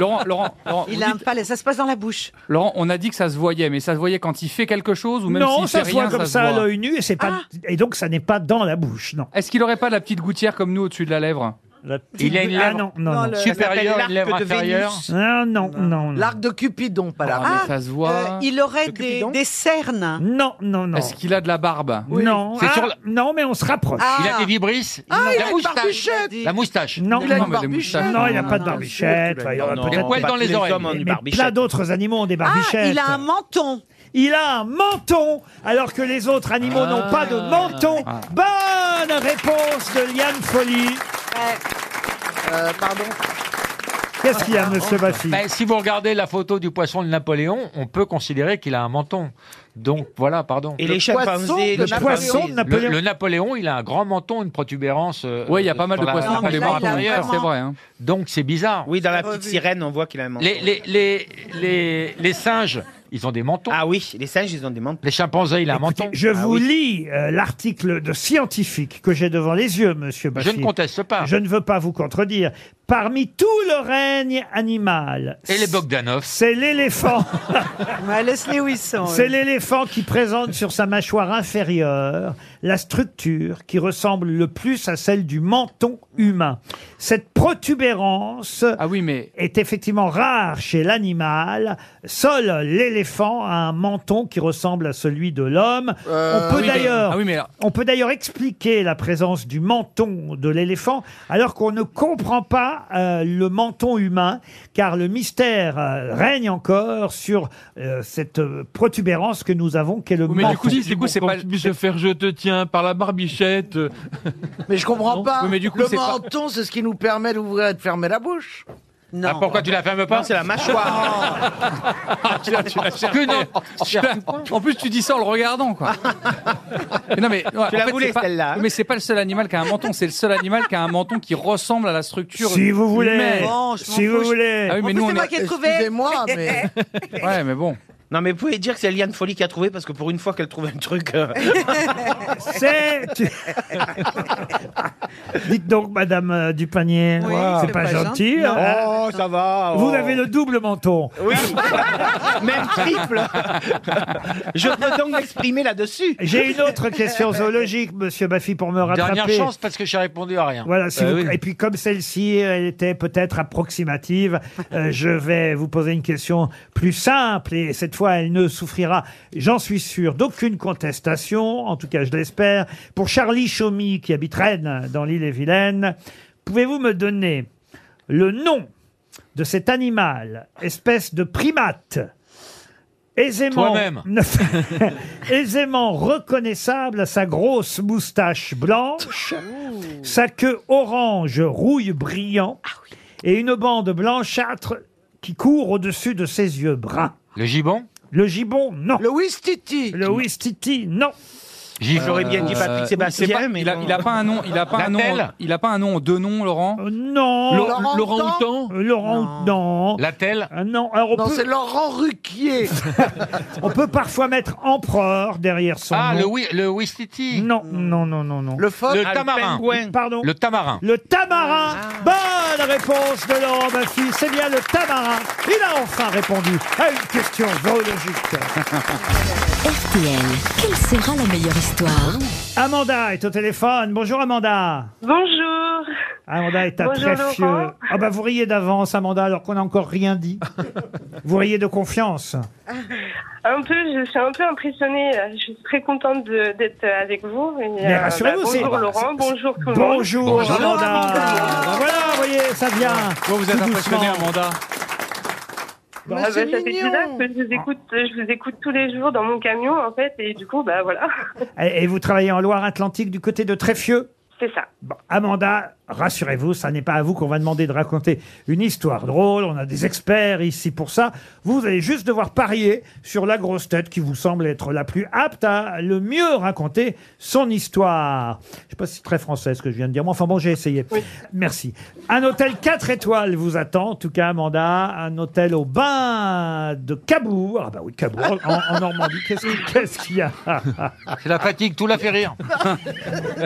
Laurent, Laurent, Laurent, <laughs> Il vous a un dites- palais, ça se passe dans la bouche. Laurent, on a dit que ça se voyait, mais ça se voyait quand il fait quelque chose ou même non, s'il ça fait se rien, voit comme se ça à voit. l'œil nu et c'est pas et donc ça n'est pas dans la bouche, non. Est-ce qu'il aurait pas la petite gouttière comme nous au-dessus de la lèvre Il a une Ah lèvre non, non, non. supérieure, une lèvre l'arc de inférieure. Vénus. Ah, non, non, non. Hein. L'arc de Cupidon, pas l'arc. Ah, mais ça se voit. Euh, il aurait des, des cernes. Non, non, non. Est-ce qu'il a de la barbe Non, C'est Ah, sur la- non, mais on se rapproche. Ah. Il a des vibrisses Ah, il a La une moustache barbichette. La moustache Non, Il a non, une barbichette. non, il n'a non, pas non, de barbichette. enfin, Ah, il y aura non, peut-être- non. poils dans les Les oreilles. hommes ont une Mais plein barbichette. d'autres animaux ont des Ah, barbichettes. il a un menton. Il a un menton, alors que les autres animaux n'ont pas de menton. Bonne réponse de Liane Folly. Euh, pardon. Qu'est-ce qu'il y a, monsieur Baffy Ben, si vous regardez la photo du poisson de Napoléon, on peut considérer qu'il a un menton. Donc voilà, pardon. Et les poisson chimpanzés, de les Le poisson chimpanzés. de Le, Napoléon. le Napoléon, il a un grand menton, une protubérance. euh, Oui, il y a pas mal sur de la- poissons la Non, mais qui là, mâchoire il a inférieure. vraiment- c'est vrai. hein. Donc c'est bizarre. Oui, dans la petite sirène, on voit qu'il a un menton. Les, les, les, les, les singes, ils ont des mentons. Ah oui, les singes, ils ont des mentons. Les chimpanzés, il a un Écoutez, menton. Je Ah vous oui. lis euh, l'article de scientifique que j'ai devant les yeux, monsieur Je Baffy. ne conteste pas. Je ne veux pas vous contredire. Parmi tout le règne animal, Et les Bogdanov. c'est l'éléphant. Ouais, laisse-les où ils sont. C'est eux. l'éléphant qui présente sur sa mâchoire inférieure la structure qui ressemble le plus à celle du menton humain. Cette protubérance Ah oui, mais est effectivement rare chez l'animal. Seul l'éléphant a un menton qui ressemble à celui de l'homme. on peut oui, mais- d'ailleurs ah oui, mais alors- on peut d'ailleurs expliquer la présence du menton de l'éléphant alors qu'on ne comprend pas euh, le menton humain car le mystère euh, règne encore sur euh, cette euh, protubérance que nous avons qu'est le Oui, mais menton. du coup, si- Du coup, Bah, c'est pas. Tu se faire je te tiens par la barbichette. euh, Mais je comprends pas. Oui, mais du coup, le c'est pas- menton, c'est ce qui nous permet d'ouvrir et de fermer la bouche. Ah, pourquoi tu la fermes pas C'est la mâchoire. <laughs> tu la, tu la cherches. Que non. Tu la- Ah, En plus, tu dis ça en le regardant, quoi. Mais non, mais, ouais, en la fait, voulais, c'est pas- celle-là, hein Mais c'est pas le seul animal qui a un menton, c'est le seul animal qui a un menton qui ressemble à la structure. Si vous voulez. humaine. Non, je m'en Eh, Si vous fous, je- voulez. Ah oui, mais nous, on est- <laughs> Excusez-moi, mais. <laughs> ouais, mais bon. Non, mais vous pouvez dire que c'est Eliane Folly qui a trouvé parce que pour une fois qu'elle trouve un <laughs> truc. euh, C'est. Dites donc, Madame euh, Dupanier, Oui, c'est pas, gentil. hein. Oh, ça va. Vous oh. avez le double menton. Oui. Même triple. Je peux donc m'exprimer là-dessus. J'ai une autre <laughs> question zoologique, Monsieur Baffy, pour me rattraper. Dernière chance parce que j'ai répondu à rien. Voilà, si Euh, vous- oui. et puis comme celle-ci, euh, elle était <laughs> peut-être approximative, euh, je vais vous poser une question plus simple et cette fois, elle ne souffrira, j'en suis sûr, d'aucune contestation, en tout cas, je l'espère. Pour Charlie Chaumy, qui habite Rennes, dans l'île et Vilaine, pouvez-vous me donner le nom de cet animal, espèce de primate aisément, Toi-même. <laughs> aisément reconnaissable à sa grosse moustache blanche, sa queue orange rouille brillant et une bande blanchâtre qui court au-dessus de ses yeux bruns. Le gibon Le gibon, non. Le wistiti. Le wistiti, non. J'aurais bien Euh, dit Patrick Sébastien, il sait pas- mais il a, bon. il a pas un nom, il a pas un nom, L'Appel il a pas un nom, deux noms, Laurent. Euh, Non. Euh, Laurent- Euh, Laurent Houtan Euh, Laurent non. La telle Non, alors on Non, peut- c'est Laurent Ruquier. <laughs> On peut parfois mettre empereur derrière son Ah, nom. le, wi le Wistiti Non, non, non, non, non. Le phoque Le Ah, le tamarin. pingouin. Pardon. Le tamarin. Ah. Le tamarin. Bonne réponse de Laurent Baffy. C'est bien le tamarin. Il a enfin répondu à une question <laughs> zoologique. RTL, quelle sera la meilleure histoire Amanda est au téléphone. Bonjour Amanda. Bonjour. Amanda est à Bonjour, Laurent. Tréfieux. Ah bah vous riez d'avance Amanda alors qu'on n'a encore rien <laughs> dit. vous riez de confiance. Un peu, je suis un peu impressionnée. là. Je suis très contente de- d'être avec vous. Et, Mais euh, rassurez-vous, bah, c'est- bonjour Laurent, bonjour tout le monde. Bonjour, Amanda. Bah voilà, vous voyez, ça vient. vous êtes tout impressionné, doucement. Amanda. Ah bah, ça fait bizarre que je vous écoute, je vous écoute tous les jours dans mon camion en fait, et du coup bah voilà, <laughs> Et et vous travaillez en Loire-Atlantique du côté de Tréfieux c'est ça. Bon, Amanda, rassurez-vous, ça n'est pas à vous qu'on va demander de raconter une histoire drôle. On a des experts ici pour ça. Vous allez juste devoir parier sur la grosse tête qui vous semble être la plus apte à le mieux raconter son histoire. Je sais pas si c'est très français ce que je viens de dire. Moi, enfin bon, j'ai essayé. Merci. Un hôtel 4 étoiles vous attend. En tout cas, Amanda, un hôtel au bain de Cabourg. Ah bah oui, Cabourg, en, en Normandie. Qu'est-ce qu'il qu'est-ce qu'il y a C'est la fatigue, tout <laughs> l'a fait rire. <laughs>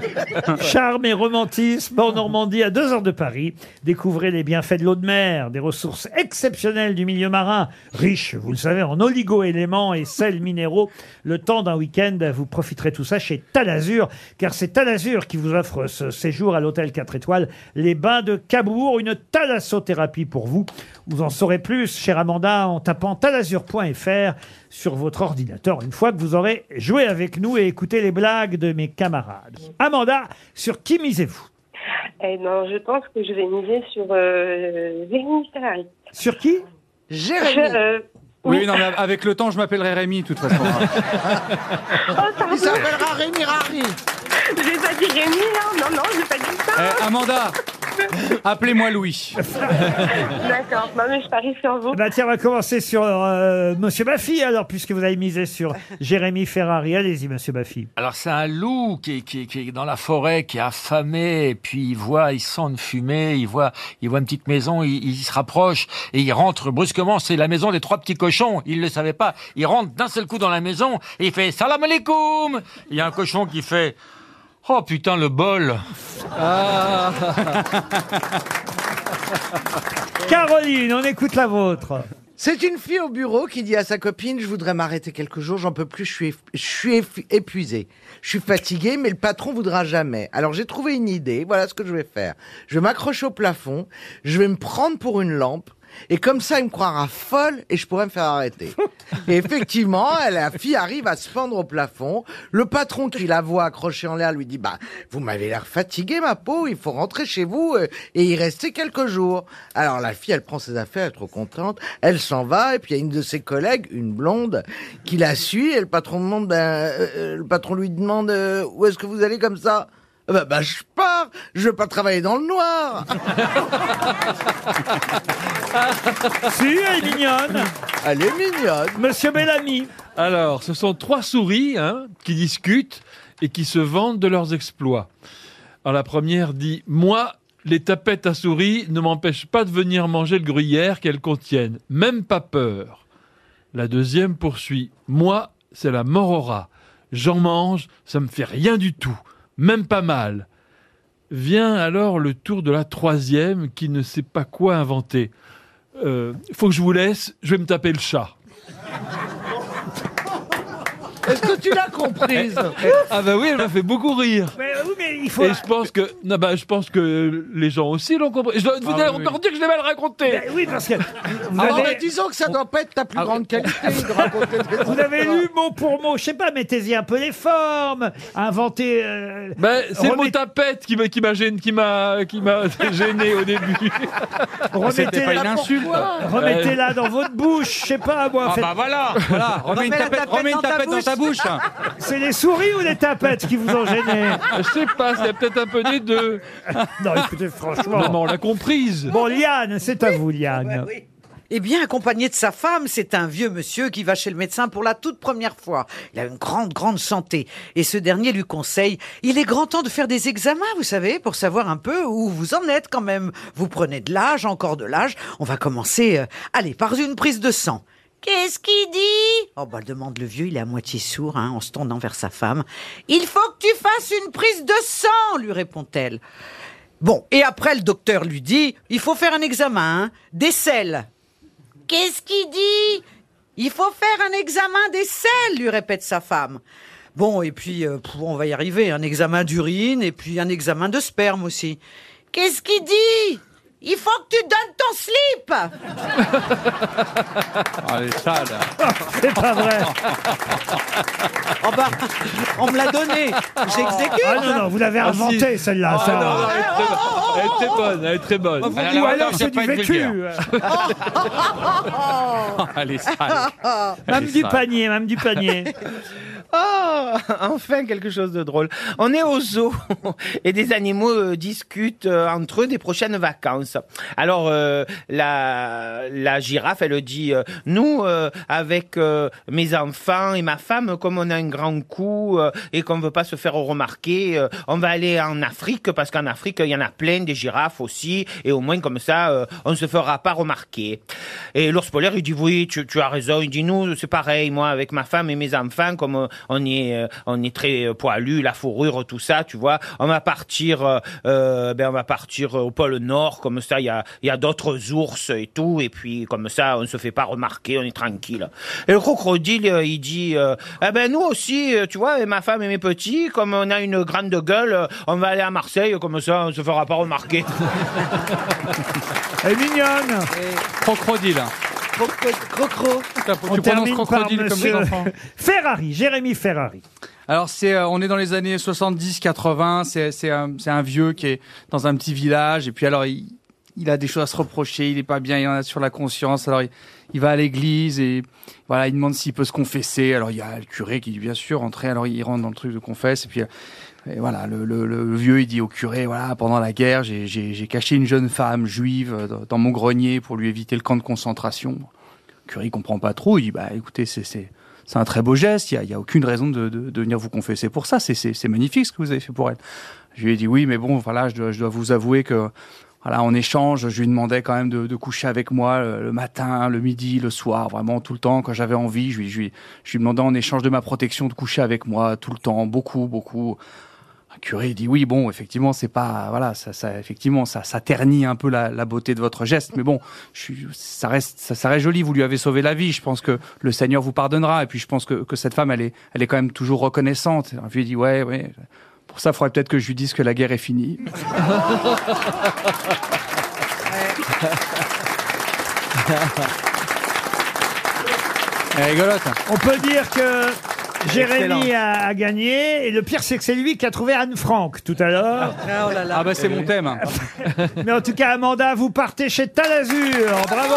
<laughs> Charme et romantisme en Normandie, à deux heures de Paris. Découvrez les bienfaits de l'eau de mer, des ressources exceptionnelles du milieu marin, riche, vous le savez, en oligo-éléments et sels minéraux. Le temps d'un week-end, vous profiterez tout ça chez Talazur, car c'est Talazur qui vous offre ce séjour à l'hôtel 4 étoiles, les bains de Cabourg, une thalassothérapie pour vous. Vous en saurez plus, chère Amanda, en tapant talazur.fr sur votre ordinateur une fois que vous aurez joué avec nous et écouté les blagues de mes camarades. Amanda, sur qui misez-vous Et non, Eh ben, je pense que je vais miser sur euh, Jérémy Ferrari. Sur qui Je- euh, Oui, non, mais avec le temps, je m'appellerai Rémi, de toute façon. Il s'appellera Rémi <laughs> Rari. Je vais pas dire Rémi là, non non, je vais pas dire ça. Eh, Amanda, appelez-moi Louis. D'accord, non mais je parie sur vous. Bah tiens, on va commencer sur euh, Monsieur Baffy alors, puisque vous avez <laughs> misé sur Jérémy Ferrari. Allez-y, Monsieur Baffy. Alors c'est un loup qui est, qui, est- qui est dans la forêt, qui est affamé, et puis il voit, il sent une fumée, il voit, il voit une petite maison, il, il se rapproche et il rentre brusquement. C'est la maison des trois petits cochons. Il le savait pas. Il rentre d'un seul coup dans la maison et il fait salam alaikum. Il y a un cochon qui fait oh putain le bol. Ah. <laughs> Caroline, on écoute la vôtre. C'est une fille au bureau qui dit à sa copine Je voudrais m'arrêter quelques jours, j'en peux plus, je suis, eff- je suis eff- épuisée. Je suis fatiguée, mais le patron voudra jamais. Alors j'ai trouvé une idée, voilà ce que je vais faire. Je vais m'accrocher au plafond, je vais me prendre pour une lampe. Et comme ça, il me croira folle et je pourrais me faire arrêter. Et effectivement, la fille arrive à se pendre au plafond. Le patron qui la voit accrochée en l'air lui dit, bah, vous m'avez l'air fatiguée, ma peau, il faut rentrer chez vous euh, et y rester quelques jours. Alors la fille, elle prend ses affaires, elle est trop contente, elle s'en va, et puis il y a une de ses collègues, une blonde, qui la suit, et le patron, demande, ben, euh, euh, le patron lui demande, euh, où est-ce que vous allez comme ça Ah Bah, bah, je pars, je veux pas travailler dans le noir. Ah, si, elle est mignonne. Elle est mignonne. Monsieur Bellamy. Alors, ce sont trois souris hein, qui discutent et qui se vantent de leurs exploits. Alors, la première dit Moi, les tapettes à souris ne m'empêchent pas de venir manger le gruyère qu'elles contiennent. Même pas peur. La deuxième poursuit Moi, c'est la mort au rat. J'en mange, ça me fait rien du tout. Même pas mal. Vient alors le tour de la troisième qui ne sait pas quoi inventer. Euh, faut que je vous laisse, je vais me taper le chat. Est-ce que tu l'as <laughs> comprise Ah bah oui, elle m'a fait beaucoup rire. Mais oui, mais il faut. Et je pense que, non bah, je pense que les gens aussi l'ont compris. Je dois vous Ah dire- oui. leur dire que je l'ai mal raconté. Ben oui, parce que Vous Ah, disons que ça doit pas être ta Ah, plus grande qualité de raconter des Vous avez lu mot pour mot, je sais pas, mettez-y un peu les formes, inventez. euh, Ben, <laughs> c'est le mot remettez- tapette qui m'a qui m'a gêné, qui m'a <laughs> qui m'a gêné au début. Ah, Remettez-la Euh, Remettez-la dans votre bouche, je sais pas moi. Ah bah voilà, <laughs> voilà, remets une Remets la tapette- tapette remets une dans ta tapette dans ta bouche. bouche. C'est les souris ou les tapettes qui vous ont gêné Je sais pas, c'est peut-être un peu des deux. <laughs> Non, écoutez, franchement. Non, mais on l'a comprise. Bon, Liane, c'est à vous, Liane. Eh bien, accompagné de sa femme, c'est un vieux monsieur qui va chez le médecin pour la toute première fois. Il a une grande, grande santé. Et ce dernier lui conseille, il est grand temps de faire des examens, vous savez, pour savoir un peu où vous en êtes quand même. Vous prenez de l'âge, encore de l'âge. On va commencer, euh, allez, par une prise de sang. Qu'est-ce qu'il dit Oh bah demande le vieux, il est à moitié sourd, hein, en se tournant vers sa femme. Il faut que tu fasses une prise de sang, lui répond-elle. Bon, et après le docteur lui dit, il faut faire un examen, hein, des selles. Qu'est-ce qu'il dit Il faut faire un examen des selles, lui répète sa femme. Bon, et puis, euh, pff, on va y arriver, un examen d'urine et puis un examen de sperme aussi. Qu'est-ce qu'il dit Il faut que tu donnes ton slip Allez, ça là. C'est pas vrai. Oh bah, on me l'a donné. J'exécute. <laughs> Ah non, non, vous l'avez inventé, celle-là. ça. Ah, Elle est très bonne, elle est très bonne. Ou alors c'est du vécu. <laughs> Oh. <laughs> Allez, Ah, Même du panier, même du <laughs> panier. <laughs> Ah, enfin quelque chose de drôle. On est au zoo <laughs> et des animaux euh, discutent euh, entre eux des prochaines vacances. Alors euh, la la girafe, elle dit euh, nous euh, avec euh, mes enfants et ma femme, comme on a un grand coup euh, et qu'on veut pas se faire remarquer, euh, on va aller en Afrique parce qu'en Afrique il y en a plein des girafes aussi et au moins comme ça euh, on se fera pas remarquer. Et l'ours polaire il dit oui tu, tu as raison il dit nous c'est pareil moi avec ma femme et mes enfants comme euh, on est euh, on est très euh, poilu la fourrure tout ça tu vois on va partir euh, euh, ben on va partir au pôle nord comme ça il y a il y a d'autres ours et tout et puis comme ça on se fait pas remarquer on est tranquille et le crocodile euh, il dit euh, eh ben nous aussi euh, tu vois et ma femme et mes petits comme on a une grande gueule euh, on va aller à Marseille comme ça on se fera pas remarquer Elle est mignonne. Crocodile. Crocro. On tu prononces termine par crocodile comme les monsieur enfants. Ferrari, Jérémy Ferrari. Alors c'est, euh, on est dans les années 70-80. C'est, c'est, un, c'est un vieux qui est dans un petit village et puis alors il, il a des choses à se reprocher. Il est pas bien. Il en a sur la conscience. Alors il, il va à l'église et voilà, il demande s'il peut se confesser. Alors il y a le curé qui dit bien sûr entrer. Alors il rentre dans le truc de confesse et puis. euh, et voilà, le, le- le vieux, il dit au curé, voilà, pendant la guerre, j'ai, j'ai- j'ai caché une jeune femme juive euh, dans- dans mon grenier pour lui éviter le camp de concentration. Curie comprend pas trop. Il dit bah écoutez, c'est c'est c'est un très beau geste. Il y a, il y a aucune raison de, de, de venir vous confesser pour ça. C'est c'est c'est magnifique ce que vous avez fait pour elle. Je lui ai dit oui, mais bon voilà, je dois je dois vous avouer que voilà en échange, je lui demandais quand même de, de coucher avec moi euh, le, matin, le midi, le soir, vraiment tout le temps quand j'avais envie. Je lui je lui je lui demandais en échange de ma protection de coucher avec moi tout le temps, beaucoup beaucoup. Un curé dit oui, bon, effectivement, c'est pas, voilà, ça, ça, effectivement, ça, ça ternit un peu la, la beauté de votre geste, mais bon, je suis- ça reste, ça, ça reste joli. Vous lui avez sauvé la vie. Je pense que le Seigneur vous pardonnera, et puis je pense que, que cette femme, elle est, elle est quand même toujours reconnaissante. Un vieux dit ouais, ouais. Pour ça, il faudrait peut-être que je lui dise que la guerre est finie. <laughs> Elle est rigolote. hein. On peut dire que Jérémy Excellent. a, a gagné. Et le pire, c'est que c'est lui qui a trouvé Anne Frank tout à l'heure. Ah bah c'est mon thème. <laughs> Mais en tout cas, Amanda, vous partez chez Talazur. Bravo.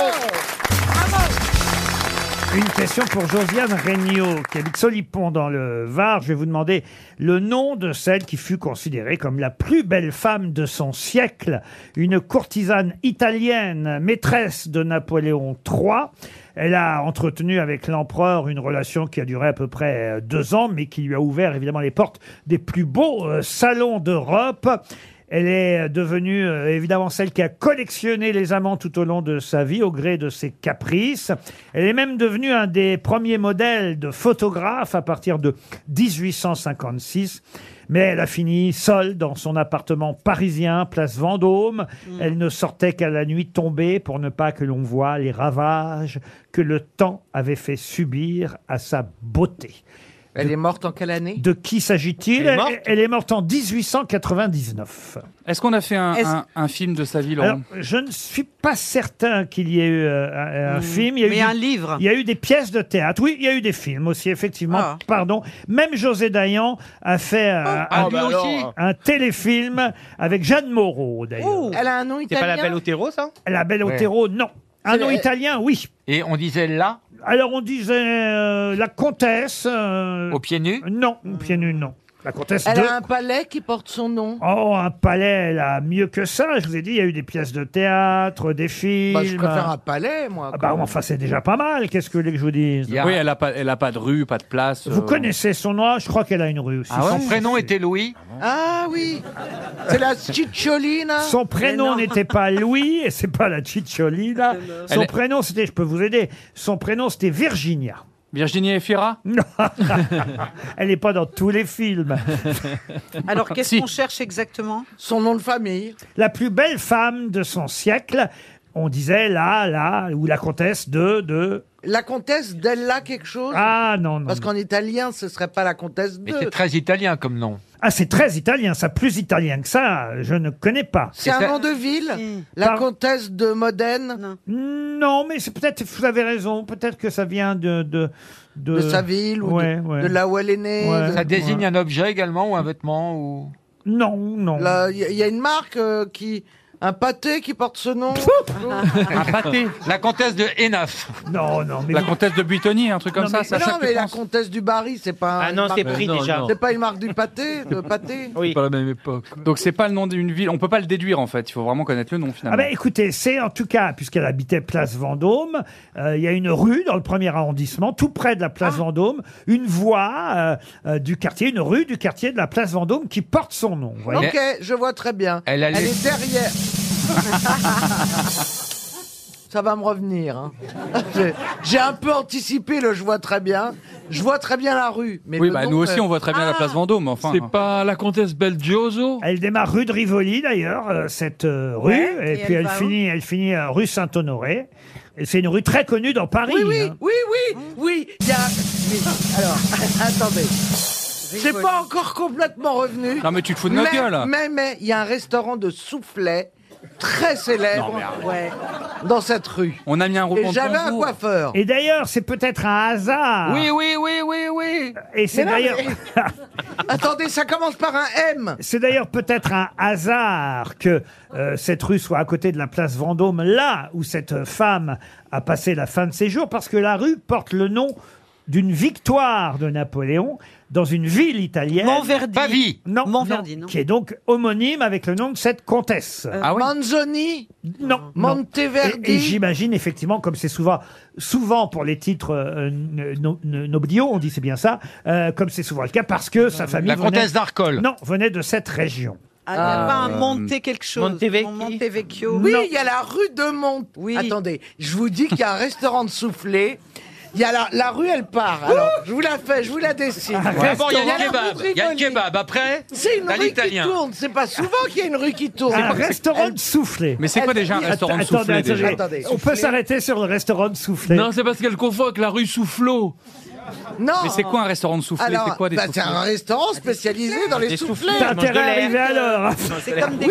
Une question pour Josiane Regnault, qui habite Solipon dans le Var. Je vais vous demander le nom de celle qui fut considérée comme la plus belle femme de son siècle, une courtisane italienne, maîtresse de Napoléon III. Elle a entretenu avec l'empereur une relation qui a duré à peu près euh, deux ans, mais qui lui a ouvert évidemment les portes des plus beaux euh, salons d'Europe. Elle est devenue euh, évidemment celle qui a collectionné les amants tout au long de sa vie au gré de ses caprices. Elle est même devenue un des premiers modèles de photographe à partir de 1856. Mais elle a fini seule dans son appartement parisien, place Vendôme. Hmm. Elle ne sortait qu'à la nuit tombée pour ne pas que l'on voie les ravages que le temps avait fait subir à sa beauté. Elle est morte en quelle année De qui s'agit-il Elle est elle, morte elle est morte en 1899. Est-ce qu'on a fait un, Est-ce- un- un film de sa vie, Laurent Alors, je ne suis pas certain qu'il y ait eu euh, un, un Hmm. film. Il y a Mais eu un livre. Il y a eu des pièces de théâtre. Oui, il y a eu des films aussi, effectivement. Ah. Pardon. Même José Dayan a fait euh, Ah, un, bah aussi. un téléfilm avec Jeanne Moreau, d'ailleurs. Elle a un nom C'est italien. pas la belle Otero, ça La Belle Ouais. Otero, non. Un C'est nom la- italien, oui. Et on disait là, Alors, on disait euh, la comtesse. euh, au pied nu Non, au pied nu, non. La comtesse de... Elle a un palais qui porte son nom. Oh, un palais, là, mieux que ça. Je vous ai dit, il y a eu des pièces de théâtre, des films. Bah, je préfère un palais, moi. Ah bah, enfin, c'est déjà pas mal. Qu'est-ce que vous voulez que je vous dise Oui, elle a, pas, elle a pas de rue, pas de place. Vous euh, connaissez son nom Je crois qu'elle a une rue aussi. Ah ouais Son Son prénom- prénom était Louis. Ah oui C'est la Cicciolina Son prénom Mais non. n'était pas Louis et c'est pas la Cicciolina. Son Elle est- prénom, c'était, je peux vous aider, son prénom, c'était Virginia. Virginie Efira Non. <laughs> Elle n'est pas dans tous les films. <laughs> Alors, qu'est-ce qu'on cherche exactement Son nom de famille. La plus belle femme de son siècle, on disait là, là, ou la comtesse de, de... La comtesse d'Ella quelque chose Ah non, non. Parce qu'en italien, ce serait pas la comtesse Mais de... c'est très italien comme nom. Ah, c'est très italien, ça, plus italien que ça, je ne connais pas. C'est un nom de ville Mm. La Pardon comtesse de Modène Non, mais c'est peut-être, vous avez raison, peut-être que ça vient de... De, De sa ville ou de- Ouais, ouais. de là où elle est née Ouais. de- Ça désigne un objet également ou un vêtement ou Non, non. Là, Il y, a- il y a une marque euh, qui... Un pâté qui porte ce nom un pâté. La comtesse de Hénaf. Non, Oh, non, mais La comtesse de Buitoni, un truc comme ça, ça Mais non, mais la comtesse du Barry, c'est pas. Ah une non, marque- c'est pris Non, déjà. non. C'est pas une marque du pâté, de pâté. Oui. Pas la même époque. Donc c'est pas le nom d'une ville. On peut pas le déduire en fait. Il faut vraiment connaître le nom Ah finalement. ben écoutez, c'est en tout cas, puisqu'elle habitait Place Vendôme, euh, il y a une rue dans le premier arrondissement, tout près de la Place Vendôme, une voie euh, euh, du quartier, une rue du quartier de la Place Vendôme qui porte son nom. vous voyez. Ok, je vois très bien. Elle a les- est derrière. <laughs> Ça va me revenir. hein. <laughs> J'ai- J'ai un peu anticipé le je vois très bien. Je vois très bien la rue. Mais oui, le bah nom, nous aussi euh, on voit très bien la place Vendôme. Enfin, C'est pas la comtesse Belgioso Elle démarre rue de Rivoli d'ailleurs, euh, cette euh, rue, Ouais, et, et puis elle elle, va où finit, elle finit euh, rue Saint-Honoré. Et c'est une rue très connue dans Paris. Oui, oui, hein. oui, oui, oui. Il y a. oui. Alors, <laughs> attendez. C'est pas encore complètement revenu. Non, mais tu te fous de notre Mais- gueule. Mais, mais, il y a un restaurant de soufflets très Non, célèbre mais arrête. ouais, dans cette rue. on a mis un Et rebond de j'avais un tambour. coiffeur. Et d'ailleurs, c'est peut-être un hasard. Oui, oui, oui, oui, oui. Et c'est Mais <laughs> non, d'ailleurs... <laughs> Attendez, ça commence par un M. C'est d'ailleurs peut-être un hasard que euh, cette rue soit à côté de la place Vendôme, là où cette femme a passé la fin de ses jours, parce que la rue porte le nom d'une victoire de Napoléon dans une ville italienne. Montverdi. Pavie. Non, Montverdi, non, non. qui est donc homonyme avec le nom de cette comtesse. Ah oui. Euh, Manzoni, non, non. Monteverdi. Et, et j'imagine effectivement, comme c'est souvent, souvent pour les titres euh, n- n- n- nobiliaux, on dit c'est bien ça, euh, comme c'est souvent le cas, parce que sa famille La venait- comtesse d'Arcole. non, venait de cette région. Ah, il y a pas un Monté quelque chose Montevecchi. Mon Montevecchio. Oui, il y a la rue de Mont. Oui. Attendez, je vous dis qu'il y a un restaurant de soufflets. Il y a la, la rue, elle part. Alors, je vous la fais, je vous la dessine. D'abord, il y a la le kebab. rue de Il y a le Rivoli. kebab. Après, C'est une t'as rue qui l'italien. tourne. C'est pas souvent qu'il y a une rue qui tourne. Un restaurant de soufflets. Mais c'est quoi Elle- déjà un Att- restaurant de Attendez, soufflé attendez, déjà attendez. On Soufflé. peut s'arrêter sur le restaurant de soufflé. Non, c'est parce qu'elle confond avec la rue Soufflot. Non. Mais c'est quoi un restaurant de soufflés Alors, C'est quoi des bah, soufflés C'est un restaurant spécialisé dans les Des soufflés. soufflés. T'as intérêt à arriver à l'heure. C'est comme des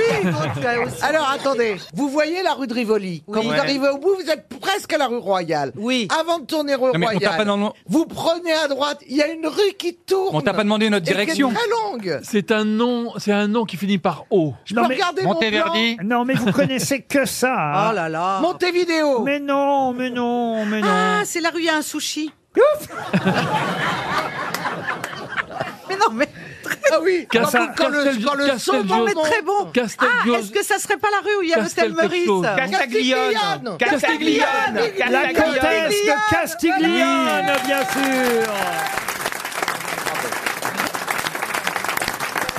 Alors attendez, vous voyez la rue de Rivoli. Quand Oui. vous Ouais. arrivez au bout, vous êtes presque à la rue Royale. Oui. Avant de tourner rue Non, mais on t'a Royale, pas dans le- vous prenez à droite. Il y a une rue qui tourne. On t'a pas demandé notre et qui est direction. très longue. C'est un nom, c'est un nom qui finit par O. Je peux regarder mon Monteverdi. plan Non, mais <laughs> vous connaissez que ça. hein. Oh là là. Montevideo. Mais non, mais non, mais non. Ah, c'est la rue, il y a un sushi. <laughs> mais non, mais. Ah oui, quand, Castel- quand le, Castel- quand le Castel- saumon est très bon. Castel- ah, est-ce que ça serait pas la rue où il y a Castel- l'hôtel Meurice quelque chose. Castiglione. Castaglione. Castaglione. La comtesse de Castiglione, bien sûr.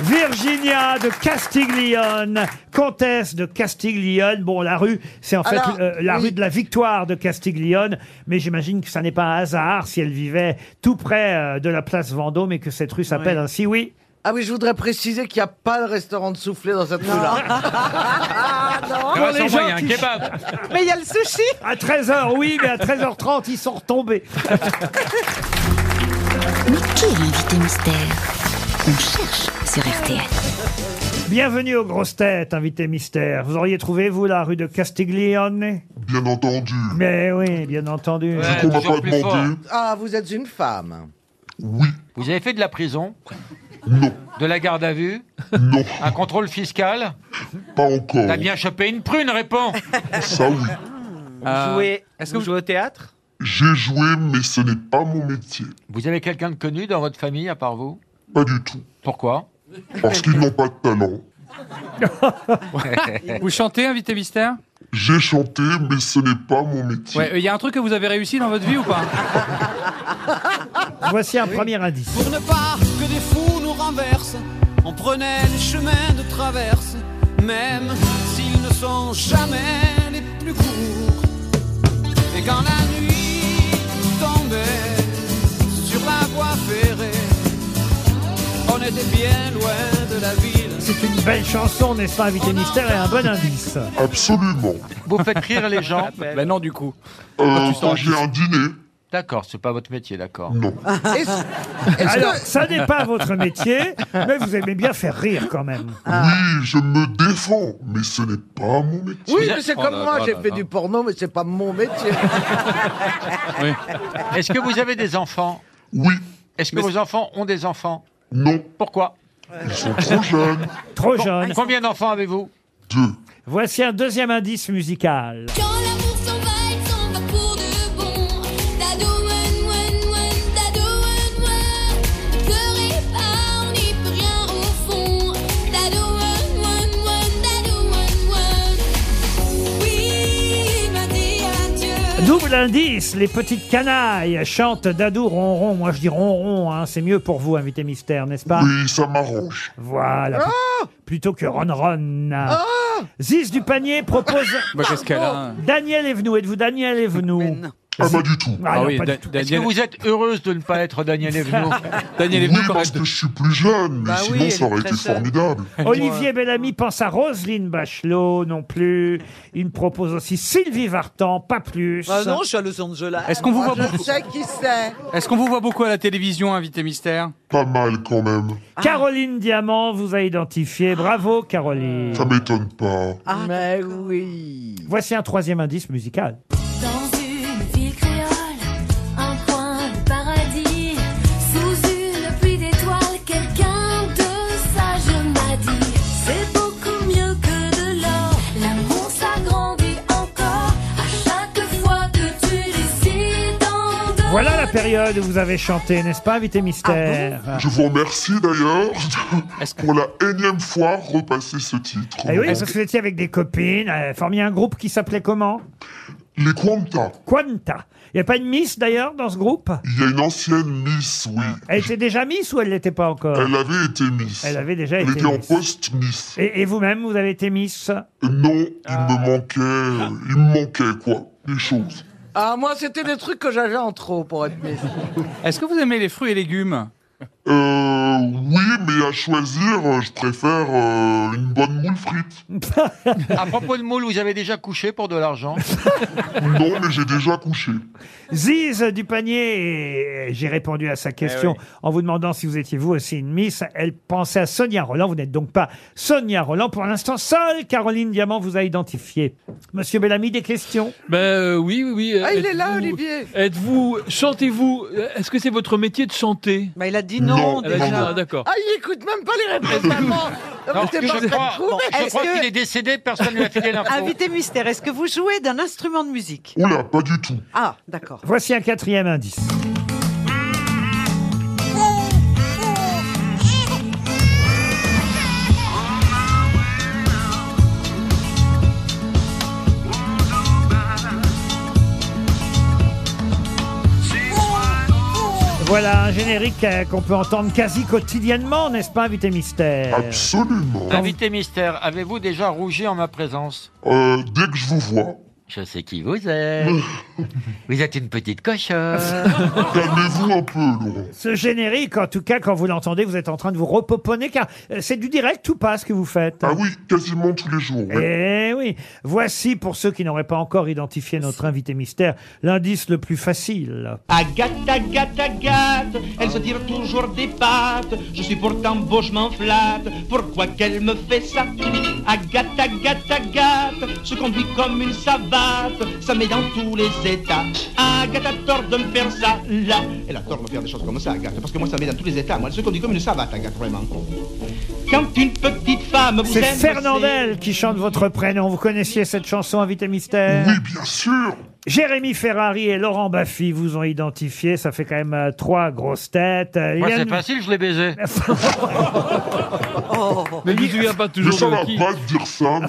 Virginia de Castiglione, comtesse de Castiglione. Bon, la rue, c'est en fait Alors, euh, la oui. rue de la victoire de Castiglione, mais j'imagine que ça n'est pas un hasard si elle vivait tout près euh, de la place Vendôme et que cette rue s'appelle ainsi, oui. Ah oui, je voudrais préciser qu'il n'y a pas de restaurant de soufflés dans <laughs> cette rue-là. Ah, Pour les gens qui- Mais il y a le sushi. À 13h, oui, mais à 13h30, ils sont retombés. Mais qui est l'invité mystère On cherche sur RTL. Bienvenue aux grosses têtes, invité mystère. Vous auriez trouvé, vous, la rue de Castiglione Bien entendu. Mais oui, bien entendu. Vu qu'on m'a pas demandé, ah, vous êtes une femme. Vous avez fait de la prison Non. De la garde à vue Non. Un contrôle fiscal pas encore. T'as bien chopé une prune, réponds Euh, Ça oui. Vous jouez, vous jouez au théâtre J'ai joué, mais ce n'est pas mon métier. Vous avez quelqu'un de connu dans votre famille, à part vous Pas du tout. Pourquoi Parce qu'ils n'ont pas de talent. <laughs> Vous chantez, invité mystère J'ai chanté, mais ce n'est pas mon métier. Ouais, euh, il y a un truc que vous avez réussi dans votre vie ou pas Voici un premier indice. Pour ne pas que des fous nous renversent, on prenait les chemins de traverse, même s'ils ne sont jamais les plus courts. Et quand la nuit tombait sur la voie ferrée, on était bien loin de la ville. Oh C'est une belle chanson, n'est-ce pas, invité mystère, et un bon indice. Absolument. Vous faites rire les <laughs> gens Ben non, du coup. Euh, quand j'ai un dîner, D'accord, c'est pas votre métier, d'accord. Non. <laughs> Alors, ça n'est pas votre métier, mais vous aimez bien faire rire quand même. Ah. oui, je me défends, mais ce n'est pas mon métier. Oui, mais c'est Oh comme moi, j'ai fait du porno, mais c'est pas mon métier. <laughs> Est-ce que vous avez des enfants Oui. Est-ce que vos enfants ont des enfants Non. Pourquoi Ils <laughs> sont trop jeunes. Trop jeune. Combien d'enfants avez-vous Voici un deuxième indice musical. Double indice, les petites canailles chantent dadou ronron. Moi, je dis ronron, hein, c'est mieux pour vous, invité mystère, n'est-ce Bah. pas Oui, ça Ah m'arrange. Voilà. Plutôt que ronron. Ah Ziz du panier propose. Bah, qu'est-ce qu'elle a, hein Daniel Evenou, êtes-vous Daniel Evenou Ah, pas du tout. Ah, Ah non, oui, pas Da- du tout. Est-ce que Daniel, vous êtes heureuse de ne pas être Daniel <laughs> Evenot Daniel est oui, venu quand parce même. que je suis plus jeune, mais Bah oui, sinon elle est ça aurait très été jeune. formidable. Olivier Bellamy pense à Roselyne Bachelot, non plus. Il me propose aussi Sylvie Vartan, pas plus. Ah non, je suis à Los Angeles. Est-ce qu'on vous Moi, voit je beaucoup sais qui c'est. Est-ce qu'on vous voit beaucoup à la télévision, invité mystère Pas mal quand même. Ah. Caroline Diamant vous a identifié. Bravo, Caroline. Ça m'étonne pas. Ah, Mais oui. Voici un troisième indice musical. Dans une ville créole, un coin de paradis, sous une pluie d'étoiles, quelqu'un de sage m'a dit C'est beaucoup mieux que de l'or, l'amour s'agrandit encore à chaque fois que tu décides d'en donner. Voilà la période où vous avez chanté, n'est-ce pas, Ah Invité Mystère Je vous remercie <laughs> d'ailleurs pour la énième fois repasser ce titre. Eh oui, parce que vous étiez avec des copines, euh, formiez un groupe qui s'appelait comment Les Quanta. Quanta. Il n'y a pas une Miss d'ailleurs dans ce groupe Il y a une ancienne Miss, oui. Elle était déjà Miss ou elle l'était pas encore Elle avait été Miss. Elle avait déjà Elle été était en Miss. poste Miss. Et, et vous-même, vous avez été Miss Euh, Non, Ah. il me manquait, euh, il me manquait quoi, des choses. Ah, moi, c'était des trucs que j'avais en trop pour être Miss. Est-ce que vous aimez les fruits et légumes Euh, oui, mais à choisir, euh, je préfère euh, une bonne moule frite. <laughs> À propos de moule, vous avez déjà couché pour de l'argent Non, mais j'ai déjà couché. Ziz du panier, j'ai répondu à sa question Eh oui. en vous demandant si vous étiez vous aussi une Miss. Elle pensait à Sonia Roland. Vous n'êtes donc pas Sonia Roland. Pour l'instant, seule Caroline Diamant vous a identifié. Monsieur Bellamy, des questions Ben euh, oui, oui, oui. Ah, il est là, Êtes-vous- Olivier. Êtes-vous, chantez-vous, euh, est-ce que c'est votre métier de chanter Ben il a dit non, non, Elle a dit déjà. non, d'accord. Ah, il écoute même pas les réponses maman. Non, mais Non, t'es je pas- crois- t'as trouvé. bon, je Est-ce crois que- qu'il est décédé, personne ne lui a filé l'info. Invité mystère, est-ce que vous jouez d'un instrument de musique Oula, Oh pas du tout. Ah, d'accord. Voici un quatrième indice. Voilà un générique euh, qu'on peut entendre quasi quotidiennement, n'est-ce pas, invité mystère Absolument. Euh, Invité mystère, avez-vous déjà rougi en ma présence Euh, dès que je vous vois. Je sais qui vous êtes. vous êtes une petite cochonne. <laughs> Calmez-vous un peu, Laurent. Ce générique, en tout cas, quand vous l'entendez, vous êtes en train de vous repoponner, car euh, c'est du direct ou pas ce que vous faites Ah oui, quasiment tous les jours. oui. Eh oui, voici pour ceux qui n'auraient pas encore identifié notre invité mystère, l'indice le plus facile. Agathe, Agathe, Agathe, elle se tire toujours des pattes. Je suis pourtant beau, je m'en flatte. Pourquoi qu'elle me fait ça Agathe, Agathe, Agathe, se conduit comme une savate. Ça met dans tous les états. Agathe a tort de me faire ça, là. Elle a tort de me faire des choses comme ça, Agathe, parce que moi, ça met dans tous les états. Moi, elle se conduit comme une savate, Agathe, vraiment. Quand une petite femme vous C'est aime... Fernandel qui chante votre prénom. Vous connaissiez cette chanson, invité mystère Oui, bien sûr. Jérémy Ferrari et Laurent Baffy vous ont identifié. Ça fait quand même euh, trois grosses têtes. Euh, Moi, Yann- c'est facile, je l'ai <laughs> baisé. Oh. Mais je me souviens pas toujours Mais ça de va qui. pas dire ça, non.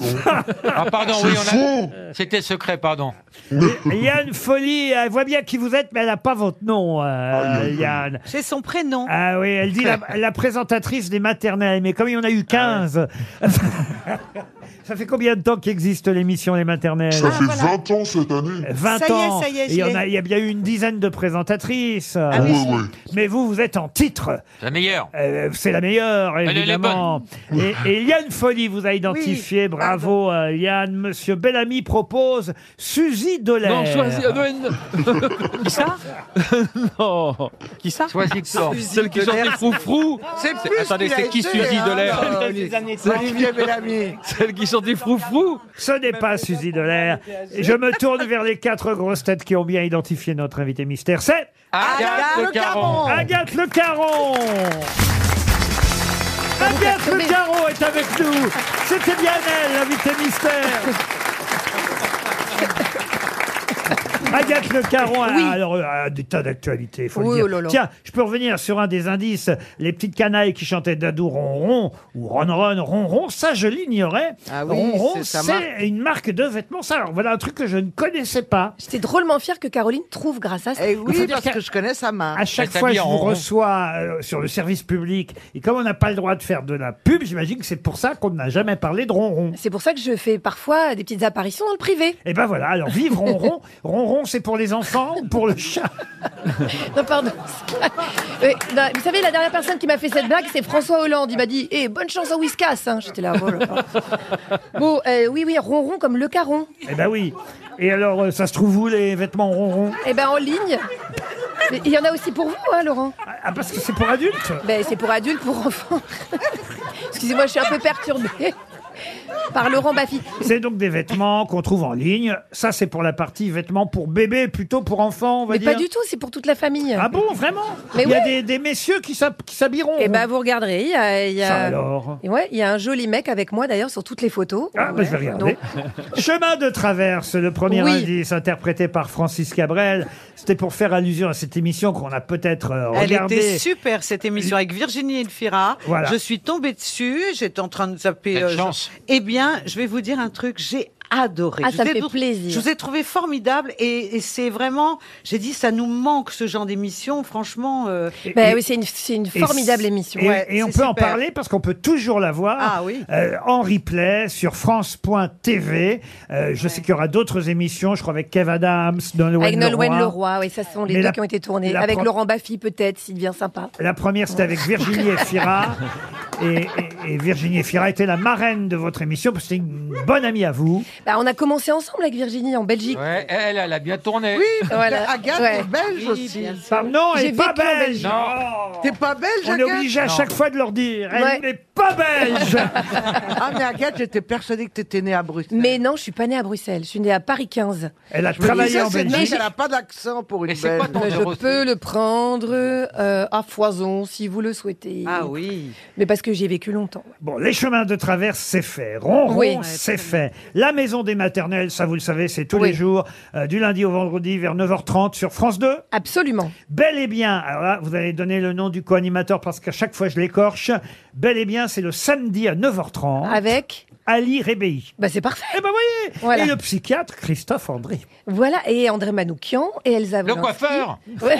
Ah, pardon, C'est oui, on faux. a... C'était secret, pardon. Euh, Yann Folie, elle voit bien qui vous êtes, mais elle n'a pas votre nom, euh, Yann. C'est son prénom. Ah oui, elle dit <laughs> la, la présentatrice des maternelles, mais comme il y en a eu 15, Ah <laughs> ça fait combien de temps qu'existe l'émission Les Maternelles Ça fait 20 ans cette année. 20 Ah, Ça y est, ans. ça y est, Et je il y en l'ai. a, il y a bien eu une dizaine de présentatrices. Ah oui, Ouais, je- ouais. Mais vous, vous êtes en titre. La meilleure. Euh, c'est la meilleure, Elle est évidemment. Et, et Yann Folly vous a identifié. Bravo, euh, Yann. Monsieur Bellamy propose Suzy Dolaire. Non, choisis. ah, non, non. Qui <laughs> ça Non. Oh, Qui ça Choisis Celle Celle qui sort des froufrous. C'est plus Attendez, qu'il a c'est qui été, Suzy hein, Dolaire euh, Oh, Olivier Olivier Bellamy. Celle qui sort des froufrous. Ce n'est pas Suzy Dolaire. Et Je me tourne vers les quatre grosses têtes qui ont bien identifié notre invité mystère. C'est Agathe Le Caron. Agathe Le Caron. Agathe Le Caron est avec nous. C'était bien elle, l'invité <laughs> mystère. Agathe Le Caron a, Ah, alors, a des tas d'actualités, il faut Oui, le dire. oh là là. Tiens, je peux revenir sur un des indices. Les petites canailles qui chantaient Dadou Ronron ou Ron Ron Ronron, ça je l'ignorais. Ah oui, Ronron, c'est sa marque. c'est une marque de vêtements. Ça, alors voilà un truc que je ne connaissais pas. J'étais drôlement fière que Caroline trouve grâce à ça. Eh oui, dire parce que je connais sa main. À chaque fois, je vous reçois euh, sur le service public. Et comme on n'a pas le droit de faire de la pub, j'imagine que c'est pour ça qu'on n'a jamais parlé de ronron. C'est pour ça que je fais parfois des petites apparitions dans le privé. <laughs> Et ben voilà, alors vive ronron. ronron, c'est pour les enfants ou pour le chat Non, pardon. <laughs> Euh, non, vous savez, la dernière personne qui m'a fait cette blague, c'est François Hollande. Il m'a dit Eh, bonne chance en Whiskas. hein. J'étais là, oh là là. <laughs> Bon, euh, oui, oui, ronron comme le caron. Eh ben oui. Et alors, euh, ça se trouve où les vêtements ronron Eh ben, en ligne. Mais Il y en a aussi pour vous, hein, Laurent Ah, parce que c'est pour adultes Ben, c'est pour adultes, pour enfants. <laughs> Excusez-moi, je suis un peu perturbée <laughs> par Laurent Baffy. C'est donc des vêtements qu'on trouve en ligne. Ça, c'est pour la partie vêtements pour bébé, plutôt pour enfants, on va Mais dire. pas du tout, c'est pour toute la famille. Ah bon, vraiment Mais Il y a oui. des, des messieurs qui s'hab- qui s'habilleront. Eh ben, vous regarderez, il y a... il y a- Ça alors Et ouais, il y a un joli mec avec moi, d'ailleurs, sur toutes les photos. Ah, bah, je vais regarder. Donc, <laughs> Chemin de traverse, le premier Oui. indice interprété par Francis Cabrel. C'était pour faire allusion à cette émission qu'on a peut-être euh, Elle regardée. était super cette émission avec Virginie Elfira. Voilà. Je suis tombée dessus, j'étais en train de zapper. Quelle je- chance. Eh bien, je vais vous dire un truc, j'ai adoré. Ah, Je ça vous ai fait trou- plaisir. Je vous ai trouvé formidable et, et c'est vraiment, j'ai dit, ça nous manque ce genre d'émission, franchement. euh, Bah et- oui, c'est une, c'est une et- formidable émission. Ouais, Et, et on peut c'est en super. parler parce qu'on peut toujours la voir Ah oui. euh, en replay sur France.tv. Euh, je sais qu'il y aura d'autres émissions, je crois avec Kev Adams, Nolwenn Avec Nolwenn Leroy. Leroy, oui, ça ce sont les Mais deux la- qui ont été tournés. la Avec pro- Laurent Baffy, peut-être, s'il devient sympa. La première, c'était avec <laughs> Virginie Efira. Et, et- et Virginie Efira était la marraine de votre émission, parce que c'était une bonne amie à vous. Bah, on a commencé ensemble avec Virginie en Belgique. Ouais, elle, elle a bien tourné. <laughs> Voilà. Ouais. Pardon, elle J'ai n'est pas vécu en belge. Belgique. T'es pas belge, On est Agathe obligé à Non. chaque fois de leur dire. Elle Ouais. n'est pas belge. <laughs> Ah, mais Agathe, j'étais persuadée que t'étais née à Bruxelles. Mais non, je suis pas née à Bruxelles, je suis née à Paris 15. Elle a Je me disais, c'est dingue, j'ai- Elle n'a pas d'accent pour une Mais Belge. Ben, je peux le prendre euh, à foison si vous le souhaitez. Ah oui. Mais parce que j'ai vécu longtemps. Bon, les chemins de traverse, c'est fait. Ronron, Oui. Ouais, c'est fait. La maison des maternelles, ça vous le savez, c'est tous les jours, euh, du lundi au vendredi, vers 9h30 sur France 2. Absolument. Bel et bien, alors là, vous allez donner le nom du co-animateur parce qu'à chaque fois je l'écorche. Bel et bien, c'est le samedi à 9h30. Avec Ali Rebéi. Bah c'est parfait. Eh ben voyez Voilà. Et le psychiatre Christophe André. Voilà, et André Manoukian et Elsa Le Wolinski. coiffeur Ouais.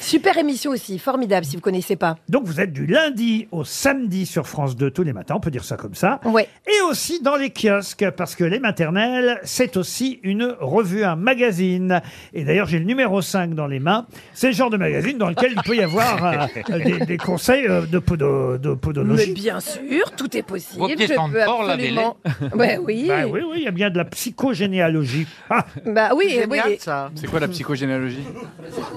Super émission aussi, formidable si vous connaissez pas. Donc vous êtes du lundi au samedi sur France 2 tous les matins, on peut dire ça comme ça. Et aussi dans les kiosques, parce que les maternelles, c'est aussi une revue, un magazine. Et d'ailleurs, j'ai le numéro 5 dans les mains. C'est le genre de magazine dans lequel il peut y avoir euh, des, des conseils euh, de, podo- de Mais podologie. bien sûr, tout est possible. Vos pieds je sentent peux fort la absolument. vélée. Ouais, oui. <laughs> Bah oui, oui, il y a bien de la psychogénéalogie. Ah Bah oui, oui. C'est quoi la psychogénéalogie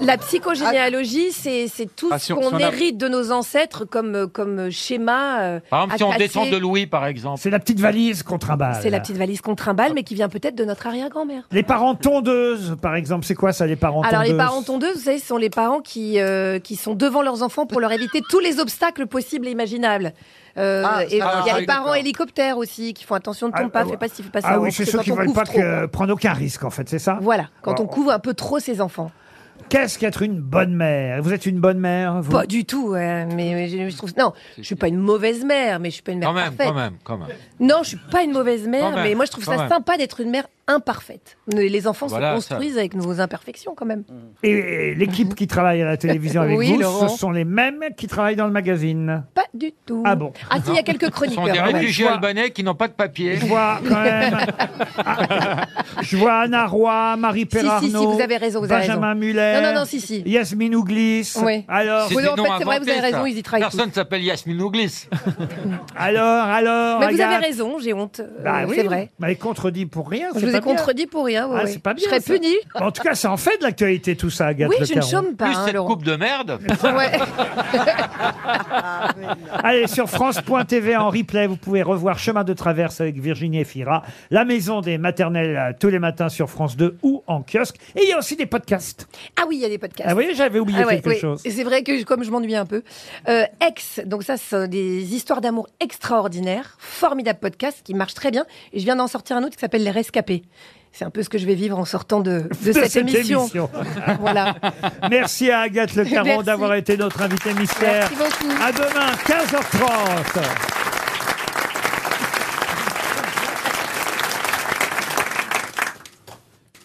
La psychogénéalogie, c'est c'est tout Ah, ce si on- qu'on si on a- hérite de nos ancêtres comme, euh, comme schéma. euh, Par exemple, si à on casser. descend de Louis, par exemple. C'est la petite valise qu'on trimballe. C'est la petite valise qu'on Ah. trimballe, mais qui vient peut-être de notre arrière-grand-mère. Les parents tondeuses, par exemple, c'est quoi ça, les parents Alors, les tondeuses parents tondeuses, vous savez, ce sont les parents qui, euh, qui sont devant leurs enfants pour leur éviter tous les obstacles possibles et imaginables. Euh, Ah, et il ah, y a oui, les parents d'accord. hélicoptères aussi qui font attention, ne tombe pas, fais pas ci, fais pas ça. Ah oui, on- c'est c'est ceux quand qui on veulent couvre pas trop, que- euh, quoi. prendre aucun risque, en fait, c'est ça Voilà, quand on Bon. couvre un peu trop ses enfants. Qu'est-ce qu'être une bonne mère Vous êtes une bonne mère vous Pas du tout, ouais, mais mais je, je trouve. Non, je suis pas une mauvaise mère, mais je suis pas une mère Quand même, parfaite. quand même, quand même. Non, je suis pas une mauvaise mère, Quand même, mais moi je trouve quand ça même. sympa d'être une mère imparfaite. Les les enfants Voilà, se ça. construisent avec nos imperfections quand Mm. même. Et, et l'équipe qui travaille à la télévision avec Mhm. Oui, vous, Laurent. ce sont les mêmes qui travaillent dans le magazine. Pas du tout. Ah bon Ah si, il y a quelques Ce chroniqueurs. sont des quand même. réfugiés albanais qui n'ont pas de papier. Je vois quand <laughs> même. Je vois Anna Roy, Marie Si, Perrarno, si, si, vous avez raison, vous avez Benjamin raison. Muller, Non, non, non, si, si. Yasmine Ouglis. Oui. Alors, Oui, en fait, c'est vrai, vous avez raison, ils y travaillent Personne ne s'appelle Yasmine Ouglis. <laughs> alors, alors. Mais vous Agathe. avez raison, j'ai honte. euh, Bah oui, c'est vrai. Bah, elle contredit pour rien. Je c'est vous pas ai bien. contredit pour rien. ouais, Ah, ouais. c'est pas bien. Je serais ça. puni. En tout cas, ça en fait de l'actualité tout ça, Agathe. Oui, Le je ne Caron. chôme pas, Plus hein, cette Laurent. Coupe de merde. Allez, sur France.tv en replay, vous pouvez revoir Chemin de traverse avec Virginie Efira, La maison des maternelles euh, tous les matins sur France 2 ou en kiosque. Et il y a aussi des podcasts. Ah oui, il y a des podcasts. Ah, vous voyez, j'avais oublié Ah ouais, quelque oui. chose. Et C'est vrai que je- comme je m'ennuie un peu. Euh, Ex, donc ça, c'est des histoires d'amour extraordinaires, formidable podcast qui marche très bien. Et je viens d'en sortir un autre qui s'appelle Les Rescapés. C'est un peu ce que je vais vivre en sortant de, <laughs> de cette, émission. <laughs> voilà. Merci à Agathe Le Caron Merci. d'avoir été notre invitée mystère. Merci beaucoup. À demain, 15h30.